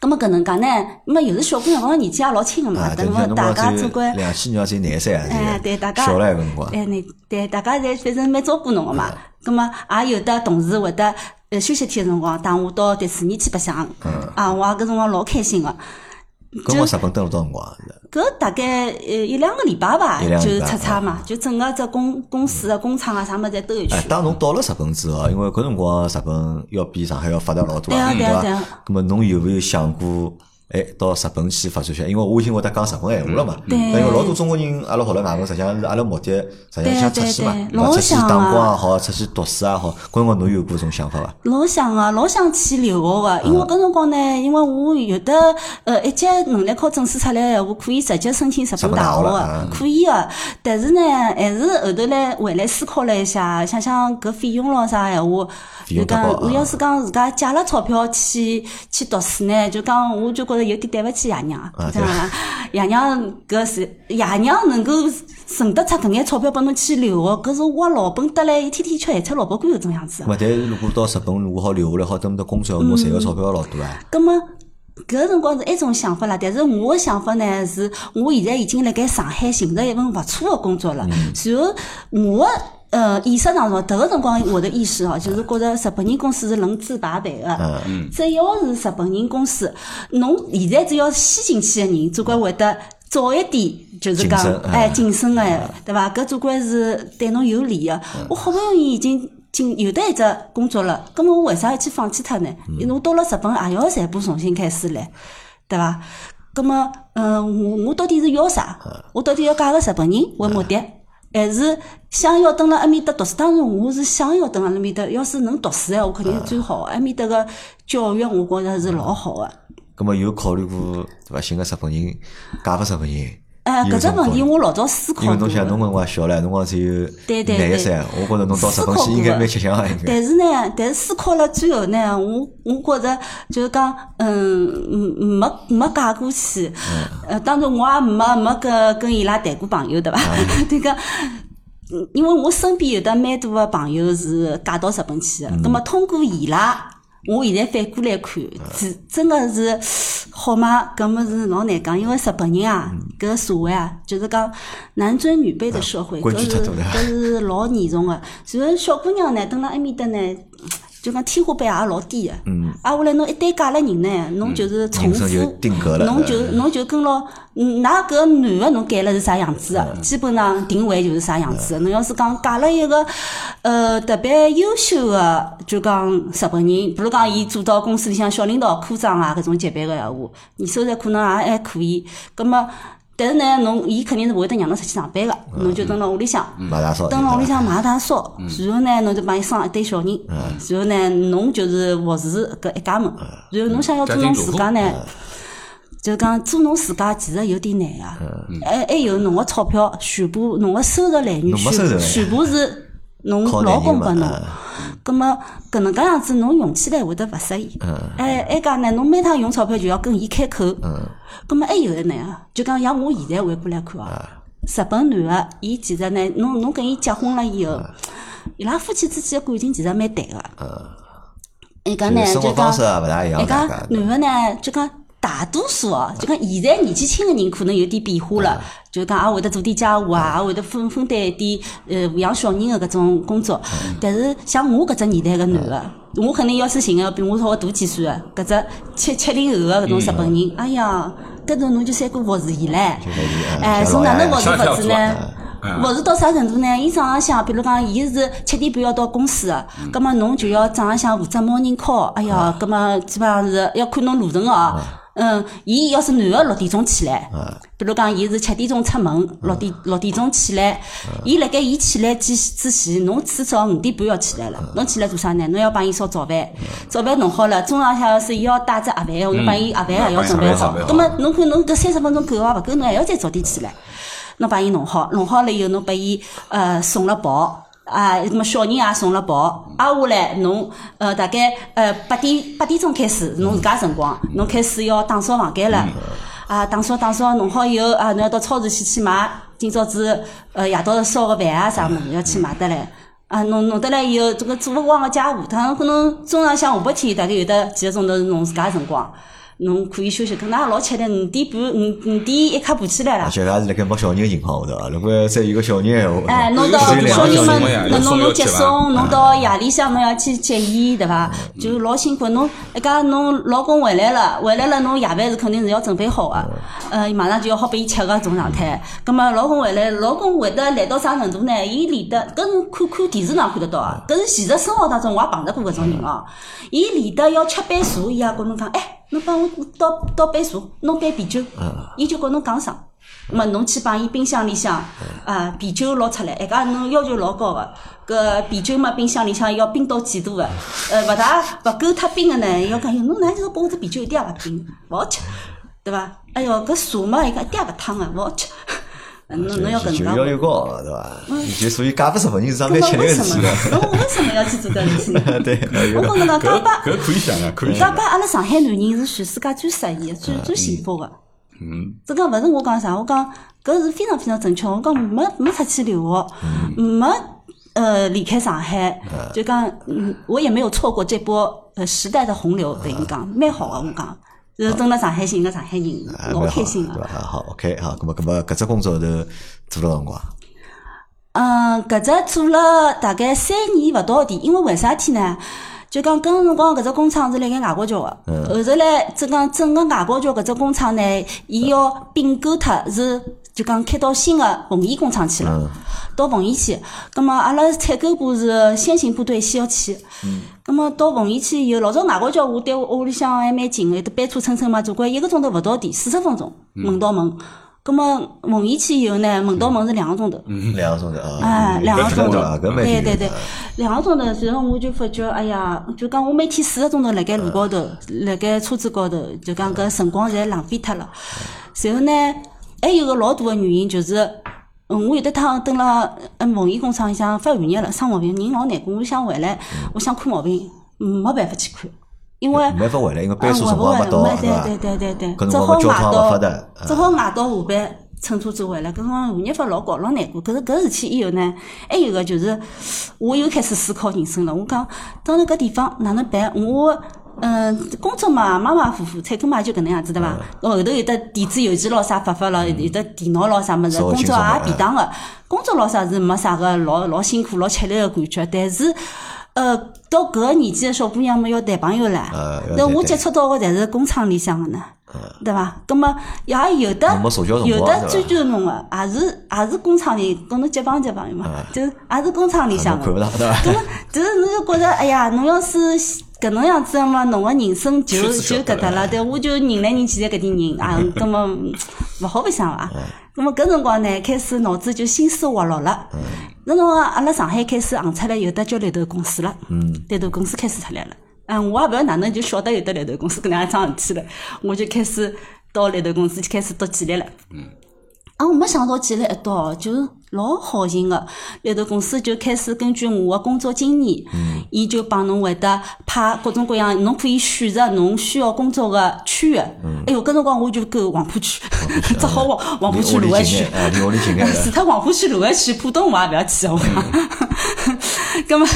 [SPEAKER 3] 咁啊么搿能介呢？那么有时小姑娘，讲年纪也老轻个嘛
[SPEAKER 1] 啊，，
[SPEAKER 3] 等
[SPEAKER 1] 等
[SPEAKER 3] 么
[SPEAKER 1] 侬
[SPEAKER 3] 大家
[SPEAKER 1] 只
[SPEAKER 3] 总归
[SPEAKER 1] 两千年才廿岁啊，
[SPEAKER 3] 哎，
[SPEAKER 1] 这
[SPEAKER 3] 对，
[SPEAKER 1] 个
[SPEAKER 3] 大家嗯
[SPEAKER 1] 小了个辰光，
[SPEAKER 3] 哎，你对大家侪反正蛮照顾侬个嘛。葛么也有的同事会得呃休息天个辰光带我到迪士尼去白相，啊，我也搿辰光老开心个、
[SPEAKER 1] 跟我日本蹲了多少辰光啊？
[SPEAKER 3] 搿大概呃一两个礼拜吧，
[SPEAKER 1] 一两个
[SPEAKER 3] 就
[SPEAKER 1] 礼
[SPEAKER 3] 是
[SPEAKER 1] 拜
[SPEAKER 3] 出差嘛，就整个只公公司啊、工厂啊啥物事侪兜一圈
[SPEAKER 1] 哎，。当侬到了日本之后啊，因为搿辰光日本要比上海要发达老多啊，
[SPEAKER 3] 对啊对啊对
[SPEAKER 1] 伐
[SPEAKER 3] 啊？
[SPEAKER 1] 那么侬有没有想过，哎，到日本去发展一下？因为我已经会得讲日本闲话了嘛。
[SPEAKER 3] 对
[SPEAKER 1] 因为老多中国人，阿拉跑了外国，实际上是阿拉目的，实际上想出去嘛，
[SPEAKER 3] 对对对
[SPEAKER 1] 对伐？
[SPEAKER 3] 老
[SPEAKER 1] 出去
[SPEAKER 3] 想
[SPEAKER 1] 打工
[SPEAKER 3] 啊
[SPEAKER 1] 也好，出去读书也好，搿辰光侬有过种想法伐？
[SPEAKER 3] 老想啊，老想去留学
[SPEAKER 1] 啊
[SPEAKER 3] 个，因为搿辰光呢，因为我有的呃一级能力考证书出来，我可以直接申请日本大学
[SPEAKER 1] 日本大学了啊
[SPEAKER 3] 个，可以个。但是呢，还是后头来回来思考了一下，想想搿费用咯啥闲话，
[SPEAKER 1] 费
[SPEAKER 3] 就
[SPEAKER 1] 用太
[SPEAKER 3] 讲
[SPEAKER 1] 高啊
[SPEAKER 3] 我要是讲自家借了钞票去去读书呢，就讲我就觉着有点对勿起爷娘，
[SPEAKER 1] 啊
[SPEAKER 3] 知道伐？爷娘搿是爷娘能够存得出搿眼钞票拨侬去留学，搿是挖老本得来，一天天吃咸菜萝卜干搿种样子啊。
[SPEAKER 1] 咾么，但是如果到日本，如果好留下来，好等到工作，
[SPEAKER 3] 嗯
[SPEAKER 1] 侬赚个钞票老多啊。
[SPEAKER 3] 咁么搿辰光是一种想法啦，但是我的想法呢是，我现在已经辣盖上海寻着一份勿错的工作了。然后我的呃意识当中，迭个辰光我的意识哦，就是觉着日本人公司是论资排辈的，只要是日本人公司，侬现在只要吸进去的人，总归会得早一点，就是讲
[SPEAKER 1] 晋升
[SPEAKER 3] 哎
[SPEAKER 1] 嗯
[SPEAKER 3] 晋升哎，对伐？搿总归是对侬有利个。
[SPEAKER 1] 嗯
[SPEAKER 3] 我好不容易已经进有得一只工作了，葛么我为啥要去放弃它呢？
[SPEAKER 1] 嗯
[SPEAKER 3] 因为我到了日本也要全部重新开始来，对伐？葛么，嗯，我我到底是要啥？
[SPEAKER 1] 嗯
[SPEAKER 3] 我到底要嫁个日本人为目的？还是想要蹲辣埃面搭读书，当然我是想要蹲辣埃面搭。要是能读书哎，我肯定是最好的。埃面搭个教育，我觉着是老好个、
[SPEAKER 1] 咾么有啊考虑过对伐？寻个日本人，嫁拨日本人？
[SPEAKER 3] 哎，
[SPEAKER 1] 有
[SPEAKER 3] 搿只
[SPEAKER 1] 种
[SPEAKER 3] 问
[SPEAKER 1] 考虑
[SPEAKER 3] 题我老早思考
[SPEAKER 1] 因
[SPEAKER 3] 过
[SPEAKER 1] 为侬想，
[SPEAKER 3] 了
[SPEAKER 1] 侬搿辰光小唻，侬辰光只有
[SPEAKER 3] 对对
[SPEAKER 1] 廿一
[SPEAKER 3] 对
[SPEAKER 1] 岁，我觉着侬到日本去应该蛮吃香个应该。
[SPEAKER 3] 但是呢，但是思考了最后呢，我我觉着就是讲，嗯，嗯没没嫁过去，呃，当然我也没没跟跟伊拉谈过朋友，对伐？ 对个。嗯因为我身边有得蛮多个朋友是嫁到日本去的，葛么通过伊拉，我现在反过来看，是真个是好嘛？搿么是老难讲，因为日本人啊，搿社会啊，就是讲男尊女卑的社会，
[SPEAKER 1] 啊规
[SPEAKER 3] 搿
[SPEAKER 1] 矩
[SPEAKER 3] 是
[SPEAKER 1] 太多了
[SPEAKER 3] 搿是老严重个。然后小姑娘呢，蹲辣埃面搭呢，就讲天花板也老低个。嗯。啊，下来侬一旦嫁了人呢，侬就是重
[SPEAKER 1] 人生就
[SPEAKER 3] 复
[SPEAKER 1] 定格了
[SPEAKER 3] 侬就侬就跟牢，嗯，㑚搿男个侬改了是啥样子个，基本上定位就是啥样子个。侬要是讲嫁了一个，呃，特别优秀个，就讲日本人，比如讲伊做到公司里向小领导、科长啊搿种级别个闲话，年收入可能也还可以。葛么，但是呢，侬伊肯定是勿会得让侬出去上班个，侬就蹲辣屋里向。
[SPEAKER 1] 买大少，
[SPEAKER 3] 蹲辣屋里向买大烧，
[SPEAKER 1] 嗯
[SPEAKER 3] 然后呢，侬就帮伊生一对小人，然后呢，侬就是服侍搿一家门。
[SPEAKER 1] 嗯
[SPEAKER 3] 然后侬想要做侬自家呢，嗯就是讲做侬自家其实有点难啊。还还有侬个钞票，全部侬个收入来源
[SPEAKER 1] 嗯侬没收入
[SPEAKER 3] 全
[SPEAKER 1] 呀
[SPEAKER 3] 全部是侬
[SPEAKER 1] 靠
[SPEAKER 3] 老公拨
[SPEAKER 1] 男人
[SPEAKER 3] 侬
[SPEAKER 1] 嘛啊。
[SPEAKER 3] 葛么搿能介样子，侬用起来会得勿适意。
[SPEAKER 1] 嗯
[SPEAKER 3] 哎，还讲呢，侬每趟用钞票就要跟伊开口。
[SPEAKER 1] 嗯
[SPEAKER 3] 葛么还有个呢，就讲像我现在回过来看哦，
[SPEAKER 1] 嗯
[SPEAKER 3] 日本男个，伊其实呢，侬侬跟伊结婚了以后，
[SPEAKER 1] 嗯
[SPEAKER 3] 伊拉夫妻之间的感情其实蛮淡个。伊讲呢，
[SPEAKER 1] 就是
[SPEAKER 3] 就
[SPEAKER 1] 生活
[SPEAKER 3] 讲。
[SPEAKER 1] 方式啊也勿大一样，
[SPEAKER 3] 伊
[SPEAKER 1] 大
[SPEAKER 3] 讲
[SPEAKER 1] 家对
[SPEAKER 3] 男个呢，就讲大多数哦，就讲现在年纪轻个人可能有点变化了，就讲也会得做点家务啊，也会得分分担一点呃抚养小人个搿种工作。但是像我搿只年代个男个，我肯定要是寻个比我稍微大几岁个搿只七七零后个搿种日本人，哎呀，搿种侬就三顾服侍伊唻
[SPEAKER 1] 服侍伊啊，
[SPEAKER 3] 哎，
[SPEAKER 1] 像
[SPEAKER 3] 从
[SPEAKER 1] 老
[SPEAKER 3] 哪
[SPEAKER 1] 爷一
[SPEAKER 3] 能服侍
[SPEAKER 2] 样
[SPEAKER 3] 服
[SPEAKER 2] 像跳
[SPEAKER 3] 侍
[SPEAKER 2] 蚤
[SPEAKER 3] 呢
[SPEAKER 2] 啊？嗯
[SPEAKER 3] 服侍到啥程度呢？伊早浪向，比如讲，伊是七点半要到公司的，
[SPEAKER 2] 嗯
[SPEAKER 3] 葛么侬就要早浪向负责 morning call。哎呀，
[SPEAKER 2] 啊
[SPEAKER 3] 葛么基本上是要看侬路程个哦。嗯，伊要是男个六点钟起来，
[SPEAKER 2] 啊
[SPEAKER 3] 比如讲，伊是七点钟出门，六点六点钟起来，
[SPEAKER 2] 啊
[SPEAKER 3] 伊辣盖伊起来之之前，侬至少五点半要起
[SPEAKER 2] 啊
[SPEAKER 3] 来了。侬起来做啥呢？侬要帮伊烧早饭，早饭弄好了，中浪向要是伊要带只盒饭，侬帮伊盒饭也要准备好
[SPEAKER 2] 嗯帮伊盒饭准备。好
[SPEAKER 3] 葛么侬看侬搿三十分钟够伐？勿够，侬还要再早点起来。侬把伊弄好，弄好了以后，侬把伊呃送了跑。啊，那么小人也送了跑，挨下来侬呃大概呃八点八点钟开始，侬自家辰光，侬开始要打扫房间了，啊打扫打扫弄好以后啊，侬要到超市去去买，今朝子呃夜到烧个饭啊啥物事要去买得来，啊弄弄得来以后，这个做勿光个家务，他可能中浪向下半天大概有得几个钟头是侬自家辰光，侬可以休息，可能也老吃力，五点半五五点一刻爬起来
[SPEAKER 1] 而
[SPEAKER 3] 了。
[SPEAKER 1] 且也是辣盖没小人的情况下头啊，如果再有个小人的闲话，
[SPEAKER 3] 哎，弄到
[SPEAKER 1] 只有两
[SPEAKER 3] 小
[SPEAKER 1] 个
[SPEAKER 3] 人
[SPEAKER 1] 小人
[SPEAKER 3] 们
[SPEAKER 2] 呀，
[SPEAKER 3] 侬侬
[SPEAKER 2] 要吃
[SPEAKER 3] 侬接
[SPEAKER 2] 饭
[SPEAKER 1] 啊
[SPEAKER 3] 送，侬到夜里向侬要去接伊，对伐？就老辛苦。侬一家侬老公回来了，回来了，侬夜饭是肯定是要准备好的，呃，马上就要好拨伊吃个种状态。葛末老公回来，老公会得懒到啥程度呢？伊连得搿是看看电视上看得到啊，搿是现实生活当中我也碰着过搿种人哦。伊连得要吃杯茶，伊也跟侬讲，哎，侬帮我倒倒杯茶，弄杯啤酒，
[SPEAKER 1] 啊
[SPEAKER 3] 伊就跟侬讲啥。那么侬去帮伊冰箱里向啊啤酒捞出来，哎家侬要求老高个，搿啤酒嘛冰箱里向要冰到几度个，呃勿大勿够太冰个呢，要讲哟侬哪就是拨我只啤酒一点也勿冰，勿好吃，对伐？哎哟搿茶嘛伊讲一点也勿烫个，勿好吃，侬侬要搿能
[SPEAKER 1] 就
[SPEAKER 3] 讲
[SPEAKER 1] 要。求高，对伐？
[SPEAKER 3] 嗯
[SPEAKER 1] 就所以嫁拨日本人是桩蛮
[SPEAKER 3] 那
[SPEAKER 1] 吃
[SPEAKER 3] 么
[SPEAKER 1] 力
[SPEAKER 3] 为
[SPEAKER 1] 个
[SPEAKER 3] 什
[SPEAKER 1] 事体
[SPEAKER 3] 么
[SPEAKER 1] 的
[SPEAKER 3] 呢。？那我为什么要去做搿事体呢？
[SPEAKER 1] 对，有
[SPEAKER 3] 啊我
[SPEAKER 1] 个
[SPEAKER 3] 跟侬讲，
[SPEAKER 2] 搿
[SPEAKER 3] 加班
[SPEAKER 2] 搿可以想啊，可以
[SPEAKER 3] 加
[SPEAKER 2] 想。
[SPEAKER 3] 班，阿拉上海男人是全世界最适意的、最最幸福的。
[SPEAKER 2] 嗯，
[SPEAKER 3] 这个勿是我讲啥，我讲搿是非常非常正确。我讲没没出去留学，没呃离开上海，就讲嗯，我也没有错过这波呃时代的洪流，等于讲蛮好的。我讲，就是蹲辣上海寻个上海人，
[SPEAKER 1] 哎
[SPEAKER 3] 老
[SPEAKER 1] 蛮好
[SPEAKER 3] 开心
[SPEAKER 1] 对
[SPEAKER 3] 个。
[SPEAKER 1] 伐？好，OK，好，咁么，咁么，搿只工作头做了辰光，
[SPEAKER 3] 嗯，搿只做了大概三年勿到点，因为为啥体呢？就讲搿辰光搿只工厂是辣盖外国桥个，后头来就讲整个外国桥搿只工厂呢，伊要并购脱，是就讲开到新个缝衣工厂去了，到缝衣去。葛末阿拉采购部是先行部队先要去，葛末到缝衣去以后，老早外国桥我对我屋里向还蛮近个，有得班车乘乘嘛，总归一个钟头勿到点，四十分钟门到门。葛末缝衣去以后呢，门到门是两个钟头。
[SPEAKER 1] 两个钟头啊，
[SPEAKER 3] 哎，两个
[SPEAKER 1] 搿
[SPEAKER 3] 钟头
[SPEAKER 1] 啊搿蛮紧，
[SPEAKER 3] 对对
[SPEAKER 1] 的
[SPEAKER 3] 对，两个钟头。然后我就发觉，哎呀，就讲我每天四个钟头辣盖路高头，辣盖车子高头，就讲搿辰光侪浪费脱了。然后呢，还有个老大个原因就是，嗯，我有得趟蹲辣嗯缝衣工厂里向发寒热了，生毛病，人老难过。我想回来，我想看毛病，嗯没办法去看，因为。
[SPEAKER 1] 没法回来，因为
[SPEAKER 3] 啊，
[SPEAKER 1] 班
[SPEAKER 3] 回
[SPEAKER 1] 数
[SPEAKER 3] 不
[SPEAKER 1] 辰光
[SPEAKER 3] 回
[SPEAKER 1] 没
[SPEAKER 3] 来
[SPEAKER 1] 到，
[SPEAKER 3] 了，
[SPEAKER 1] 对啊伐？
[SPEAKER 3] 对对对对
[SPEAKER 1] 搿辰
[SPEAKER 3] 对，只
[SPEAKER 1] 光
[SPEAKER 3] 好
[SPEAKER 1] 我交
[SPEAKER 3] 外
[SPEAKER 1] 趟勿发嗯
[SPEAKER 3] 到
[SPEAKER 1] 达，
[SPEAKER 3] 只好外到下班乘车子回来，搿辰光寒热法老高，老难过。搿是搿事体以后呢，还有个就是，我又开始思考人生了。我讲到了搿地方哪能办？我嗯，工作嘛，马马虎虎，采购嘛就搿能样子对伐？
[SPEAKER 1] 嗯
[SPEAKER 3] 后头有得电子邮件咯啥发发咯，有得电脑咯啥物事，
[SPEAKER 1] 稍微
[SPEAKER 3] 工
[SPEAKER 1] 轻
[SPEAKER 3] 作
[SPEAKER 1] 松
[SPEAKER 3] 也
[SPEAKER 1] 了嗯
[SPEAKER 3] 便当个，工作咯啥是没啥个老老辛苦老吃力个感觉，但是。呃，到搿个年纪的小姑娘们要谈朋友了
[SPEAKER 1] 呃，要
[SPEAKER 3] 那
[SPEAKER 1] 谈
[SPEAKER 3] 我
[SPEAKER 1] 谈
[SPEAKER 3] 接触到个侪是工厂里向个呢，对伐？葛么也有的
[SPEAKER 1] 侬没社交辰光
[SPEAKER 3] 有
[SPEAKER 1] 对
[SPEAKER 3] 的
[SPEAKER 1] 伐
[SPEAKER 3] 追求侬个，也是也是工厂里跟侬结帮结朋友
[SPEAKER 1] 呃
[SPEAKER 3] 嘛，就是也是工厂里向
[SPEAKER 1] 侬看勿。
[SPEAKER 3] 个
[SPEAKER 1] 到，对伐？
[SPEAKER 3] 葛么就是侬就觉着，哎呀，侬要是搿能样子嘛，侬个人生就
[SPEAKER 2] 圈子
[SPEAKER 3] 就
[SPEAKER 2] 小
[SPEAKER 3] 搿搭了。对，我就人来人去侪搿点人啊，葛么勿好白相伐？葛么搿辰光呢，开始脑子就心思活络了。那辰光阿拉上海开始行出来有得叫猎头公司了，猎头公司开始出来了。嗯，我也勿晓得哪能就晓得有得猎头公司搿能样桩事体了，我就开始到猎头公司去开始读简历了。啊，我没想到简历一到，就是老好寻个。猎头公司就开始根据我个工作经验，
[SPEAKER 1] 嗯
[SPEAKER 3] 伊就帮侬会得派各种各样，侬可以选择侬需要工作个区域。
[SPEAKER 1] 嗯
[SPEAKER 3] 哎哟，搿辰光我就够黄浦区，只好往黄浦区
[SPEAKER 1] 啊离
[SPEAKER 3] 卢
[SPEAKER 1] 屋
[SPEAKER 3] 湾
[SPEAKER 1] 里
[SPEAKER 3] 区
[SPEAKER 1] 近眼，。哎，离屋里 近眼，
[SPEAKER 3] 除脱黄浦区、卢湾区、浦东，我也勿要去。我
[SPEAKER 1] 嗯
[SPEAKER 3] 讲，葛么，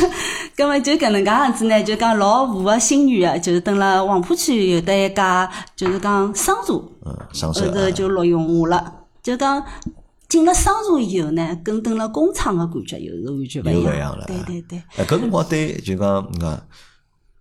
[SPEAKER 3] 葛么就搿能介样子呢？就讲老符合心愿个，就是等辣黄浦区有得一家，就是讲商社。
[SPEAKER 1] 嗯，上
[SPEAKER 3] 后
[SPEAKER 1] 手
[SPEAKER 3] 头呃就录用我了。就讲进了商场以后呢，跟蹲了工厂的感觉又是完全
[SPEAKER 1] 又
[SPEAKER 3] 勿
[SPEAKER 1] 勿一样了
[SPEAKER 3] 对对对，
[SPEAKER 1] 哎，搿辰光对就讲侬讲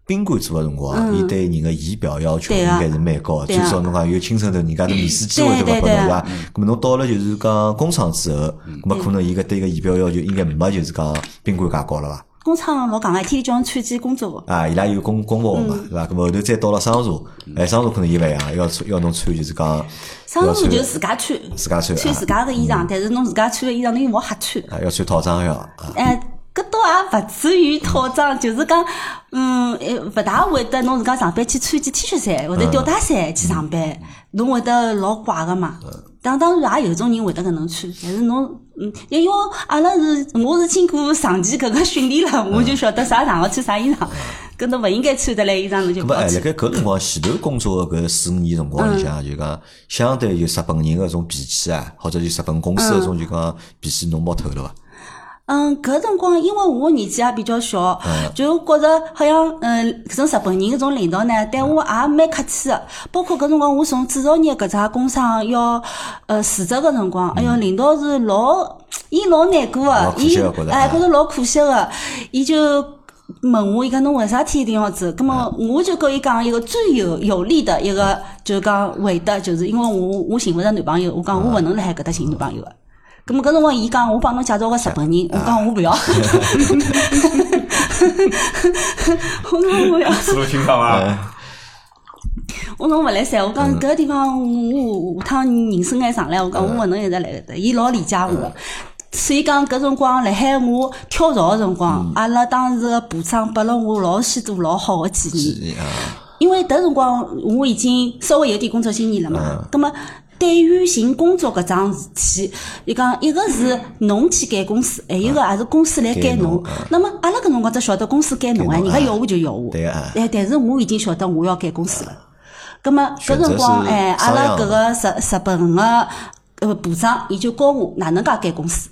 [SPEAKER 1] 宾馆做个辰光，伊对人个仪表要求
[SPEAKER 3] 嗯对
[SPEAKER 1] 应
[SPEAKER 3] 啊
[SPEAKER 1] 该是蛮高，
[SPEAKER 3] 对
[SPEAKER 1] 最
[SPEAKER 3] 啊
[SPEAKER 1] 少侬讲有亲身头，人家都面试机会都
[SPEAKER 3] 对
[SPEAKER 1] 勿拨侬
[SPEAKER 3] 对对啊
[SPEAKER 1] 对伐？咁么侬到了就是讲工厂之后，咁么可能伊个对个仪表要求应该没就是讲宾馆介高了伐？
[SPEAKER 3] 工厂老讲个，天天叫侬穿件工作服。
[SPEAKER 1] 啊，伊拉有公公服嘛，对
[SPEAKER 3] 嗯
[SPEAKER 1] 伐？咁么后头再到了商社，哎，商社可能伊勿一样，要穿要侬穿就是讲
[SPEAKER 3] 商
[SPEAKER 1] 要
[SPEAKER 3] 场
[SPEAKER 1] 穿
[SPEAKER 3] 就自家穿，
[SPEAKER 1] 自家穿
[SPEAKER 3] 穿
[SPEAKER 1] 啊
[SPEAKER 3] 自家个衣裳，但是侬自家穿个衣裳侬又冇瞎穿。
[SPEAKER 1] 啊，要穿套装要啊。
[SPEAKER 3] 哎，搿倒也勿至于套装，就是讲，嗯，哎勿大会得侬自家上班去穿件 T 恤衫或者吊带衫去上班，侬会得老怪个嘛。
[SPEAKER 1] 嗯
[SPEAKER 3] 当当然也有种人会得搿能穿，但是侬，嗯，因为阿拉是我是经过长期搿个训练了，我就晓得啥场合穿啥衣裳，搿侬勿应该穿得来衣裳侬就
[SPEAKER 1] 咁
[SPEAKER 3] 勿
[SPEAKER 1] 么，
[SPEAKER 3] 要
[SPEAKER 1] 哎，辣盖
[SPEAKER 3] 穿。
[SPEAKER 1] 嗯搿辰光前头工作个搿四五年辰光里
[SPEAKER 3] 嗯
[SPEAKER 1] 向，就讲相对就日本人个种脾气啊，或者就日本公司个种就讲脾气，侬摸透了伐？
[SPEAKER 3] 嗯，搿辰光因为我年纪也比较小，
[SPEAKER 1] 嗯
[SPEAKER 3] 就觉着好像嗯，搿种日本人搿种领导呢，对我也蛮客气的。包括搿辰光我从制造业搿家工厂要呃辞职搿辰光，哎哟，领导是老，伊老难
[SPEAKER 1] 嗯
[SPEAKER 3] 过
[SPEAKER 1] 老
[SPEAKER 3] 的，
[SPEAKER 1] 可惜
[SPEAKER 3] 伊
[SPEAKER 1] 的觉得
[SPEAKER 3] 哎
[SPEAKER 1] 啊
[SPEAKER 3] 觉着老可惜的，伊就。问我，伊讲侬为啥体一定要
[SPEAKER 1] 嗯
[SPEAKER 3] 走？葛么我就跟伊讲一个最有有力的一个，就是讲回答，就是因为我我寻勿着男朋友，我讲我勿能辣海搿搭寻男朋友个。咁么搿辰光，伊讲我帮侬介绍个日本人，我讲我勿要，我讲我勿要，
[SPEAKER 2] 思路清爽
[SPEAKER 1] 哎
[SPEAKER 2] 伐？
[SPEAKER 3] 我讲我勿来三，我讲搿地方我我下趟人生还长唻，我讲我勿能一直来搿搭，伊老理解我的。所以讲，搿辰光辣海我跳槽个辰光，阿拉当时个部长拨了我老许多老好个建议。
[SPEAKER 1] 是啊，
[SPEAKER 3] 因为迭辰光我已经稍微有点工作经验了
[SPEAKER 1] 嗯
[SPEAKER 3] 嘛，葛么对于寻工作搿桩事体，伊讲一个是侬去改公司，还有一个也是公司来改侬
[SPEAKER 1] 改侬啊。
[SPEAKER 3] 那么阿拉搿辰光只晓得公司改侬啊，
[SPEAKER 1] 改侬
[SPEAKER 3] 人
[SPEAKER 1] 啊
[SPEAKER 3] 家要我就要我。
[SPEAKER 1] 对啊嗯
[SPEAKER 3] 哎，但是我已经晓得我要改公司了。葛么搿
[SPEAKER 1] 选
[SPEAKER 3] 辰光
[SPEAKER 1] 择是
[SPEAKER 3] 哎，阿
[SPEAKER 1] 商
[SPEAKER 3] 拉
[SPEAKER 1] 量
[SPEAKER 3] 搿个日日本个呃部长，伊就教我哪能介改公司。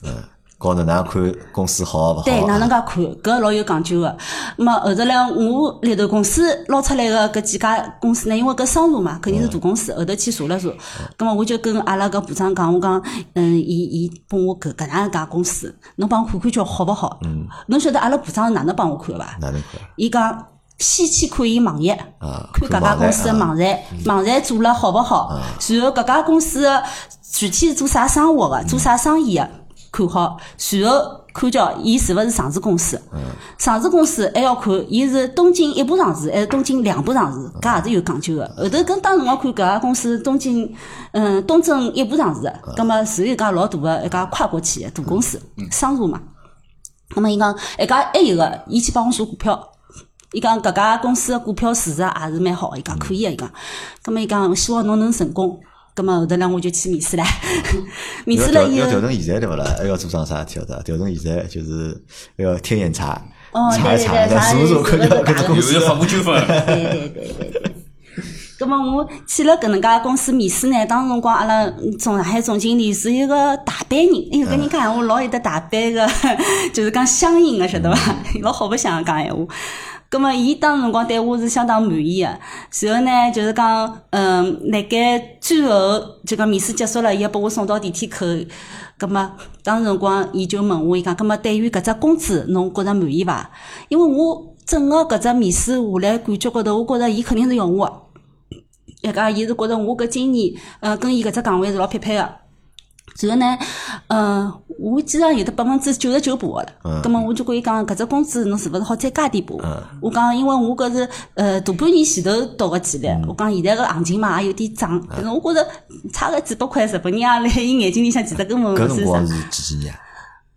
[SPEAKER 1] 高头哪看公司好啊勿好？
[SPEAKER 3] 对，哪能介看？搿老有讲究个。那么后头来，我猎头公司捞出来个搿几家公司呢，因为搿商社嘛，肯定是大公司。后头去查了查，葛末我就跟阿拉搿部长讲，我讲，嗯，伊伊帮我搿搿能介公司，侬帮我看看叫好勿好？侬晓得阿拉部长是哪能帮我看个伐？
[SPEAKER 1] 哪能看
[SPEAKER 3] 伊讲先去看伊网页，
[SPEAKER 1] 啊
[SPEAKER 3] 看
[SPEAKER 1] 看
[SPEAKER 3] 搿家
[SPEAKER 1] 网
[SPEAKER 3] 公
[SPEAKER 1] 站
[SPEAKER 3] 司的
[SPEAKER 1] 啊
[SPEAKER 3] 网站，网站做了好勿好，然后搿家公司的具体是做啥生活个，做啥生意个，看好，然后看叫伊是勿是上市公司，
[SPEAKER 1] 嗯
[SPEAKER 3] 上市公司还要看伊是东京一部上市还是东京两部上市，
[SPEAKER 1] 嗯
[SPEAKER 3] 搿也是有讲究个。后头跟当时我看搿家公司东京，嗯，东证一部上市
[SPEAKER 1] 嗯
[SPEAKER 3] 的，葛末是一家老大个一家跨国企业大公司，商社嘛。那么伊讲，哎家还有个，伊去帮我查股票。伊讲搿家公司的股票市值也是蛮好，伊讲可以个，伊讲。葛么伊讲，希望侬能成功。葛么后头呢，我就去面试唻。
[SPEAKER 1] 要调要调，整
[SPEAKER 3] 面试了以后
[SPEAKER 1] 现在对勿啦？还要做桩啥体晓得？调整现在就是要天眼查
[SPEAKER 3] 哦，
[SPEAKER 1] 查一
[SPEAKER 3] 对对
[SPEAKER 1] 查，
[SPEAKER 3] 对查
[SPEAKER 1] 查一
[SPEAKER 3] 一
[SPEAKER 1] 查，
[SPEAKER 3] 查
[SPEAKER 1] 看看
[SPEAKER 3] 查一查
[SPEAKER 1] 搿只公
[SPEAKER 2] 有
[SPEAKER 1] 司
[SPEAKER 2] 有法务纠纷，
[SPEAKER 3] 对对对对对。葛么我去了搿能介公司面试呢，当时辰光阿拉总上海总经理是一个大班人，因为搿人讲闲话老有得大班个， 就是讲乡音个，晓得伐？ 老好白相讲闲话。葛么伊当时辰光对我是相当满意个，然后呢就是讲，嗯，辣盖最后就讲面试结束了，伊也把我送到电梯口。葛么当时辰光伊就问我，伊讲，葛么对于搿只工资侬觉着满意伐？因为我整个搿只面试下来，感觉高头，我觉着伊肯定是要我的。一个伊是觉着我搿今年，呃，跟伊搿只岗位是老匹配个。然后呢，嗯，我基本上有得百分之九十九把握了。
[SPEAKER 1] 嗯
[SPEAKER 3] 咁么我就跟伊讲，搿只工资侬是勿是好再加点把握？我讲，因为我搿是呃大半年前头读个简历，
[SPEAKER 1] 嗯
[SPEAKER 3] 我讲现在搿行情嘛也有点涨，但是我觉着差个几百块，日本人也辣啊伊眼睛里向其实根本
[SPEAKER 1] 搿
[SPEAKER 3] 勿
[SPEAKER 1] 辰
[SPEAKER 3] 算
[SPEAKER 1] 光
[SPEAKER 3] 啥。
[SPEAKER 1] 是几几年啊？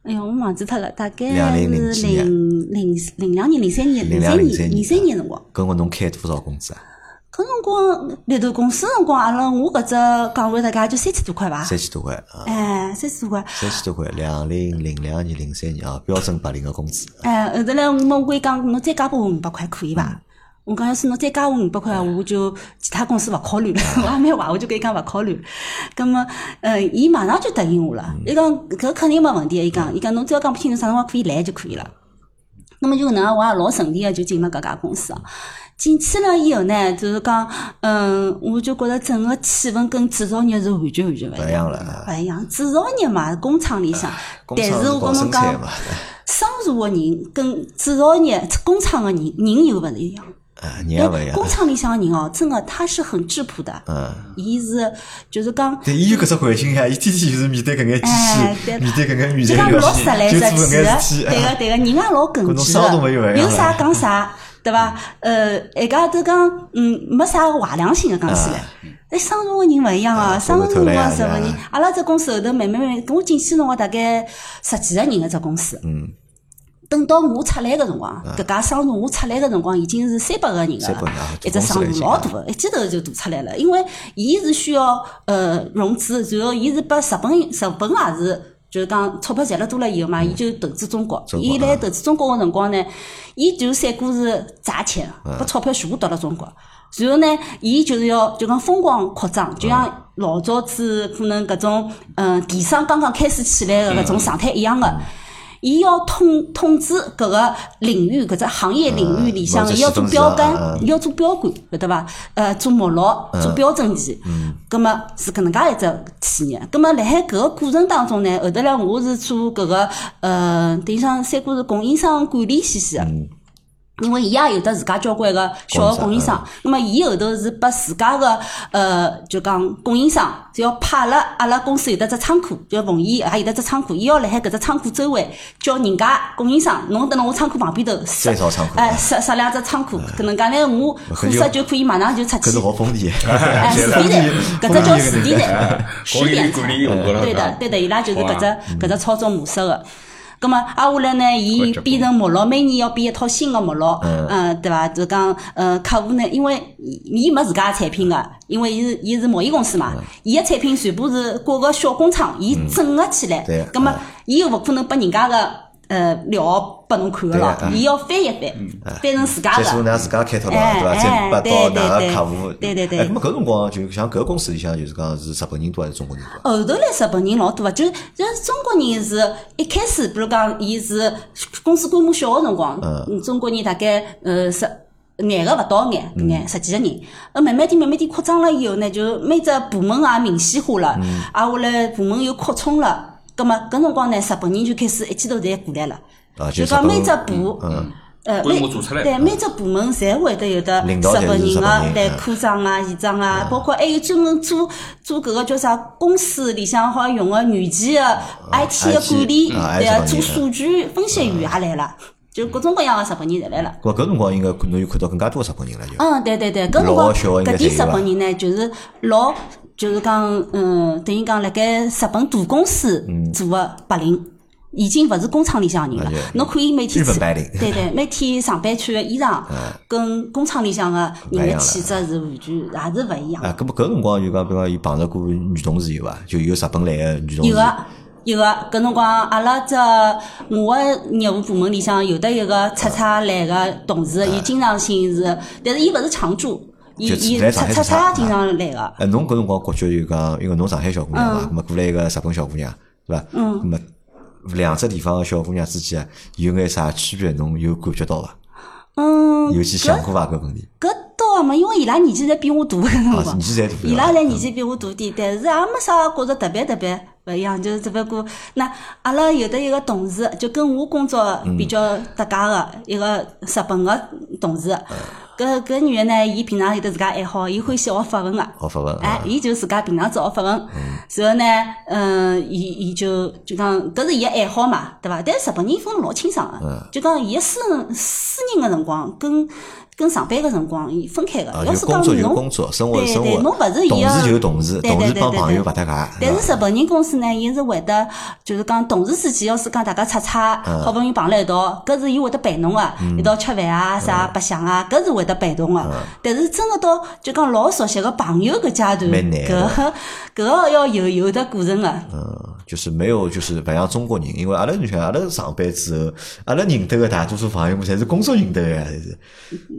[SPEAKER 3] 哎哟，我忘记脱了，大概
[SPEAKER 1] 两零零
[SPEAKER 3] 是
[SPEAKER 1] 几年
[SPEAKER 3] 零零零两年、零三年、
[SPEAKER 1] 零两
[SPEAKER 3] 三年、
[SPEAKER 1] 零三年
[SPEAKER 3] 零三年辰光。
[SPEAKER 1] 搿辰光侬开多少工资啊？
[SPEAKER 3] 搿辰光猎头公司辰光，阿拉我搿只岗位大概就三千多块伐？
[SPEAKER 1] 三千多块啊，
[SPEAKER 3] 哎，三千多块。
[SPEAKER 1] 三千多块，两零零两年、零三年啊，标准白领个工资。
[SPEAKER 3] 哎，后头来我问我伊讲，侬再加拨我五百块可
[SPEAKER 1] 嗯
[SPEAKER 3] 以伐？我讲，要是侬再加我五百块，啊我就其他公司勿考 虑了。我也蛮坏，我就跟伊讲勿考虑。葛么，呃，伊马上就答应我
[SPEAKER 1] 嗯
[SPEAKER 3] 了。伊讲搿肯定没问题啊的。伊讲，伊讲侬只要讲拨清楚啥辰光可以来就可以了。那么就搿能啊，我也老顺利个就进了搿家公司啊。进去了以后呢，就是讲，嗯，我就觉着整个气氛跟制造业是完全完全勿
[SPEAKER 1] 勿
[SPEAKER 3] 一
[SPEAKER 1] 一
[SPEAKER 3] 样
[SPEAKER 1] 样了啊
[SPEAKER 3] 勿一样。制造业嘛，工厂里向，
[SPEAKER 1] 工
[SPEAKER 3] 但
[SPEAKER 1] 厂
[SPEAKER 3] 是我
[SPEAKER 1] 搞
[SPEAKER 3] 跟侬
[SPEAKER 1] 生产
[SPEAKER 3] 讲
[SPEAKER 1] 嘛，，
[SPEAKER 3] 商社个人跟制造业、工厂个人人又勿是一样。
[SPEAKER 1] 啊，人也勿一样
[SPEAKER 3] 工。厂里向个人哦，真个他是很质朴的，
[SPEAKER 1] 嗯，
[SPEAKER 3] 伊是就是讲
[SPEAKER 1] 对，伊有搿只环境呀，伊天天就是面对搿眼机
[SPEAKER 3] 哎
[SPEAKER 1] 器
[SPEAKER 3] 对，
[SPEAKER 1] 面对搿眼软
[SPEAKER 3] 就
[SPEAKER 1] 件
[SPEAKER 3] 讲
[SPEAKER 1] 游
[SPEAKER 3] 老
[SPEAKER 1] 戏
[SPEAKER 3] 实来，
[SPEAKER 1] 就
[SPEAKER 3] 实
[SPEAKER 1] 做
[SPEAKER 3] 气
[SPEAKER 1] 搿
[SPEAKER 3] 的
[SPEAKER 1] 眼事，体。
[SPEAKER 3] 对
[SPEAKER 1] 啊
[SPEAKER 3] 个对个，人家老耿
[SPEAKER 1] 跟侬
[SPEAKER 3] 直
[SPEAKER 1] 生活勿一样
[SPEAKER 3] 的，
[SPEAKER 1] 了
[SPEAKER 3] 有啥讲啥，对伐？呃，一家都讲，嗯，没啥坏良心的讲起来
[SPEAKER 1] 啊。
[SPEAKER 3] 哎，商社个人勿一样哦，
[SPEAKER 1] 啊
[SPEAKER 3] 商社
[SPEAKER 1] 头
[SPEAKER 3] 个
[SPEAKER 1] 来
[SPEAKER 3] 光
[SPEAKER 1] 啊
[SPEAKER 3] 什么
[SPEAKER 1] 对
[SPEAKER 3] 人
[SPEAKER 1] 啊？
[SPEAKER 3] 阿拉只公司后头慢慢慢慢，我进去辰光大概十几个人个只公司。
[SPEAKER 1] 嗯，啊
[SPEAKER 3] 等到我出来个辰光，搿家商社我出来个辰光已经是三百个人
[SPEAKER 1] 三百
[SPEAKER 3] 个
[SPEAKER 1] 人啊
[SPEAKER 3] 一只商
[SPEAKER 1] 公司
[SPEAKER 3] 社
[SPEAKER 1] 来
[SPEAKER 3] 老大个，一记头就大出来了。因为伊是需要呃融资，然后伊是拨日本日本也是。就是讲钞票赚了多了以后嘛，伊就投资中国。
[SPEAKER 1] 中国
[SPEAKER 3] 伊来
[SPEAKER 1] 嗯
[SPEAKER 3] 投资中国个辰光呢，伊就三股是砸钱，
[SPEAKER 1] 啊
[SPEAKER 3] 把钞票全部投了中国。然后呢，伊就是要就讲疯狂扩张，就
[SPEAKER 1] 啊
[SPEAKER 3] 像老呃早子可能搿种嗯电商刚刚开始起来个搿种状态一样个。伊要统统治搿个领域搿只行业领域里向
[SPEAKER 1] 嗯，
[SPEAKER 3] 要做标杆
[SPEAKER 1] 嗯，
[SPEAKER 3] 要做标杆，晓得伐？呃，做目录，做标准期，
[SPEAKER 1] 嗯
[SPEAKER 3] 葛么是搿能介一只企业。葛么辣海搿个过程当中呢，后头来我是做搿个呃，等于讲三哥是供应商管理先生。
[SPEAKER 1] 嗯
[SPEAKER 3] 因为伊也有得自家交关个小个供应
[SPEAKER 1] 嗯
[SPEAKER 3] 商，那么伊后头是拨自家个呃，就讲供应商，只要派了阿拉公司有得只仓库，就奉伊也有得只仓库，伊要辣海搿只仓库周围叫人家供应商，侬等辣我仓库旁边头
[SPEAKER 1] 再造仓库嗯
[SPEAKER 3] 哎，设设两只仓库，搿能介呢，我货色就可以马上就出
[SPEAKER 1] 搿
[SPEAKER 3] 去
[SPEAKER 1] 是。好封闭，
[SPEAKER 3] 哎，
[SPEAKER 1] 现
[SPEAKER 3] 实
[SPEAKER 1] 在封闭
[SPEAKER 3] 地站，搿只叫实地
[SPEAKER 2] 哎
[SPEAKER 3] 站，
[SPEAKER 2] 管
[SPEAKER 3] 实
[SPEAKER 2] 理
[SPEAKER 3] 点
[SPEAKER 2] 管理用过了，
[SPEAKER 3] 对
[SPEAKER 2] 是
[SPEAKER 3] 的
[SPEAKER 2] 吧，
[SPEAKER 3] 对的，伊拉就是搿只
[SPEAKER 2] 哇
[SPEAKER 3] 搿只操作模式个。葛末啊挨下来呢，伊编成目录，每年要编一套新个目录，嗯，对伐？就讲，呃，客户呢，因为伊伊没自家的产品个，因为伊是伊是贸易公司嘛，伊个产品全部是各个小工厂伊整合起来
[SPEAKER 1] 对，
[SPEAKER 3] 葛末
[SPEAKER 1] 嗯
[SPEAKER 3] 伊又勿可能拨人家个呃料拨侬看个咯
[SPEAKER 1] 对嗯，
[SPEAKER 3] 伊要翻一翻，翻成自家
[SPEAKER 1] 再说
[SPEAKER 3] 个。
[SPEAKER 1] 㑚自家开脱了，
[SPEAKER 3] 哎
[SPEAKER 1] 对伐？再
[SPEAKER 3] 哎
[SPEAKER 1] 拨到
[SPEAKER 3] 对
[SPEAKER 1] 哪
[SPEAKER 3] 对
[SPEAKER 1] 个客户？
[SPEAKER 3] 对对对
[SPEAKER 1] 哎，那么搿辰光就像搿个公司里向就是讲是日本人多还是中国人多？啊
[SPEAKER 3] 后头来日本人老多啊，就是就是中国人是一开始，比如讲，伊是公司规模小个辰光，嗯中国人大概呃十廿个勿到眼，
[SPEAKER 1] 嗯
[SPEAKER 3] 搿眼十几个人，呃慢慢点慢慢点扩张了以后呢，就每只部门也明显化了，
[SPEAKER 1] 嗯
[SPEAKER 3] 啊后来部门又扩充了，葛末搿辰光呢，日本人就开始一记头侪过来了，
[SPEAKER 1] 啊，
[SPEAKER 3] 就
[SPEAKER 1] 日
[SPEAKER 3] 讲
[SPEAKER 1] 本
[SPEAKER 3] 每只部。
[SPEAKER 1] 嗯，
[SPEAKER 3] 呃，
[SPEAKER 2] 规
[SPEAKER 3] 每
[SPEAKER 2] 模做出来
[SPEAKER 3] 对每只部门侪会得有的
[SPEAKER 1] 领
[SPEAKER 3] 日
[SPEAKER 1] 导侪是
[SPEAKER 3] 本人
[SPEAKER 1] 日本
[SPEAKER 3] 啊
[SPEAKER 1] 人，
[SPEAKER 3] 对
[SPEAKER 1] 嗯
[SPEAKER 3] 科长啊、县长啊，包括还有专门做做搿个叫啥公司里向好像用个软件个 IT 个
[SPEAKER 1] IT
[SPEAKER 3] 管理，
[SPEAKER 1] 啊嗯
[SPEAKER 3] 对啊，
[SPEAKER 1] 日本人
[SPEAKER 3] 做数据分析员也来了，就各种各样个日本人侪来了。
[SPEAKER 1] 搿搿辰光应该侬又看到更加多日本人了，就
[SPEAKER 3] 嗯，对对对，搿辰
[SPEAKER 1] 老
[SPEAKER 3] 光
[SPEAKER 1] 的小的应该
[SPEAKER 3] 搿点
[SPEAKER 1] 侪
[SPEAKER 3] 日
[SPEAKER 1] 有啊吧
[SPEAKER 3] 本人呢，就是老就是讲，嗯，等于讲辣盖日本大公司
[SPEAKER 1] 嗯
[SPEAKER 3] 做个白领。已经勿是工厂里向的人
[SPEAKER 1] 啊
[SPEAKER 3] 了
[SPEAKER 1] 对，
[SPEAKER 3] 侬可以每天
[SPEAKER 1] 日本
[SPEAKER 3] 去
[SPEAKER 1] 白领嗯
[SPEAKER 3] 对 对，每天上班穿个衣裳跟工厂里向个人
[SPEAKER 1] 勿一
[SPEAKER 3] 的
[SPEAKER 1] 样了
[SPEAKER 3] 气质是完全也是勿一样的。
[SPEAKER 1] 啊，搿么搿辰光就讲，比如讲伊碰着过女同事有伐？就有日本来个女同事，
[SPEAKER 3] 有个有个，搿辰光阿拉只我个业务部门里向有得一个出差来个同
[SPEAKER 1] 啊
[SPEAKER 3] 事，伊经常性是，但是伊勿是常驻，伊
[SPEAKER 1] 就
[SPEAKER 3] 伊
[SPEAKER 1] 来
[SPEAKER 3] 出
[SPEAKER 1] 上海
[SPEAKER 3] 出
[SPEAKER 1] 出差
[SPEAKER 3] 差经常来个。
[SPEAKER 1] 哎，侬搿辰光感觉就讲，因为侬上海小姑娘嘛，
[SPEAKER 3] 嗯
[SPEAKER 1] 咁么过来一个日本小姑娘，对伐？嗯，咁么两只地方个小姑娘之间有眼啥区别？侬有感觉到伐？
[SPEAKER 3] 嗯，
[SPEAKER 1] 有去
[SPEAKER 3] 搿
[SPEAKER 1] 想过伐？搿问题
[SPEAKER 3] 搿倒也没，因为伊拉年纪侪比我大搿辰
[SPEAKER 1] 啊，
[SPEAKER 3] 光
[SPEAKER 1] 年，纪侪大了，
[SPEAKER 3] 伊拉侪年纪比我大点，但是也没啥觉着特别特别勿一样，就是只不过那阿拉有的一个同事，就跟我工作比较搭界个一个日本个同事，搿搿女个呢，伊平常有得自家爱好，伊欢喜学法文个。
[SPEAKER 1] 好法文
[SPEAKER 3] 哎
[SPEAKER 1] 啊，，
[SPEAKER 3] 伊就自家平常只学法文，然后呢，嗯，伊伊就就讲，搿是伊个爱好嘛，对伐？但是日本人分得老清爽
[SPEAKER 1] 嗯
[SPEAKER 3] 个，就讲伊个私人私人个辰光跟跟上班个辰光伊分开个
[SPEAKER 1] 啊，。
[SPEAKER 3] 要
[SPEAKER 1] 就是工
[SPEAKER 3] 讲
[SPEAKER 1] 作就
[SPEAKER 3] 侬
[SPEAKER 1] 工作，生活
[SPEAKER 3] 对
[SPEAKER 1] 生
[SPEAKER 3] 对
[SPEAKER 1] 活，
[SPEAKER 3] 侬勿是伊
[SPEAKER 1] 同
[SPEAKER 3] 个
[SPEAKER 1] 事就同事，
[SPEAKER 3] 对
[SPEAKER 1] 同
[SPEAKER 3] 对
[SPEAKER 1] 事
[SPEAKER 3] 对
[SPEAKER 1] 帮
[SPEAKER 3] 对
[SPEAKER 1] 朋友
[SPEAKER 3] 对
[SPEAKER 1] 勿搭嘎，
[SPEAKER 3] 但
[SPEAKER 1] 吧
[SPEAKER 3] 是日本人公司呢，伊是会得就是讲同事之间，要是讲大家出差，
[SPEAKER 1] 嗯
[SPEAKER 3] 好不容易碰了一道，搿是伊会得陪侬个，一道吃饭啊、啥
[SPEAKER 1] 嗯
[SPEAKER 3] 白相啊，搿是会得陪同个。但是真个到就讲老熟悉个朋友搿阶段，
[SPEAKER 1] 蛮难的
[SPEAKER 3] 搿搿个要有有的过程个。
[SPEAKER 1] 嗯，就是没有，就是勿像中国人，因为阿拉你看，阿拉上班之后，阿拉认得个大多数朋友们，侪是工作认得个呀，侪是，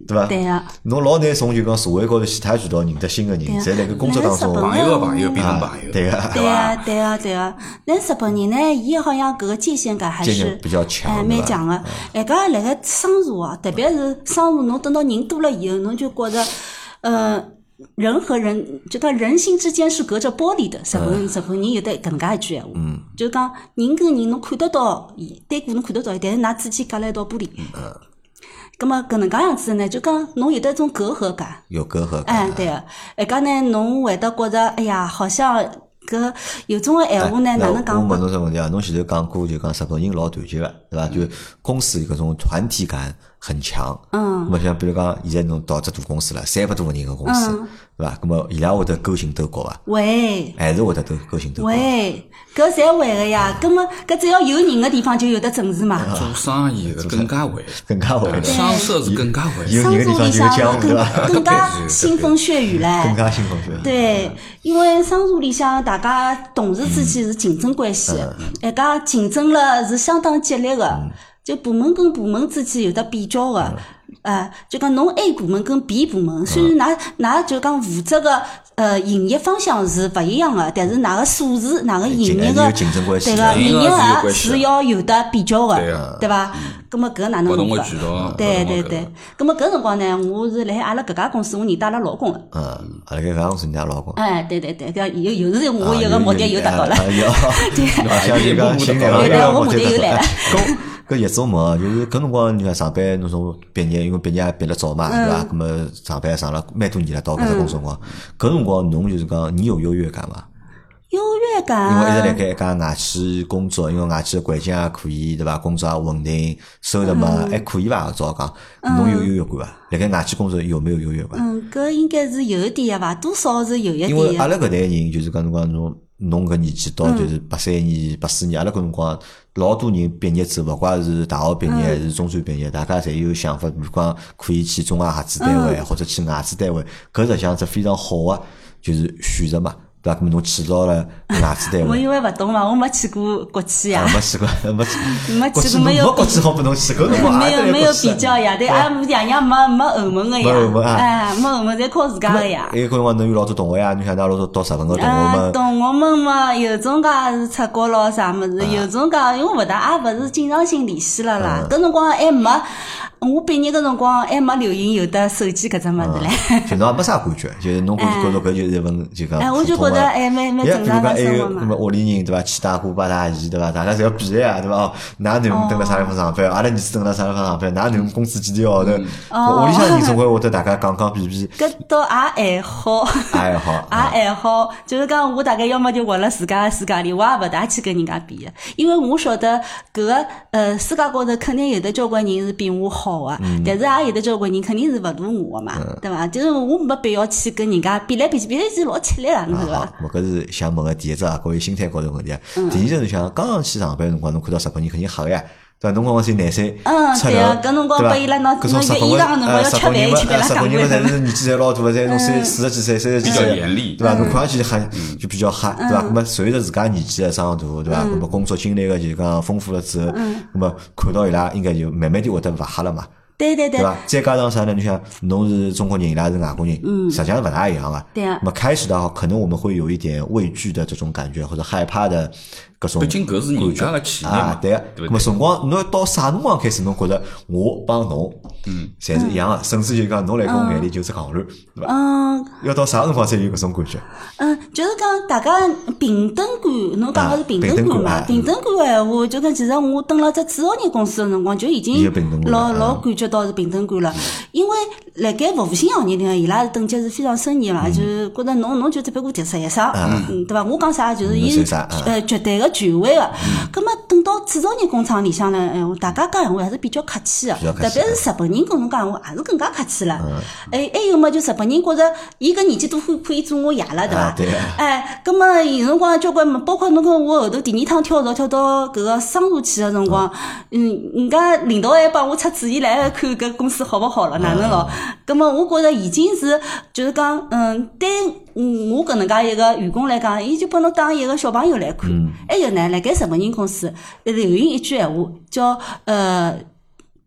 [SPEAKER 1] 对伐？
[SPEAKER 3] 对啊
[SPEAKER 1] 侬老难从就讲社会高头其他渠道认得新个人，
[SPEAKER 3] 对啊哎
[SPEAKER 1] 侪辣盖工作当中啊
[SPEAKER 3] 来日
[SPEAKER 2] 朋友个
[SPEAKER 3] 本
[SPEAKER 2] 朋友变成朋友，
[SPEAKER 1] 对个，
[SPEAKER 3] 对啊，对啊，对啊。那日本人呢，伊好像搿个界限感还
[SPEAKER 1] 界限
[SPEAKER 3] 是
[SPEAKER 1] 比较强
[SPEAKER 3] 哎，
[SPEAKER 1] 对
[SPEAKER 3] 蛮
[SPEAKER 1] 吧嗯
[SPEAKER 3] 强个。哎，搿也辣盖商务啊，特别是商务，侬等到人多了以后，侬就觉着，呃，人和人就讲人心之间是隔着玻璃的。日
[SPEAKER 1] 嗯
[SPEAKER 3] 本日本人有得搿能介一句闲话，就讲人跟人侬看得到伊，对过侬看得到伊，但是㑚之间隔了一道玻璃。
[SPEAKER 1] 嗯
[SPEAKER 3] 咁么搿能介样子呢，就讲侬有得一种隔阂感。
[SPEAKER 1] 有隔阂感。
[SPEAKER 3] 哎，对个，哎，讲呢，侬会得觉着，哎呀，好像搿有种个闲话啊呢，
[SPEAKER 1] 哎
[SPEAKER 3] 哪能
[SPEAKER 1] 那我
[SPEAKER 3] 讲
[SPEAKER 1] 问
[SPEAKER 3] 法？
[SPEAKER 1] 侬只问题啊？侬前头讲过，就讲日本人老团结个，对伐？就公司搿种团体感很强。
[SPEAKER 3] 嗯。
[SPEAKER 1] 么像比如讲，现在侬到只大公司了，三百多个人个公司
[SPEAKER 3] 嗯，
[SPEAKER 1] 对伐？那么伊拉会得勾心斗角伐？
[SPEAKER 3] 喂
[SPEAKER 1] 还是会得斗勾心斗角。
[SPEAKER 3] 喂，搿侪会个呀，葛么搿只要有人个地方就有得政治嘛。
[SPEAKER 2] 做生意是更加会，
[SPEAKER 1] 更加会
[SPEAKER 2] 哎商社是更加会，
[SPEAKER 1] 有
[SPEAKER 3] 商
[SPEAKER 1] 人个地
[SPEAKER 3] 务
[SPEAKER 1] 方
[SPEAKER 3] 里
[SPEAKER 1] 就有
[SPEAKER 3] 向
[SPEAKER 1] 江 湖对伐？
[SPEAKER 3] 更更加腥风血雨
[SPEAKER 1] 更
[SPEAKER 3] 唻。
[SPEAKER 1] 加辛苦是吧？
[SPEAKER 3] 对，因为商务里向大家同事之
[SPEAKER 2] 嗯
[SPEAKER 3] 间是竞争关系，哎，家竞争了是相当激烈的，
[SPEAKER 2] 嗯
[SPEAKER 3] 就部门跟部门之间有得比较
[SPEAKER 2] 嗯
[SPEAKER 3] 的。呃，就讲侬 A 部门跟 B 部门，虽然㑚㑚就讲负责个呃，营业方向是勿一样的，但是㑚个数字、㑚个营业
[SPEAKER 1] 还是
[SPEAKER 3] 个
[SPEAKER 1] 有竞争关系
[SPEAKER 3] 对
[SPEAKER 1] 的
[SPEAKER 3] 个营业
[SPEAKER 2] 营业是有
[SPEAKER 3] 额
[SPEAKER 2] 关系的
[SPEAKER 3] 是要有的比较
[SPEAKER 2] 对
[SPEAKER 3] 的
[SPEAKER 2] 啊，
[SPEAKER 3] 对伐？葛么搿哪能
[SPEAKER 2] 活
[SPEAKER 3] 弄
[SPEAKER 2] 动的
[SPEAKER 3] 法
[SPEAKER 2] 渠？道，
[SPEAKER 3] 对
[SPEAKER 2] 活动的
[SPEAKER 3] 对
[SPEAKER 2] 搿
[SPEAKER 3] 对
[SPEAKER 2] 个，，
[SPEAKER 3] 葛么搿辰光呢，我是辣海阿拉搿家公司，我认得阿拉老公了。
[SPEAKER 1] 嗯，阿拉搿家公司人家老公，
[SPEAKER 3] 哎，对对对，搿有有是我
[SPEAKER 1] 啊
[SPEAKER 3] 有个目的有达到了。
[SPEAKER 1] 哎有， 啊像这个新来
[SPEAKER 3] 对
[SPEAKER 1] 个
[SPEAKER 3] 的，我目的
[SPEAKER 1] 达
[SPEAKER 3] 有
[SPEAKER 1] 到
[SPEAKER 3] 来了
[SPEAKER 1] 了。。搿叶子嘛，就是搿辰光，你看上班，侬从毕业，因为毕业也毕得早嘛，对伐？搿么上班上了蛮多年了，到搿只工作辰光，搿辰光侬就是讲，你有优越感伐？
[SPEAKER 3] 优越
[SPEAKER 1] 因为一直辣
[SPEAKER 3] 感，
[SPEAKER 1] 盖一家外企工作，因为外企的环境也可以，对伐？工作也稳定，收入嘛还可以伐？照讲，侬有优越感伐？辣盖外企工作有没有优越感？
[SPEAKER 3] 嗯，搿应该是有一点的伐，多少是嗯有一
[SPEAKER 1] 因为
[SPEAKER 3] 点
[SPEAKER 1] 阿
[SPEAKER 3] 的。
[SPEAKER 1] 拉搿代人就是讲，侬讲侬侬搿年纪到就是八三年、八四年，阿拉搿辰光老多人毕业之后，勿怪是大学毕
[SPEAKER 3] 嗯
[SPEAKER 1] 业还是中专毕业，大家侪有想法，比如讲可以去中外合资单
[SPEAKER 3] 嗯
[SPEAKER 1] 位或者去外资单位，搿实际上是非常好个就是选择嘛，对伐？搿么侬去到了外资单
[SPEAKER 3] 我
[SPEAKER 1] 位。
[SPEAKER 3] 因为勿懂嘛，我没去过国企
[SPEAKER 1] 啊
[SPEAKER 3] 呀，，
[SPEAKER 1] 没去过，没去，
[SPEAKER 3] 没
[SPEAKER 1] 国
[SPEAKER 3] 去
[SPEAKER 1] 企
[SPEAKER 3] 过没有
[SPEAKER 1] 侬没国
[SPEAKER 3] 比
[SPEAKER 1] 企好拨侬去，搿辰光
[SPEAKER 3] 没
[SPEAKER 1] 也
[SPEAKER 3] 有
[SPEAKER 1] 得
[SPEAKER 3] 没有
[SPEAKER 1] 国企
[SPEAKER 3] 比
[SPEAKER 1] 啊
[SPEAKER 3] 较呀，对，阿拉爷娘没没后门个
[SPEAKER 1] 没后门
[SPEAKER 3] 呀，
[SPEAKER 1] 啊
[SPEAKER 3] 哎，没后门，侪靠自家个呀
[SPEAKER 1] 还。哎有搿辰光侬有老多同学呀，侬想㑚老多读日文个同学
[SPEAKER 3] 啊，
[SPEAKER 1] 们，
[SPEAKER 3] 同学们嘛，有种介是出国咯啥啊物事，有种介因为勿大也勿是经常性联系了啦。搿辰光还没，我毕业搿辰光还没流行有的手机搿只物事唻。
[SPEAKER 1] 就侬也没啥感觉，就是侬觉觉着搿就是一份就讲
[SPEAKER 3] 哎我就
[SPEAKER 1] 普通的
[SPEAKER 3] 觉得哎蛮蛮
[SPEAKER 1] 也
[SPEAKER 3] 正常的
[SPEAKER 1] 比如讲还
[SPEAKER 3] 生
[SPEAKER 1] 有
[SPEAKER 3] 活嘛
[SPEAKER 1] 那么屋里人对伐，七大姑八大姨对伐，大家侪要毕业啊对伐？哦，㑚囡恩蹲辣啥地方上班，哦阿拉儿子蹲辣啥地方上班，㑚囡恩工资几钿号头？
[SPEAKER 3] 哦
[SPEAKER 1] 屋里向人总归会得大家讲讲比比，
[SPEAKER 3] 搿倒也还好，
[SPEAKER 1] 也还 好
[SPEAKER 3] 也还好。啊哎就是讲我大概要么就活辣自家的世界里，我也勿大去跟人家比的，因为我晓得搿个呃世界高头肯定有得交关人是比我好的，
[SPEAKER 1] 嗯
[SPEAKER 3] 但是也有得交关人肯定是勿如我的嘛，对伐？就是我没必要去跟人家比来比去，比来比去老吃力啊，侬
[SPEAKER 1] 啊
[SPEAKER 3] 晓得
[SPEAKER 1] 好
[SPEAKER 3] 伐？，
[SPEAKER 1] 我搿是想问个第一只啊，关于心态高头问题啊。
[SPEAKER 3] 嗯
[SPEAKER 1] 第二就是想，刚刚去上班的辰光，侬看到日本人肯定黑呀，对伐？侬讲光才廿岁，
[SPEAKER 3] 嗯
[SPEAKER 1] 出
[SPEAKER 3] 对
[SPEAKER 1] 头
[SPEAKER 3] 啊搿辰光
[SPEAKER 1] 对伐
[SPEAKER 3] 拨伊拉拿
[SPEAKER 1] 搿种
[SPEAKER 3] 拿
[SPEAKER 1] 日
[SPEAKER 3] 个
[SPEAKER 1] 本
[SPEAKER 3] 衣裳
[SPEAKER 1] 人
[SPEAKER 3] 侬勿要
[SPEAKER 1] 呃
[SPEAKER 3] 吃
[SPEAKER 1] 日本人
[SPEAKER 3] 饭去
[SPEAKER 1] 嘛
[SPEAKER 3] 给
[SPEAKER 1] 呃日本人嘛，
[SPEAKER 3] 拉讲话
[SPEAKER 1] 侪是年纪侪老大，
[SPEAKER 3] 嗯
[SPEAKER 1] 侪侬三四十几岁、三十几
[SPEAKER 2] 比较
[SPEAKER 1] 岁，
[SPEAKER 2] 严厉嗯
[SPEAKER 1] 对伐？侬看上去就很就比较
[SPEAKER 3] 嗯
[SPEAKER 1] 吓，对伐？那么随着自家年纪的长大，对伐？那么工作经历个就是讲丰富了之后，
[SPEAKER 3] 嗯
[SPEAKER 1] 那么看到伊拉应该就慢慢地会得勿吓了嘛。
[SPEAKER 3] 对对
[SPEAKER 1] 对伐？再加上啥呢？你想，侬是中国人，伊拉是外国人，实际上勿大一样啊。
[SPEAKER 3] 嗯对啊
[SPEAKER 1] 那么开始的话，可能我们会有一点畏惧的这种感觉，或者害怕的各种
[SPEAKER 2] 毕。竟搿是人家的企业
[SPEAKER 1] 啊
[SPEAKER 2] 嘛，，
[SPEAKER 1] 对啊，那
[SPEAKER 2] 对不
[SPEAKER 1] 么
[SPEAKER 2] 对？
[SPEAKER 1] 辰光，侬要到啥辰光开始，侬觉得我帮侬，嗯，侪是一样的，甚至就讲侬来跟我眼里就是戆卵，对伐？
[SPEAKER 3] 嗯。
[SPEAKER 1] 要到啥辰光才有搿种感觉？
[SPEAKER 3] 嗯，就是讲大家平等感，侬讲个是
[SPEAKER 1] 啊
[SPEAKER 3] 平等
[SPEAKER 1] 平等
[SPEAKER 3] 感
[SPEAKER 1] 感
[SPEAKER 3] 嘛
[SPEAKER 1] 啊？
[SPEAKER 3] 平等感个闲话，就讲其实哎我蹲辣只制造业公司个辰光，就已
[SPEAKER 1] 也有
[SPEAKER 3] 经
[SPEAKER 1] 平等感
[SPEAKER 3] 老
[SPEAKER 1] 了
[SPEAKER 3] 老
[SPEAKER 1] 嗯
[SPEAKER 3] 感觉到是平等感了。因为辣盖服务性行业里向，伊拉等级是非常森严嘛，
[SPEAKER 1] 嗯
[SPEAKER 3] 就是觉着侬侬就只不过第十一
[SPEAKER 1] 啊
[SPEAKER 3] 啥，嗯对伐？我讲啥就是
[SPEAKER 1] 侬
[SPEAKER 3] 伊
[SPEAKER 1] 说
[SPEAKER 3] 是
[SPEAKER 1] 啥啊嗯
[SPEAKER 3] 呃绝对个权威个。葛么等到制造业工厂里向呢，闲话大家讲闲话还是比较客气个，
[SPEAKER 1] 比较
[SPEAKER 3] 特
[SPEAKER 1] 客气
[SPEAKER 3] 别是日本人跟侬讲闲话，也是更加客气了。哎，还有么？就日本人觉着伊搿年纪都可以可以做我爷了，对伐
[SPEAKER 1] 啊？对啊
[SPEAKER 3] 哎，葛么有辰光交关么，包括侬跟我后头第二趟跳槽跳到搿个商务去个辰光，嗯，人家领导还帮我出主意来看搿公司好勿好了，哪能咯？葛么我觉着已经是就是讲，嗯，对嗯我搿能介一个员工来讲，伊就把侬当一个小朋友来看。还有呢，辣盖日本人公司流行一句闲话叫呃。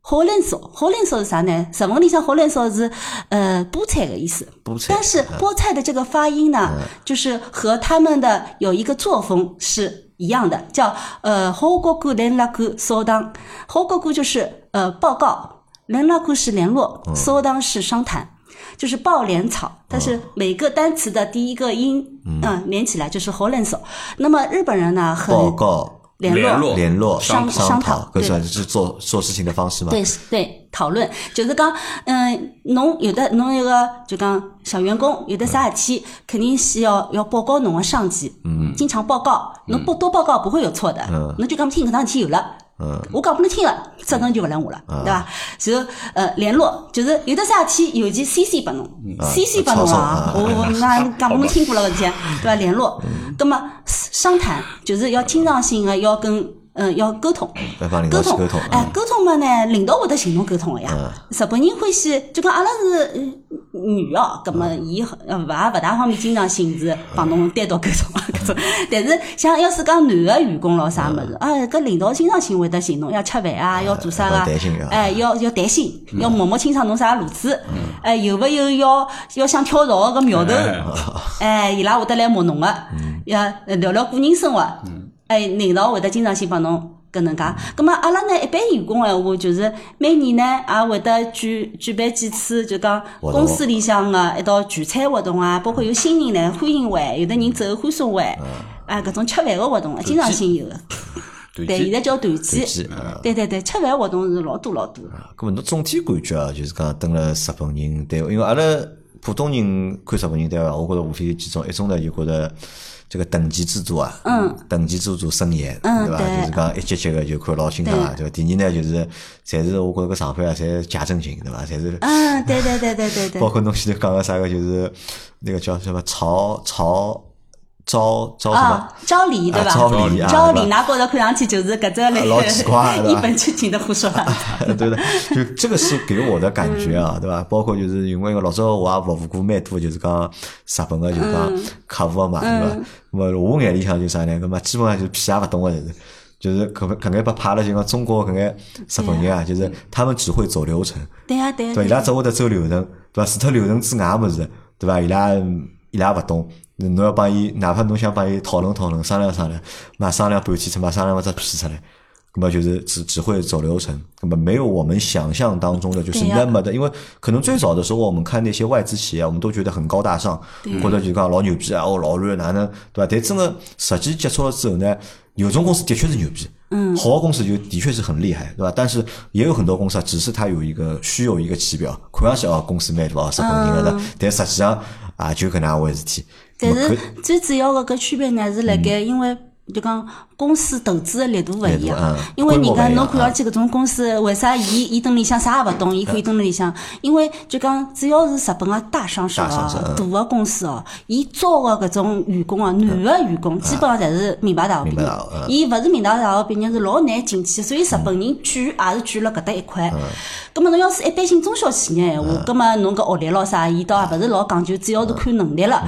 [SPEAKER 3] 好冷烧，好冷烧是啥呢？日文里向好冷烧是呃菠菜的意思。
[SPEAKER 1] 菠菜
[SPEAKER 3] 但是菠菜的这个发音呢，
[SPEAKER 1] 嗯
[SPEAKER 3] 就是和他们的有一个作风是一样的，叫呃后国库连拉库收当，后国库就是呃报告，连拉库是联络，
[SPEAKER 1] 嗯
[SPEAKER 3] 收当是商谈。就是抱莲草，它
[SPEAKER 1] 嗯
[SPEAKER 3] 是每个单词的第一个音，嗯，连起来就是喉咙手。那么日本人呢，很
[SPEAKER 1] 报告、
[SPEAKER 3] 联
[SPEAKER 2] 联络
[SPEAKER 1] 联络、
[SPEAKER 3] 商商
[SPEAKER 1] 商
[SPEAKER 3] 讨
[SPEAKER 1] 讨，
[SPEAKER 3] 对
[SPEAKER 1] 搿算是做做事情的方式嘛？
[SPEAKER 3] 对是对，讨论就是讲，嗯，侬有的侬有个就讲小员工有的啥事体，肯定是要要报告侬个上级，嗯，经常报告，侬报多报告不会有错的，嗯，侬就讲听搿桩事体有了。嗯，我讲拨侬听了，责任就勿赖我了，对伐？然后呃，联络就是有的啥事体，邮件 CC 拨侬，CC 拨侬
[SPEAKER 1] 操作
[SPEAKER 3] 啊
[SPEAKER 1] 啊，
[SPEAKER 3] 我我那讲拨
[SPEAKER 1] 嗯
[SPEAKER 3] 侬听过了搿天，对伐？联络，葛么商谈就是要经常性个要跟嗯，要沟通，
[SPEAKER 1] 要帮领导
[SPEAKER 3] 沟
[SPEAKER 1] 去
[SPEAKER 3] 通
[SPEAKER 1] 沟通，
[SPEAKER 3] 哎
[SPEAKER 1] 嗯，
[SPEAKER 3] 沟通嘛呢，领导会得行动沟通个呀。日本人欢喜，就讲阿拉是呃女哦，葛么伊好呃勿也勿大方便经常性是帮侬单独沟通啊搿种。但是像要是讲男个员工咯啥物事，哎，搿领导经常性会得行动，要吃饭啊，要做啥
[SPEAKER 1] 嗯要
[SPEAKER 3] 啊
[SPEAKER 1] 弹性要，
[SPEAKER 3] 哎，要要弹性，
[SPEAKER 1] 嗯
[SPEAKER 3] 要摸摸清爽侬啥路子，哎，有勿有要要想跳槽个苗头。哎，伊拉会得来摸侬个，
[SPEAKER 1] 嗯
[SPEAKER 3] 呀，聊聊个人生活，哎，领导会得经常性帮侬搿能介。葛末阿拉呢，一般员工个闲话，就是每年呢也会得举举办几次，就讲
[SPEAKER 1] 活
[SPEAKER 3] 公
[SPEAKER 1] 动
[SPEAKER 3] 司里向个一道聚餐活动啊，包括有新人呢欢迎会，有的人走欢送会，
[SPEAKER 1] 嗯
[SPEAKER 3] 啊，搿种吃饭个活动啊，经常性有个。
[SPEAKER 2] 对
[SPEAKER 3] 对，现在叫团建
[SPEAKER 1] 团建嗯。
[SPEAKER 3] 对对对，吃饭活动是老多老多。
[SPEAKER 1] 咁么侬总体感觉啊，就是讲蹲辣日本人单位，因为阿拉普通人看日本人单位啊，我觉着无非几种，一种呢就觉着这个等级制度啊，嗯，等级制度森严，
[SPEAKER 3] 嗯
[SPEAKER 1] 对伐？
[SPEAKER 3] 对
[SPEAKER 1] 就是讲一级级个就看老清爽，啊对伐？第二呢就是，侪是我觉着搿上班啊，侪是假正经，对伐？侪是。
[SPEAKER 3] 嗯，对对对对对对
[SPEAKER 1] 包。括侬前头讲个啥个，就是那个叫什么曹曹招招什么
[SPEAKER 3] 啊，招礼对吧？
[SPEAKER 1] 啊招礼啊
[SPEAKER 3] 招礼
[SPEAKER 1] 对吧
[SPEAKER 3] 那高头看上去就是搿只嘞，
[SPEAKER 1] 老奇怪对
[SPEAKER 3] 一
[SPEAKER 1] 吧
[SPEAKER 3] 本正经的 胡说八道。
[SPEAKER 1] 对的，就这个是给我的感觉啊，对吧？包括就是因为老早我也服务过蛮多，就是讲日本的，就是讲客户嘛，对吧？那么我眼里向就啥呢？那么基本上就是屁也勿懂的，就是。就是搿个搿眼被派了，就讲中国搿眼日本人啊，就是他们只会走流程，
[SPEAKER 3] 对呀对呀，
[SPEAKER 1] 对，伊拉只会得走流程，对伐？除脱流程之外个物事，对伐？伊拉伊拉勿懂，侬要帮伊，哪怕侬想帮伊讨论讨论、商量商量，嘛商量半天出嘛，商量勿出屁出来，那么就是只只会走流程，那么没有我们想象当中的就是
[SPEAKER 3] 对呀
[SPEAKER 1] 那么的，因为可能最早的时候我们看那些外资企业，我们都觉得很高大上，或者就讲老牛逼啊，哦老乱哪能，对伐？但真的实际接触了之后呢，有种公司的确是牛逼。嗯，好的公司就的确是很厉害，对吧？但是也有很多公司啊，只是它有一个虚有一个旗标，看上去哦，公司蛮大哦，日本人的，但实际上啊，就搿能回事体。
[SPEAKER 3] 嗯但
[SPEAKER 1] 那么
[SPEAKER 3] 是
[SPEAKER 1] 可嗯
[SPEAKER 3] 最主要的搿区别呢，是辣盖因为就讲公司投资的力度勿一
[SPEAKER 1] 力度
[SPEAKER 3] 样
[SPEAKER 1] 嗯，
[SPEAKER 3] 因为
[SPEAKER 1] 规模不
[SPEAKER 3] 人
[SPEAKER 1] 一
[SPEAKER 3] 家
[SPEAKER 1] 样啊
[SPEAKER 3] 侬看上去搿种公司，为啥伊伊蹲里向啥也勿懂，伊可以蹲里向，因为就讲只要是日本个大商
[SPEAKER 1] 嗯
[SPEAKER 3] 社
[SPEAKER 1] 大商社
[SPEAKER 3] 哦，
[SPEAKER 1] 嗯
[SPEAKER 3] 大个公司哦，伊招个搿种员工哦，男个员
[SPEAKER 1] 嗯
[SPEAKER 3] 工基本上侪是名牌大学毕
[SPEAKER 1] 名
[SPEAKER 3] 业
[SPEAKER 1] 牌大学嗯，
[SPEAKER 3] 伊勿是名牌大学毕业是老难进去，所以日本人卷也是卷辣搿搭一块。葛末侬要是一般性中小企业闲话，葛末侬搿学历咯啥，伊倒也勿是老讲究，主要是看能力了。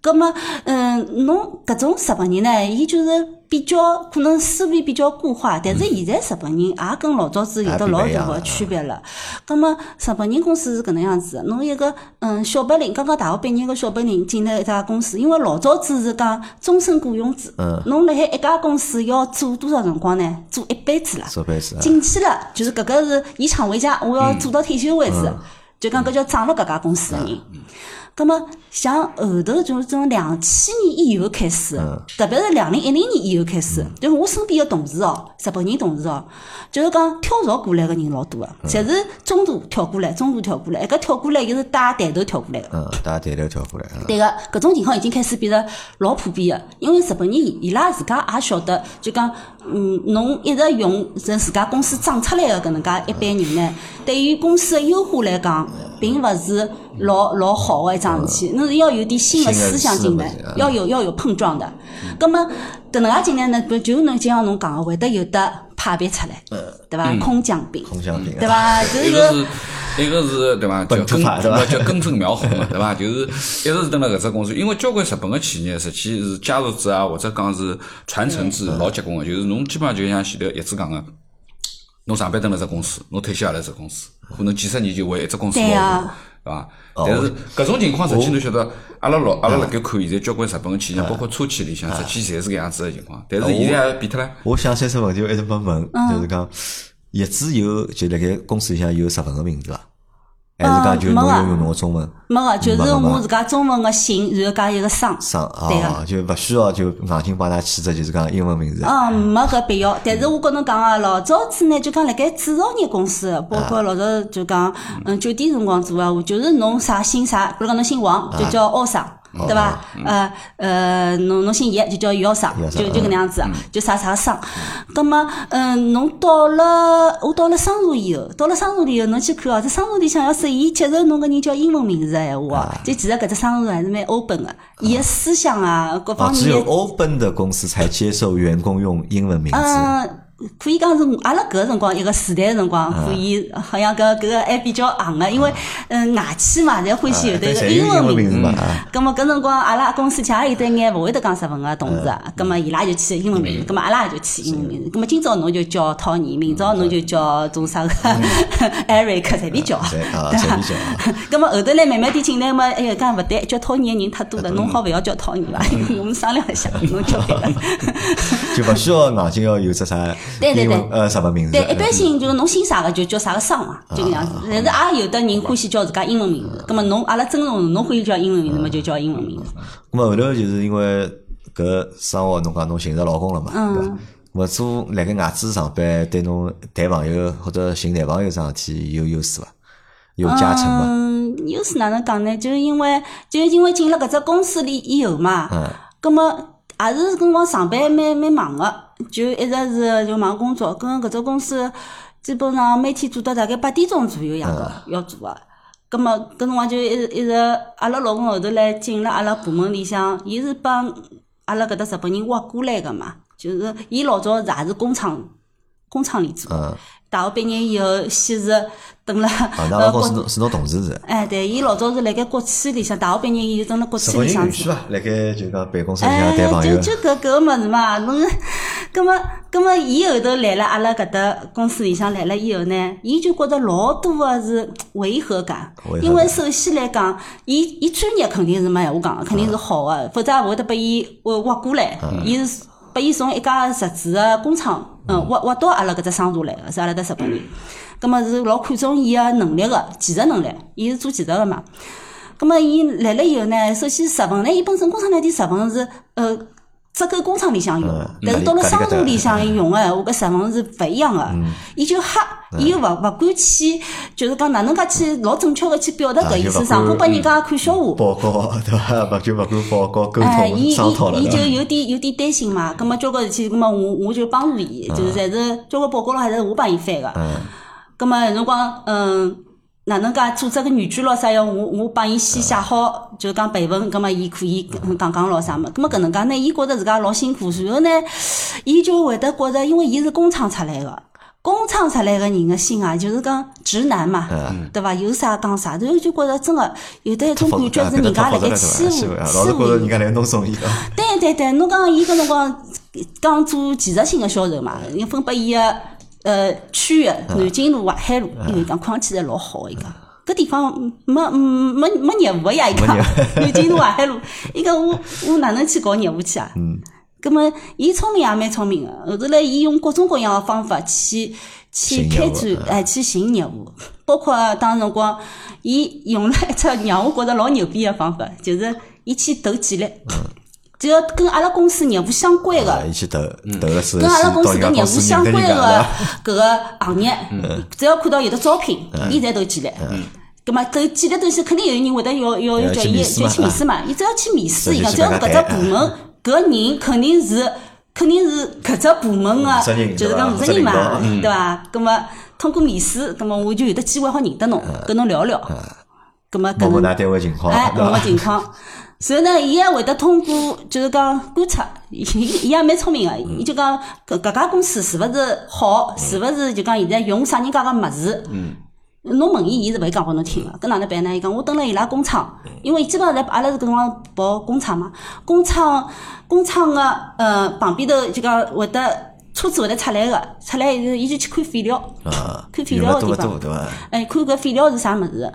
[SPEAKER 3] 葛末，嗯，侬搿种日本人呢，伊就是比较可能思维比较固化，但是现在日本人也跟老早子有得老大个区别了。葛末，日本人公司是搿能样子，侬一个嗯小白领，刚刚大学毕业个小白领进来一家公司，因为老早子是讲终身雇佣制，侬辣海一家公司要做多少辰光呢？做一辈子了。
[SPEAKER 1] 这辈子啊
[SPEAKER 3] 进去了，就是搿个是以厂为家，我要做到退休为止，就讲搿叫长了搿家公司的人。葛么，像后头就是从两千年以后开始，特别是两零一零年以后开始，就是我身边的同事哦，日本人同事哦，就是讲跳槽过来个人老多个，侪是中途跳过来，中途跳过来，一个跳过来又是带弹头跳过来个。
[SPEAKER 1] 嗯，大家抬头跳过来，嗯
[SPEAKER 3] 对个，搿种情况已经开始变得老普遍个，因为日本人伊拉自家也晓得，就讲，嗯，侬一直用是自家公司长出来个搿能介一般人呢，对于公司个优化来讲，并勿是老老好个一桩事体，侬是要有点新个
[SPEAKER 1] 嗯新的
[SPEAKER 3] 思想进来
[SPEAKER 1] 思维啊，
[SPEAKER 3] 要有要有碰撞的。
[SPEAKER 1] 嗯
[SPEAKER 3] 葛么搿能介进来呢，就就能就像侬讲个，会得有得派别出来，对伐？空降兵，
[SPEAKER 1] 嗯空降兵啊
[SPEAKER 3] 对伐？就是
[SPEAKER 2] 一个是。一个是对伐，叫
[SPEAKER 1] 本土
[SPEAKER 2] 根
[SPEAKER 1] 派对伐
[SPEAKER 2] 叫根正苗红嘛，对伐？就是一直是蹲辣搿只公司，因为交关日本个企业实际是家族制啊，或者讲是传承制老结棍个，就是侬基本上就像前头一直讲个，侬上班蹲辣只公司，侬退休也辣只公司，可能几十年就为一只公司
[SPEAKER 3] 对
[SPEAKER 2] 老
[SPEAKER 3] 啊
[SPEAKER 2] 虎，对伐？但是搿种情况实际侬晓得，阿拉老阿拉辣盖看现在交关日本个企业，包括车企里向，实际侪是搿样子个情况，但是现在也变脱了。
[SPEAKER 1] 我想三十问题，我一直没问，
[SPEAKER 3] 嗯
[SPEAKER 1] 就是讲业主有就辣盖公司里向有日本个名字伐？还是讲就
[SPEAKER 3] 嗯没
[SPEAKER 1] 侬
[SPEAKER 3] 啊
[SPEAKER 1] 用用侬个中文
[SPEAKER 3] 没个，就
[SPEAKER 1] 没
[SPEAKER 3] 是
[SPEAKER 1] 没没
[SPEAKER 3] 我自家中文个姓，然后加一个商，
[SPEAKER 1] 上
[SPEAKER 3] 对个
[SPEAKER 1] 啊，就勿需要就硬劲帮㑚起只就是讲英文名字。啊
[SPEAKER 3] 嗯，没搿必要。但是我跟侬讲啊，老早子呢，就讲辣盖制造业公司，包括老早就讲，嗯，酒店辰光做啊，我就是侬啥姓啥，比如讲侬姓王，就叫奥商。对伐？呃呃，侬侬姓叶就叫姚生
[SPEAKER 1] 姚，生
[SPEAKER 3] 就就搿能样子啊
[SPEAKER 2] 嗯，
[SPEAKER 3] 就啥啥生。葛么，嗯，侬到了我到了商务以后，到了商务以后，侬去看哦，这商务里向要是伊接受侬搿人叫英文名字的闲话哦
[SPEAKER 1] 啊，
[SPEAKER 3] 就其实搿只商务还是蛮 open 的，伊个思想啊，各
[SPEAKER 1] 啊，
[SPEAKER 3] 方
[SPEAKER 1] 只
[SPEAKER 3] 面
[SPEAKER 1] 有。open 的公司才接受员工用英文名字。
[SPEAKER 3] 嗯，可以讲是我阿拉搿个辰光一个时代的辰光，
[SPEAKER 1] 啊
[SPEAKER 3] 可以好像搿搿个还比较行个，因为嗯外企嘛，侪欢喜有得一
[SPEAKER 1] 啊
[SPEAKER 3] 个
[SPEAKER 1] 对侪有英
[SPEAKER 3] 文
[SPEAKER 1] 文
[SPEAKER 3] 名
[SPEAKER 1] 名
[SPEAKER 3] 字
[SPEAKER 1] 字嘛啊
[SPEAKER 3] 咁么搿辰光阿拉公司其实也有得眼勿会得讲日文个同事啊，咁么伊拉就起英文名字，咁么阿拉也就起英文名字，咁么今朝侬就叫 Tony，明朝侬就叫种啥个 Eric，随便叫，
[SPEAKER 1] 侪嗯啊，
[SPEAKER 3] 对
[SPEAKER 1] 侪
[SPEAKER 3] 伐
[SPEAKER 1] 比？较啊。
[SPEAKER 3] 咁么后头来慢慢点进来嘛，哎呀，讲勿对，叫讨厌的人太多了，侬好勿要叫讨厌 伐？我们商量一下，侬叫别个。
[SPEAKER 1] 就勿需要硬劲要有只啥
[SPEAKER 3] 对对
[SPEAKER 1] 英文
[SPEAKER 3] 对
[SPEAKER 1] 呃什么名字。
[SPEAKER 3] 对，一般性就是侬姓啥个就叫啥个桑嘛，就搿样子。但是啊也有的人欢喜叫自家英文名字，葛末侬阿拉尊重侬欢喜叫英文名字嘛，就叫英文名字。
[SPEAKER 1] 那么后头就是因为搿生活，侬讲侬寻着老公了嘛，
[SPEAKER 3] 嗯
[SPEAKER 1] 对伐？我做辣盖外资上班，对侬谈朋友或者寻男朋友桩事体有优势伐？有加成伐？
[SPEAKER 3] 嗯，又是哪能讲呢？就是因为就是因为进了搿只公司里以后嘛，
[SPEAKER 1] 嗯，
[SPEAKER 3] 葛末也是搿辰光上班蛮蛮忙个，就一直是就忙工作，跟搿只公司基本上每天做到大概八点钟左右样
[SPEAKER 1] 嗯
[SPEAKER 3] 个要做个。葛末搿辰光就一直一直，阿拉老公后头来进了阿拉部门里向，伊是帮阿拉搿搭日本人挖过来个嘛，就是伊老早也是工厂工厂里做，
[SPEAKER 1] 嗯，
[SPEAKER 3] 大学毕业以后先是蹲了
[SPEAKER 1] 啊，那
[SPEAKER 3] 呃
[SPEAKER 1] 老公
[SPEAKER 3] 国
[SPEAKER 1] 是侬是侬同事是？
[SPEAKER 3] 哎，对，伊老早是辣盖国企里向，大学毕业以后蹲辣国
[SPEAKER 1] 日
[SPEAKER 3] 企
[SPEAKER 1] 本
[SPEAKER 3] 里
[SPEAKER 1] 人
[SPEAKER 3] 向
[SPEAKER 1] 允许
[SPEAKER 3] 做。
[SPEAKER 1] 伐？辣盖就讲办公室里向，
[SPEAKER 3] 哎
[SPEAKER 1] 谈朋
[SPEAKER 3] 就
[SPEAKER 1] 友，
[SPEAKER 3] 就搿搿个物事嘛，侬， 葛么葛么，伊后头来了阿拉搿搭公司里向来了以后呢，伊就觉着老多个是违和感
[SPEAKER 1] 违，和
[SPEAKER 3] 因为
[SPEAKER 1] 感
[SPEAKER 3] 首先来讲，伊伊专业肯定是没闲话讲，肯定是
[SPEAKER 1] 嗯
[SPEAKER 3] 好个、否则也勿会得拨伊挖挖过来，伊是拨伊从一家实质个工厂，嗯，挖挖到阿拉搿只商社来个，是阿拉搭日本人，葛么是老看重伊个能力个技术能力，伊是做技术个嘛。咁么，伊来了以后呢，首先日本呢，伊本身工厂内底日本是呃只够工厂里向用
[SPEAKER 1] 嗯，
[SPEAKER 3] 但是到了商务里向用个闲话，搿日文是勿一样个。
[SPEAKER 1] 嗯
[SPEAKER 3] 伊就黑，伊又勿勿敢去，就是讲哪能介去老正确个去表达
[SPEAKER 1] 啊
[SPEAKER 3] 搿意
[SPEAKER 1] 就
[SPEAKER 3] 思，
[SPEAKER 1] 勿嗯
[SPEAKER 3] 上
[SPEAKER 1] 敢
[SPEAKER 3] 怕拨人家看笑话。
[SPEAKER 1] 报告 对伐？勿就勿敢报告沟
[SPEAKER 3] 哎，
[SPEAKER 1] 通
[SPEAKER 3] 伊伊
[SPEAKER 1] 商讨了
[SPEAKER 3] 伊就
[SPEAKER 1] 对伐？
[SPEAKER 3] 有点有点担心嘛，葛么交关事体，葛么我我就帮助伊，就是侪是交关报告了，还是我帮伊翻个。
[SPEAKER 1] 嗯，
[SPEAKER 3] 葛么有辰光，嗯，哪能介组织个软件咯啥要我我帮伊
[SPEAKER 1] 嗯
[SPEAKER 3] 先写好，就讲备份，葛么伊可以讲讲咯啥么？葛么搿能介呢，伊觉着自家老辛苦，然后呢，伊就会得觉着，因为伊是工厂出来个。工厂出来个人个心啊，就是讲直男嘛，
[SPEAKER 1] 嗯
[SPEAKER 3] 对伐？有啥讲啥，然后就觉着真个有得一种感
[SPEAKER 1] 啊
[SPEAKER 3] 觉是人家辣盖欺负
[SPEAKER 1] 欺
[SPEAKER 3] 欺
[SPEAKER 1] 负，
[SPEAKER 3] 负
[SPEAKER 1] 啊老是觉着
[SPEAKER 3] 人
[SPEAKER 1] 人家来弄送伊 啊。
[SPEAKER 3] 对对对，侬讲伊搿辰光讲做技术性个销售嘛，
[SPEAKER 1] 嗯
[SPEAKER 3] 伊分拨伊个呃区域，南京路、淮海路，因为讲空气侪老好个，伊
[SPEAKER 1] 嗯
[SPEAKER 3] 讲。搿地方没嗯没没业务个呀，伊讲
[SPEAKER 1] 没业
[SPEAKER 3] 南京路、淮海路，伊讲我我哪能去搞业务去啊？嗯，葛么伊聪明也蛮聪明个，后头来伊用各种各样个方法去去
[SPEAKER 1] 寻业
[SPEAKER 3] 开
[SPEAKER 1] 务嗯
[SPEAKER 3] 展，哎，去寻业务，包括当辰光伊用了一只让我觉着老牛逼个方法，就是伊去投简历。只要跟阿拉公司业务相关
[SPEAKER 1] 啊，
[SPEAKER 3] 个，
[SPEAKER 1] 一起投
[SPEAKER 3] 嗯
[SPEAKER 1] 投了之后，
[SPEAKER 3] 跟阿拉啊公
[SPEAKER 1] 到
[SPEAKER 3] 司
[SPEAKER 1] 人家
[SPEAKER 3] 搿业
[SPEAKER 1] 公
[SPEAKER 3] 务
[SPEAKER 1] 司
[SPEAKER 3] 相嗯
[SPEAKER 1] 认得
[SPEAKER 3] 关
[SPEAKER 1] 人家
[SPEAKER 3] 个
[SPEAKER 1] 了。
[SPEAKER 3] 搿个行业，
[SPEAKER 1] 嗯
[SPEAKER 3] 只要看到有的招聘，伊侪投简历。葛么投简历东西，肯定有人会得要要要
[SPEAKER 1] 要
[SPEAKER 3] 叫
[SPEAKER 1] 去
[SPEAKER 3] 伊
[SPEAKER 1] 面试
[SPEAKER 3] 就
[SPEAKER 1] 嘛嗯
[SPEAKER 3] 去面试嘛，伊只要去面试，伊
[SPEAKER 1] 直
[SPEAKER 3] 讲只
[SPEAKER 1] 接去
[SPEAKER 3] 要搿
[SPEAKER 1] 跟
[SPEAKER 3] 只
[SPEAKER 1] 他
[SPEAKER 3] 部门搿人肯定是。肯定是搿只部门个、
[SPEAKER 1] 负责人
[SPEAKER 3] 就是
[SPEAKER 1] 对吧
[SPEAKER 3] 讲负责人
[SPEAKER 1] 负责
[SPEAKER 3] 嘛
[SPEAKER 1] 领导，嗯
[SPEAKER 3] 对伐？葛么通过面试，葛么我就有得机会好认得侬，
[SPEAKER 1] 嗯
[SPEAKER 3] 跟侬聊聊。葛么搿
[SPEAKER 1] 问问
[SPEAKER 3] 能
[SPEAKER 1] 㑚单位情况，
[SPEAKER 3] 哎，
[SPEAKER 1] 对
[SPEAKER 3] 问个
[SPEAKER 1] 伐？
[SPEAKER 3] 情况。然后呢，伊还会得通过就是讲观察，伊伊也蛮聪明个，伊就讲搿搿家公司是勿是好，
[SPEAKER 1] 嗯
[SPEAKER 3] 是勿是就讲现在用啥人家个物事。嗯。侬问伊，伊是勿会讲拨侬听个，搿哪能办呢？伊讲我蹲辣伊拉工厂，因为基本上在阿拉是搿辰光跑工厂嘛，工厂工厂个呃旁边头就讲会得车子会得出来个，出来以后伊就去看废料，
[SPEAKER 1] 啊，
[SPEAKER 3] 看肥
[SPEAKER 1] 用
[SPEAKER 3] 料
[SPEAKER 1] 了多
[SPEAKER 3] 个地方
[SPEAKER 1] 多，对啊伐？
[SPEAKER 3] 哎，看搿废料是啥物事，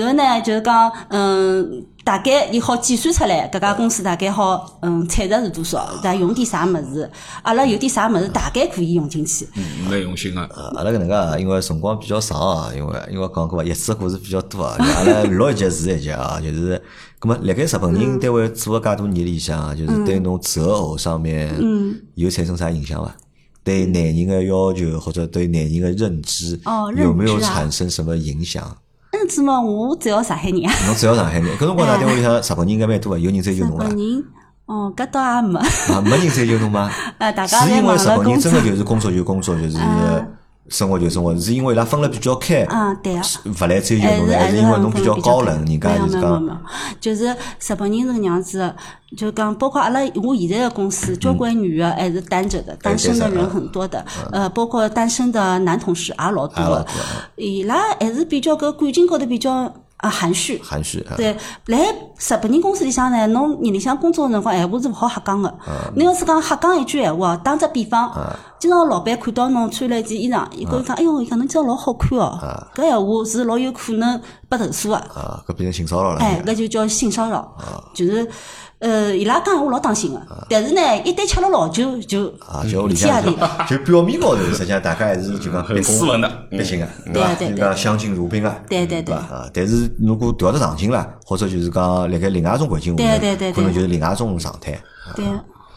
[SPEAKER 3] 然后呢，就是讲，嗯，大概伊好计算出来，搿家公司大概好，嗯，产值是多少，再用点啥物事，阿拉有点啥物事，大概可以用进去。
[SPEAKER 2] 嗯，蛮用 心个，
[SPEAKER 1] 啊阿拉搿能介啊，因为辰光比较长啊，因为因为讲过伐，叶子个故事比较多啊，就阿 拉录一集是一集啊，就是，葛么辣盖日本
[SPEAKER 3] 嗯
[SPEAKER 1] 人单位做个介多年里向啊，就是对侬择偶上面
[SPEAKER 3] 嗯
[SPEAKER 1] 有产生啥影响伐？对男人的要求或者对男人的认知
[SPEAKER 3] 哦认知啊
[SPEAKER 1] 有没有产生什么影响？
[SPEAKER 3] 认能嗯子嘛，我只要上海人啊。
[SPEAKER 1] 侬只要上海人，搿辰光㑚单位里向日本人应该蛮多个，啊有人追求
[SPEAKER 3] 日
[SPEAKER 1] 侬伐
[SPEAKER 3] 本？人，哦，搿倒也没，
[SPEAKER 1] 啊，没人追求侬吗？
[SPEAKER 3] 呃，大家
[SPEAKER 1] 是
[SPEAKER 3] 侪
[SPEAKER 1] 因为
[SPEAKER 3] 忙
[SPEAKER 1] 日
[SPEAKER 3] 了
[SPEAKER 1] 本
[SPEAKER 3] 工
[SPEAKER 1] 人
[SPEAKER 3] 作
[SPEAKER 1] 真。的就是工作就工作，就是生活就生活，是因为伊拉分了比较开，
[SPEAKER 3] 啊，对啊。
[SPEAKER 1] 勿来追求
[SPEAKER 3] 还
[SPEAKER 1] 侬
[SPEAKER 3] 是
[SPEAKER 1] 呢，还
[SPEAKER 3] 还
[SPEAKER 1] 是
[SPEAKER 3] 是
[SPEAKER 1] 因为
[SPEAKER 3] 很
[SPEAKER 1] 侬比较
[SPEAKER 3] 比
[SPEAKER 1] 高
[SPEAKER 3] 较
[SPEAKER 1] 冷，人家
[SPEAKER 3] 没有
[SPEAKER 1] 就是
[SPEAKER 3] 没有
[SPEAKER 1] 讲
[SPEAKER 3] 没有，就是日本人是搿样子的，就讲包括阿拉我现在的公司，交关女的还是单着的，单身的人很多
[SPEAKER 1] 哎
[SPEAKER 3] 的，
[SPEAKER 1] 啊
[SPEAKER 3] 呃，包括单身的男同事也老多
[SPEAKER 1] 也老
[SPEAKER 3] 的
[SPEAKER 1] 嗯多啊，
[SPEAKER 3] 伊拉还是比较搿感情高头比较啊含蓄。
[SPEAKER 1] 含蓄啊。
[SPEAKER 3] 对，来日本人公司里向呢，侬夜里向工作的辰光，闲话是勿好瞎讲的。
[SPEAKER 1] 嗯
[SPEAKER 3] 侬要是讲瞎讲一句闲话，打只比方，今朝老板看到侬穿了一件衣裳，
[SPEAKER 1] 嗯
[SPEAKER 3] 伊跟伊讲，哎哟，伊讲侬今朝老好看哦，搿闲话是老有可能被投诉的。
[SPEAKER 1] 啊，搿变成性骚扰了。
[SPEAKER 3] 哎，搿就叫性骚扰，
[SPEAKER 1] 嗯
[SPEAKER 3] 就是，呃，伊拉讲闲话老当心的，但是呢，一旦吃了老酒就
[SPEAKER 1] 啊，就里
[SPEAKER 3] 天
[SPEAKER 1] 向
[SPEAKER 3] 也
[SPEAKER 1] 就
[SPEAKER 3] 地了。
[SPEAKER 1] 就表面高头，实际上大家还是就讲很
[SPEAKER 2] 斯文的
[SPEAKER 1] 毕竟啊，
[SPEAKER 3] 对
[SPEAKER 1] 吧？
[SPEAKER 3] 啊对
[SPEAKER 1] 就
[SPEAKER 3] 对
[SPEAKER 1] 讲相敬如宾啊，
[SPEAKER 3] 对对对
[SPEAKER 1] 吧？啊，但是如果调得上心了，或者就是讲辣盖另外一种环境下
[SPEAKER 3] 对对对
[SPEAKER 1] 面，
[SPEAKER 3] 对
[SPEAKER 1] 可能就是另外一种状态。
[SPEAKER 3] 对，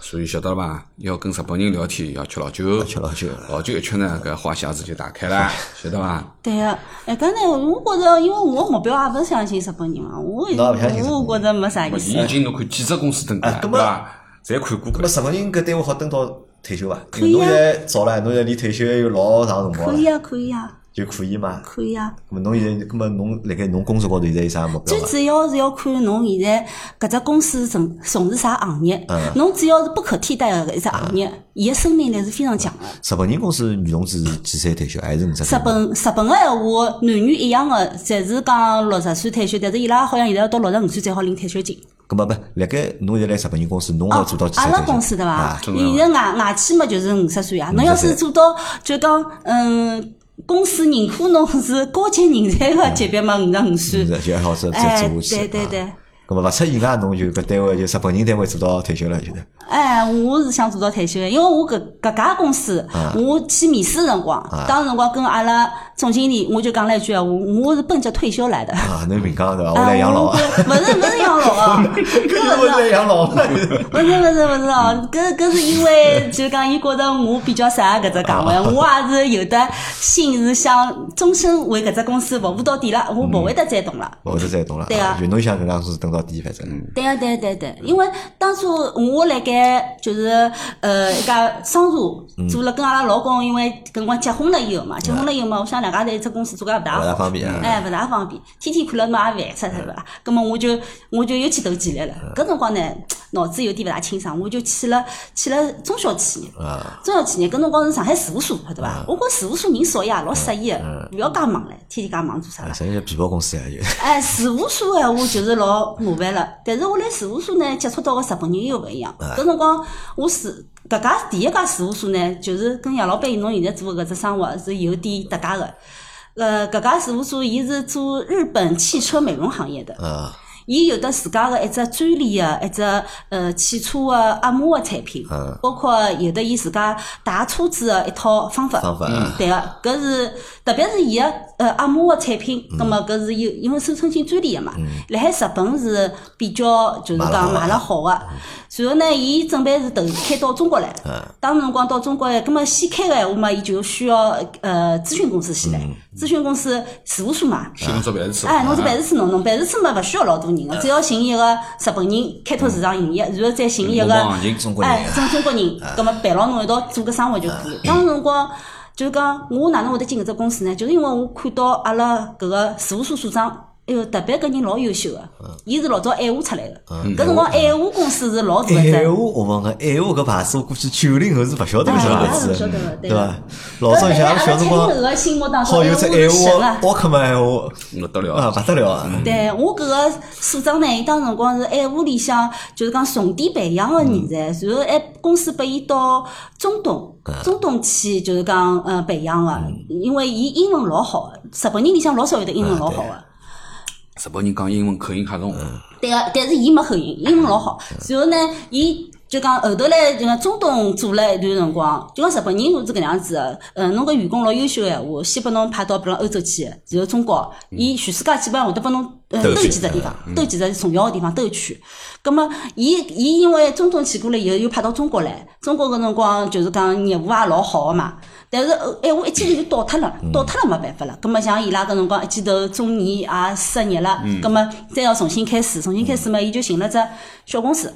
[SPEAKER 2] 所以晓得了吧？要跟日本人聊天，要吃老酒，
[SPEAKER 1] 吃老酒
[SPEAKER 2] 老酒一吃呢，搿话匣子就打开了，晓得吧？
[SPEAKER 3] 对个，哎，搿呢，我觉着，因为我目标也勿是相信日本人嘛，我
[SPEAKER 1] 侬也勿相信日本人
[SPEAKER 3] 我觉着没啥意
[SPEAKER 2] 伊
[SPEAKER 3] 思。
[SPEAKER 2] 已经侬看几只公司登过
[SPEAKER 1] 啊
[SPEAKER 2] 了，
[SPEAKER 1] 葛
[SPEAKER 2] 对
[SPEAKER 1] 末
[SPEAKER 2] 伐？侪看过
[SPEAKER 1] 那么
[SPEAKER 2] 搿个。
[SPEAKER 1] 日本人搿单位好蹲到退休伐？
[SPEAKER 3] 以
[SPEAKER 1] 侬
[SPEAKER 3] 啊
[SPEAKER 1] 现在早了，侬现在离退休还有老长辰
[SPEAKER 3] 可
[SPEAKER 1] 光
[SPEAKER 3] 以
[SPEAKER 1] 了，
[SPEAKER 3] 啊，可以啊，
[SPEAKER 1] 就可以嘛？
[SPEAKER 3] 可以啊。
[SPEAKER 1] 那么侬现在，那么侬辣盖侬工作高头现在有啥目标啊
[SPEAKER 3] 最
[SPEAKER 1] 伐？
[SPEAKER 3] 主要是要看侬现在搿只公司从从事啥行业
[SPEAKER 1] 嗯，
[SPEAKER 3] 侬只要是不可替代的搿一只行业，伊个生命力是非常强的。
[SPEAKER 1] 日本人公司女同志是几岁退休？还是五十岁
[SPEAKER 3] 日？本日本个闲话，男女一样的，侪是讲六十岁退休，但是伊拉好像现在要到六十五岁才好领退休金。哦
[SPEAKER 1] 那么不，辣盖侬现在来日本人公司，侬要哦做到几岁
[SPEAKER 3] 阿
[SPEAKER 1] 退休？
[SPEAKER 3] 拉公司对伐
[SPEAKER 1] 啊？
[SPEAKER 2] 中央
[SPEAKER 3] 现在外外企嘛就是五十岁啊，侬要是做到就讲嗯。公司认可侬是高级人才个级别嘛，五十五岁
[SPEAKER 1] 嗯，就还好再再
[SPEAKER 3] 哎，
[SPEAKER 1] 做下去。
[SPEAKER 3] 对对对
[SPEAKER 1] 啊。咁么勿出意外，侬就搿单位就日本人单位做到退休了，就得。
[SPEAKER 3] 哎，我是想做到退休的，因为我搿搿家公司，我去面试的辰光，当时辰光跟阿拉总经理我就讲了一句闲话，我是奔着退休来的。
[SPEAKER 1] 啊，侬明讲对伐？我
[SPEAKER 3] 哎
[SPEAKER 1] 来养老
[SPEAKER 3] 我
[SPEAKER 1] 啊，
[SPEAKER 3] 不是不是养老啊，搿
[SPEAKER 1] 搿
[SPEAKER 3] 勿
[SPEAKER 1] 我来养老 了。
[SPEAKER 3] 不是不是不是哦，搿搿是因为就讲伊觉得我比较适合搿只岗位，我也是有的心是想终身为搿只公司服务到底了，我勿会得再动了。
[SPEAKER 1] 我是再懂了。
[SPEAKER 3] 对啊
[SPEAKER 1] 就侬想搿能样子等到底，反正。
[SPEAKER 3] 对啊，对对对，
[SPEAKER 1] 嗯
[SPEAKER 3] 因为当初我辣盖就是呃一家商
[SPEAKER 1] 嗯
[SPEAKER 3] 社做了，跟阿拉老公因为搿辰光结婚了以后嘛，结婚了以后嘛，我想两家头一只公司做个勿大
[SPEAKER 1] 勿大
[SPEAKER 3] 好，
[SPEAKER 1] 方便嗯啊。
[SPEAKER 3] 哎，勿大方便，天天看了嘛也烦死对伐？葛么我就我就又去投简历了，
[SPEAKER 1] 嗯
[SPEAKER 3] 搿辰光呢脑子有点勿大清爽，我就去了去了中小企业。
[SPEAKER 1] 啊，嗯
[SPEAKER 3] 中小企业搿辰光是上海事务所，对伐？我觉事务所人少呀，老适宜个，勿要介忙唻，天天介忙做啥
[SPEAKER 1] 啊
[SPEAKER 3] 啦？
[SPEAKER 1] 实际上皮包公司啊，就
[SPEAKER 3] 哎，事务所的闲话就是老麻烦了，但是我来事务所呢，接触到个日本人又勿一样。
[SPEAKER 1] 哎
[SPEAKER 3] 搿辰光我是搿家第一家事务所呢，就是跟杨老板侬现在做的搿只生活是有点搭界个。呃，搿家事务所伊是做日本汽车美容行业的，
[SPEAKER 1] 啊，
[SPEAKER 3] 伊有得自家个一只专利个一只呃汽车个按摩个产品
[SPEAKER 1] 嗯，
[SPEAKER 3] 包括有得伊自家汏车子个一套方法。嗯
[SPEAKER 1] 方法啊，
[SPEAKER 3] 对个，搿是特别是伊个呃按摩个产品，葛末搿是有因为申申请专利个嘛，辣海日本是比较就是讲
[SPEAKER 1] 卖了
[SPEAKER 3] 卖嗯了好个。然后呢，伊准备是投开到中国来，当时辰光到中国来，葛末先开个闲话嘛，伊就需要呃咨询公司先来，咨询公司事务所嘛，
[SPEAKER 2] 新工作办事处，
[SPEAKER 3] 哎，
[SPEAKER 1] 嗯
[SPEAKER 3] 侬是办事处弄弄，办事处嘛勿需要老多人个，只要寻一个日本人开拓市场营业，然后再寻一
[SPEAKER 2] 我
[SPEAKER 3] 个
[SPEAKER 1] 嗯
[SPEAKER 2] 帮行情中国人
[SPEAKER 3] 哎，中中国人，葛么陪牢侬一道做个生活就可以。当时辰光就是讲，我哪能会得进搿只公司呢？就是因为我看到阿拉搿个事务所所长。哎哟，特别搿人老优秀个，
[SPEAKER 1] 嗯
[SPEAKER 3] 伊是老早爱华出来个。搿辰光爱华公司是老大一
[SPEAKER 1] 爱
[SPEAKER 3] 只
[SPEAKER 1] 华，，我问个爱华搿牌子，我估计九零后是勿晓得搿只
[SPEAKER 3] 哎
[SPEAKER 1] 牌
[SPEAKER 3] 勿晓
[SPEAKER 1] 子
[SPEAKER 3] 得
[SPEAKER 1] 的
[SPEAKER 3] 的，对哎
[SPEAKER 1] 伐？老早像阿拉小辰光
[SPEAKER 3] 阿拉七零后的心目当，中
[SPEAKER 1] 好有只
[SPEAKER 3] 爱
[SPEAKER 1] 爱
[SPEAKER 3] 华是神
[SPEAKER 1] 华
[SPEAKER 3] 啊
[SPEAKER 1] 奥克曼闲
[SPEAKER 2] 不嗯得
[SPEAKER 1] 话，啊，
[SPEAKER 2] 了，
[SPEAKER 1] 勿得了啊！
[SPEAKER 3] 对我搿个所长呢，伊当辰光是爱华里向，就是讲重点培养个人才，然后还哎公司拨伊到中东，中东去就是讲呃培养个，因为伊英文老好个，日本人里向老少有得英文老好啊个。
[SPEAKER 2] 日本人讲英文口音较重，
[SPEAKER 3] 对个，但是伊没口音，英文老好。然后呢，伊就讲后头来就讲中东做了一段辰光，就讲日本人是搿能样子个，呃，侬搿员工老优秀个闲话，先拨侬派到比如讲欧洲去，然后中国，伊全世界基本上会得拨侬呃
[SPEAKER 1] 兜
[SPEAKER 3] 兜
[SPEAKER 1] 去
[SPEAKER 3] 几只地方，兜几只重要个地方兜去。葛么，伊伊因为中东去过了以后，又派到中国来，中国搿辰光就是讲业务也老好个嘛。但是呃哎，我一记头就倒脱了，倒脱了没办法了。葛么像伊拉搿辰光一记头中年也失业了，葛么再要重新开始，重新开始嘛，伊就寻了只小公司，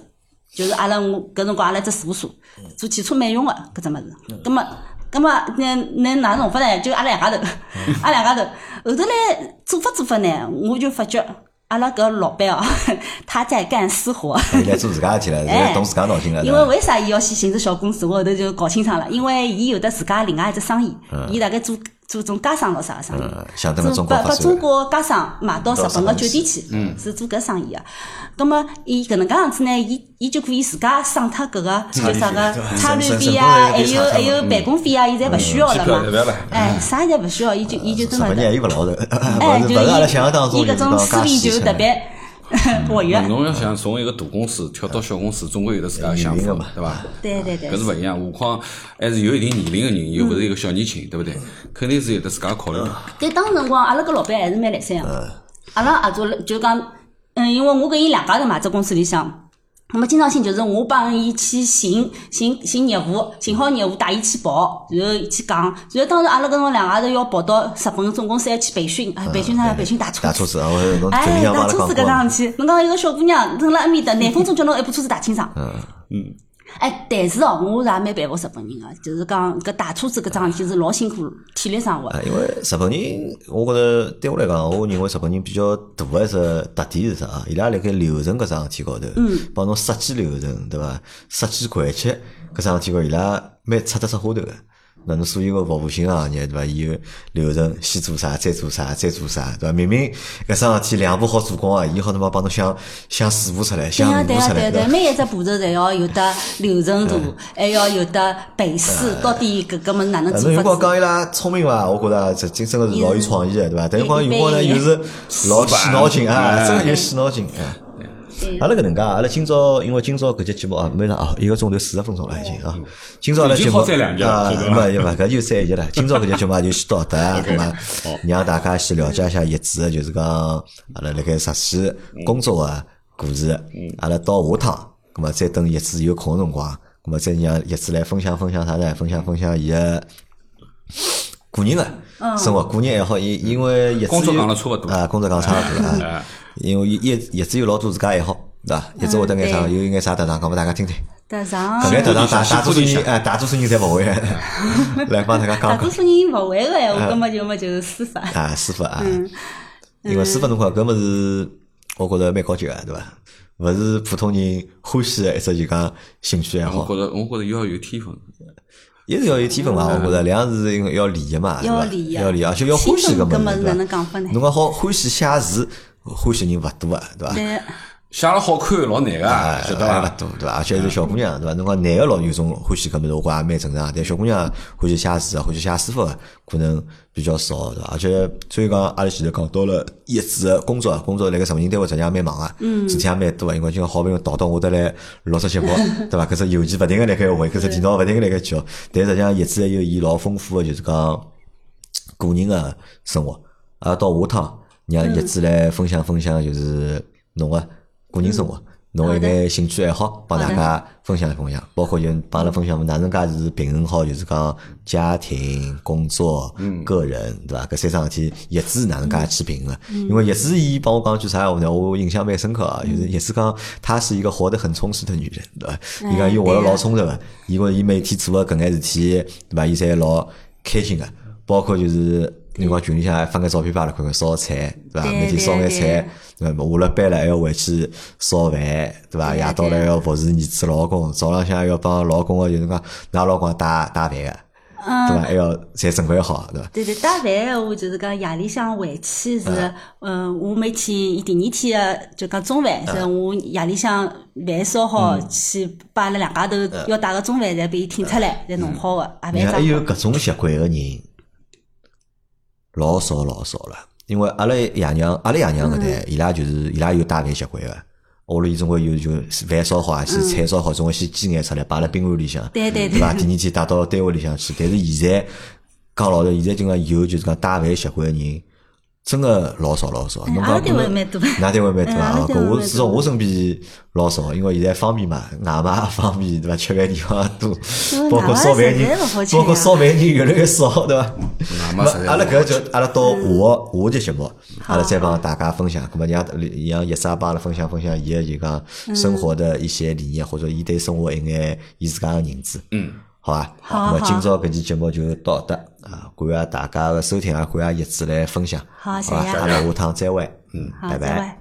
[SPEAKER 3] 就是阿拉我搿辰光阿拉只事务所做汽车美容的搿只物事。葛么葛么，那那哪弄法呢？就阿拉两家头， 阿拉两家头。后头来做法做法呢，我就发觉阿拉搿老板哦， 他在干私活。
[SPEAKER 1] 现在做自家事体了，现在懂自家脑筋了。
[SPEAKER 3] 因为为啥伊要先寻只小公司？我后头就搞清爽了，因为伊有得自家另外一只生意，伊大概做做种家商咾啥个生意
[SPEAKER 1] 嗯，想得了中国
[SPEAKER 3] 把
[SPEAKER 1] 发
[SPEAKER 3] 把
[SPEAKER 1] 展
[SPEAKER 3] 中国家商卖到日本个酒店去，是做搿生意个。葛么伊搿能介样子呢，伊伊就可以自家省脱搿个叫啥个差旅费啊，还有还有办公费啊，伊侪勿需要
[SPEAKER 2] 机
[SPEAKER 3] 了
[SPEAKER 2] 票
[SPEAKER 3] 嘛
[SPEAKER 2] 就不要了。
[SPEAKER 3] 哎，啥侪勿需要，伊就伊就
[SPEAKER 1] 日
[SPEAKER 3] 真个
[SPEAKER 1] 本。人也有勿老头，
[SPEAKER 3] 哎，
[SPEAKER 1] 勿
[SPEAKER 3] 就是伊
[SPEAKER 1] 勿是阿拉想象当中
[SPEAKER 3] 伊搿
[SPEAKER 1] 是
[SPEAKER 3] 种
[SPEAKER 1] 讲
[SPEAKER 3] 思
[SPEAKER 1] 介
[SPEAKER 3] 维
[SPEAKER 1] 西
[SPEAKER 3] 就
[SPEAKER 1] 式
[SPEAKER 3] 特
[SPEAKER 1] 的。
[SPEAKER 3] 别活跃。
[SPEAKER 2] 侬要想从一个大公司跳到小公司，总归有得自家的想
[SPEAKER 1] 有名
[SPEAKER 2] 法
[SPEAKER 1] 的嘛，
[SPEAKER 2] 对伐？
[SPEAKER 3] 对对对
[SPEAKER 2] 搿是勿一样。何况还是有一定年龄个人，又勿是一个小年轻，对勿对？肯定是有得自家考虑的。
[SPEAKER 3] 但当时辰光，阿拉搿老板还是蛮来三
[SPEAKER 1] 嗯
[SPEAKER 3] 个。阿拉合作了，就讲，嗯，因为我跟伊两家头嘛，只公司里向。那么经常性就是我帮伊去寻寻寻业务，寻好业务带伊去跑，然后去讲。然后当时阿拉搿种两家头要跑到日本总公司还去培训，哎，培训啥？培训打车
[SPEAKER 1] 大。嗯车子，我侬
[SPEAKER 3] 哎
[SPEAKER 1] 昨，天帮
[SPEAKER 3] 打
[SPEAKER 1] 阿拉
[SPEAKER 3] 车
[SPEAKER 1] 讲
[SPEAKER 3] 子
[SPEAKER 1] 过
[SPEAKER 3] 搿
[SPEAKER 1] 嘛
[SPEAKER 3] 趟，去，侬讲一个小姑娘蹲辣埃面搭，廿分钟叫侬一部车子打清爽。嗯哎，但是哦，我是也蛮佩服日本人个，就是讲搿打车子搿桩事体是老辛苦，体力生活。
[SPEAKER 1] 啊，因为日本人，我觉着对我来讲，我认为日本人比较大的一只特点是啥啊？伊拉辣盖流程搿桩事体高头，
[SPEAKER 3] 嗯
[SPEAKER 1] 帮侬设计流程，对伐？设计环节搿桩事体高头，伊拉蛮出得出花头个。那侬所有个服务性行业，对伐？伊有流程，先做啥，再做啥，再做啥，对伐？明明搿桩事体两步好做光啊，伊好他妈帮侬想想四步出来，
[SPEAKER 3] 对啊
[SPEAKER 1] 想
[SPEAKER 3] 呀
[SPEAKER 1] 五
[SPEAKER 3] 对
[SPEAKER 1] 步
[SPEAKER 3] 呀
[SPEAKER 1] 出
[SPEAKER 3] 对
[SPEAKER 1] 来，
[SPEAKER 3] 呀对
[SPEAKER 1] 对
[SPEAKER 3] 呀，
[SPEAKER 1] 伐？
[SPEAKER 3] 每一只步骤侪哦要有得流程图，还要哎哦有得背书，到底搿个么哪能
[SPEAKER 1] 啊，
[SPEAKER 3] 做
[SPEAKER 1] 侬有光
[SPEAKER 3] 法子？
[SPEAKER 1] 讲伊拉聪明伐？我觉着这真真个是老有创意个，对伐？但有光有光呢，
[SPEAKER 3] 一
[SPEAKER 1] 又
[SPEAKER 3] 般
[SPEAKER 1] 是老
[SPEAKER 2] 死板
[SPEAKER 1] 死脑筋啊，
[SPEAKER 2] 哎
[SPEAKER 1] 真个有死脑筋啊。
[SPEAKER 3] 嗯
[SPEAKER 1] 阿拉搿能介啊，阿拉今朝因为今朝搿节节目啊，没了啊，一个钟头四十分钟了已经啊。今朝阿拉节目
[SPEAKER 2] 嗯已经好再两节
[SPEAKER 1] 啊，
[SPEAKER 2] 了是吧
[SPEAKER 1] 没有没，搿就三节了。今朝搿节节目啊就先到搿啊，
[SPEAKER 2] OK，
[SPEAKER 1] 那么
[SPEAKER 2] 好
[SPEAKER 1] 让大家先了解一下叶子，就是讲阿拉辣盖实施
[SPEAKER 2] 嗯
[SPEAKER 1] 工作个故事。阿拉到下趟，葛末再等叶子有空个辰光，葛末再让叶子来分享分享啥呢？分享分享伊个。个人
[SPEAKER 3] 嗯
[SPEAKER 1] 的啊生活，个人爱好，因因为叶子
[SPEAKER 2] 工作
[SPEAKER 1] 有
[SPEAKER 2] 讲了差不多
[SPEAKER 1] 啊，工作讲差勿 多了啊
[SPEAKER 2] 哎，
[SPEAKER 1] 因为叶叶子有老多自家爱好，对伐？叶子会得眼啥，
[SPEAKER 3] 嗯对嗯
[SPEAKER 1] 有眼啥特长，讲拨大家听听。
[SPEAKER 3] 搭上
[SPEAKER 1] 搿眼特长大
[SPEAKER 2] 西
[SPEAKER 1] 大多数
[SPEAKER 2] 部地
[SPEAKER 1] 人
[SPEAKER 2] 形
[SPEAKER 1] 哎，大多数人侪勿会， 来帮大家
[SPEAKER 3] 大
[SPEAKER 1] 讲
[SPEAKER 3] 多
[SPEAKER 1] 讲
[SPEAKER 3] 数人勿会个闲话，搿么就么就是书 法。
[SPEAKER 1] 啊，师傅啊，
[SPEAKER 3] 嗯
[SPEAKER 1] 因为师傅侬看搿物事，我觉着蛮高级个，对伐？勿是普通人欢喜个一只就讲兴趣爱
[SPEAKER 2] 我
[SPEAKER 1] 好，
[SPEAKER 2] 觉着，我觉着要有天分。
[SPEAKER 1] 也是要有天分嘛，我觉着，两样是因为要练个嘛，对
[SPEAKER 3] 啊要
[SPEAKER 1] 伐
[SPEAKER 3] 练啊
[SPEAKER 1] 要练，而且要欢喜搿
[SPEAKER 3] 天分搿
[SPEAKER 1] 物
[SPEAKER 3] 么
[SPEAKER 1] 事，对
[SPEAKER 3] 是哪
[SPEAKER 1] 伐
[SPEAKER 3] 能？讲法呢？
[SPEAKER 1] 侬讲好欢喜写字，欢喜人勿多啊，对伐？
[SPEAKER 3] 对，
[SPEAKER 2] 写了好看老难
[SPEAKER 1] 哎
[SPEAKER 2] 个，晓得
[SPEAKER 1] 勿
[SPEAKER 2] 伐？
[SPEAKER 1] 多，对伐？而且还是小姑娘，对伐？侬讲男个老有种欢喜搿物事，我觉也蛮正常。但小姑娘欢喜写字啊，欢喜写书法个，可能比较少，对伐？而且所以讲，阿拉前头讲到了叶子个工作，工作辣盖什么人单位实际上蛮忙个，事体也蛮多个。因为今朝好朋友倒到我得来录只节目， 对伐？搿只邮件勿停个辣盖回，搿只电脑勿停个辣盖叫，但实际上叶子还有伊老丰富个，就是讲。个人的生活，啊，到下趟让叶子来分享分享，就是侬个个人生活，侬有眼兴趣爱嗯好，帮大家分享分享，包括就帮阿拉分享哪能介是平衡好，就是讲家庭、工作、个人，对伐？搿三桩事体，叶子是哪能介去平衡？因为叶子伊帮我讲句啥闲话呢？我印象蛮深刻啊，就是叶子讲她是一个活得很充实的女人，哎对伐？伊讲伊活得老充实个，伊觉着伊每天做个搿眼事体，对伐？伊侪老开心个。包括就是你讲群里向还翻个照片吧，来看看烧菜，对伐？
[SPEAKER 3] 对
[SPEAKER 1] 每天烧眼菜，对伐？下了班了还要回去烧饭，对伐？
[SPEAKER 3] 对
[SPEAKER 1] 夜
[SPEAKER 3] 呀
[SPEAKER 1] 到了
[SPEAKER 3] 对呀
[SPEAKER 1] 还要服侍儿子老公，早浪向还要帮老公个就是讲，㑚老公带带饭个，对伐？
[SPEAKER 3] 嗯
[SPEAKER 1] 还要侪准备好，对伐？
[SPEAKER 3] 对对，带饭闲话就是讲夜里向回去是，嗯，我每天伊第二天个就讲中饭，是我夜里向饭烧好
[SPEAKER 1] 嗯
[SPEAKER 3] 去，把阿拉两家头要带个中饭侪拨伊挺出来，侪弄好个，也
[SPEAKER 1] 你
[SPEAKER 3] 蛮
[SPEAKER 1] 看还有
[SPEAKER 3] 脏。
[SPEAKER 1] 搿种习惯个人，老少老少了。因为阿拉爷娘，阿拉爷娘搿
[SPEAKER 3] 嗯
[SPEAKER 1] 代，伊拉就是伊拉有带饭习惯个。屋里总归有就饭烧好啊，是菜烧好，总归先煎眼出来，摆辣冰箱里向，
[SPEAKER 3] 嗯对对对
[SPEAKER 1] 伐？第二天带到单位里向去。但是现在讲老实，现在就讲有就是讲带饭习惯个人真个老少老少。
[SPEAKER 3] 哎
[SPEAKER 1] 侬
[SPEAKER 3] 阿拉
[SPEAKER 1] 讲
[SPEAKER 3] 单位
[SPEAKER 1] 侬
[SPEAKER 3] 蛮多
[SPEAKER 1] 㑚单位蛮多
[SPEAKER 3] 哎阿
[SPEAKER 1] 啊
[SPEAKER 3] 拉？
[SPEAKER 1] 搿
[SPEAKER 3] 单位
[SPEAKER 1] 我
[SPEAKER 3] 蛮
[SPEAKER 1] 至少
[SPEAKER 3] 多
[SPEAKER 1] 我身边老少，因为现在方便嘛，外卖也方便对伐？吃饭地方也多
[SPEAKER 3] 因为，
[SPEAKER 1] 包
[SPEAKER 3] 外
[SPEAKER 1] 括
[SPEAKER 3] 卖
[SPEAKER 1] 烧饭
[SPEAKER 3] 实在
[SPEAKER 1] 人
[SPEAKER 3] 勿好，吃
[SPEAKER 1] 包括
[SPEAKER 3] 呀
[SPEAKER 1] 烧饭人越来越少对伐？
[SPEAKER 2] 那
[SPEAKER 1] 那
[SPEAKER 2] 么实在
[SPEAKER 1] 哎阿拉
[SPEAKER 2] 是
[SPEAKER 1] 搿就阿拉到下个下一节节目，阿拉再
[SPEAKER 3] 好
[SPEAKER 1] 帮大家分享。咁么让伊让叶莎帮阿拉分享分享伊个就讲
[SPEAKER 3] 嗯
[SPEAKER 1] 生活的一些理念，或者伊对生活一眼伊自家个认知。
[SPEAKER 2] 嗯，
[SPEAKER 1] 好伐？
[SPEAKER 3] 好
[SPEAKER 1] 那么
[SPEAKER 3] 好
[SPEAKER 1] 今朝搿期节目就到搿搭啊！感谢大家个收听啊，感谢叶子来分享。
[SPEAKER 3] 好谢谢
[SPEAKER 1] 伐？
[SPEAKER 3] 大
[SPEAKER 1] 阿
[SPEAKER 2] 家
[SPEAKER 1] 拉下趟再会。嗯，
[SPEAKER 3] 好，
[SPEAKER 1] 拜
[SPEAKER 3] 再
[SPEAKER 1] 拜
[SPEAKER 3] 会。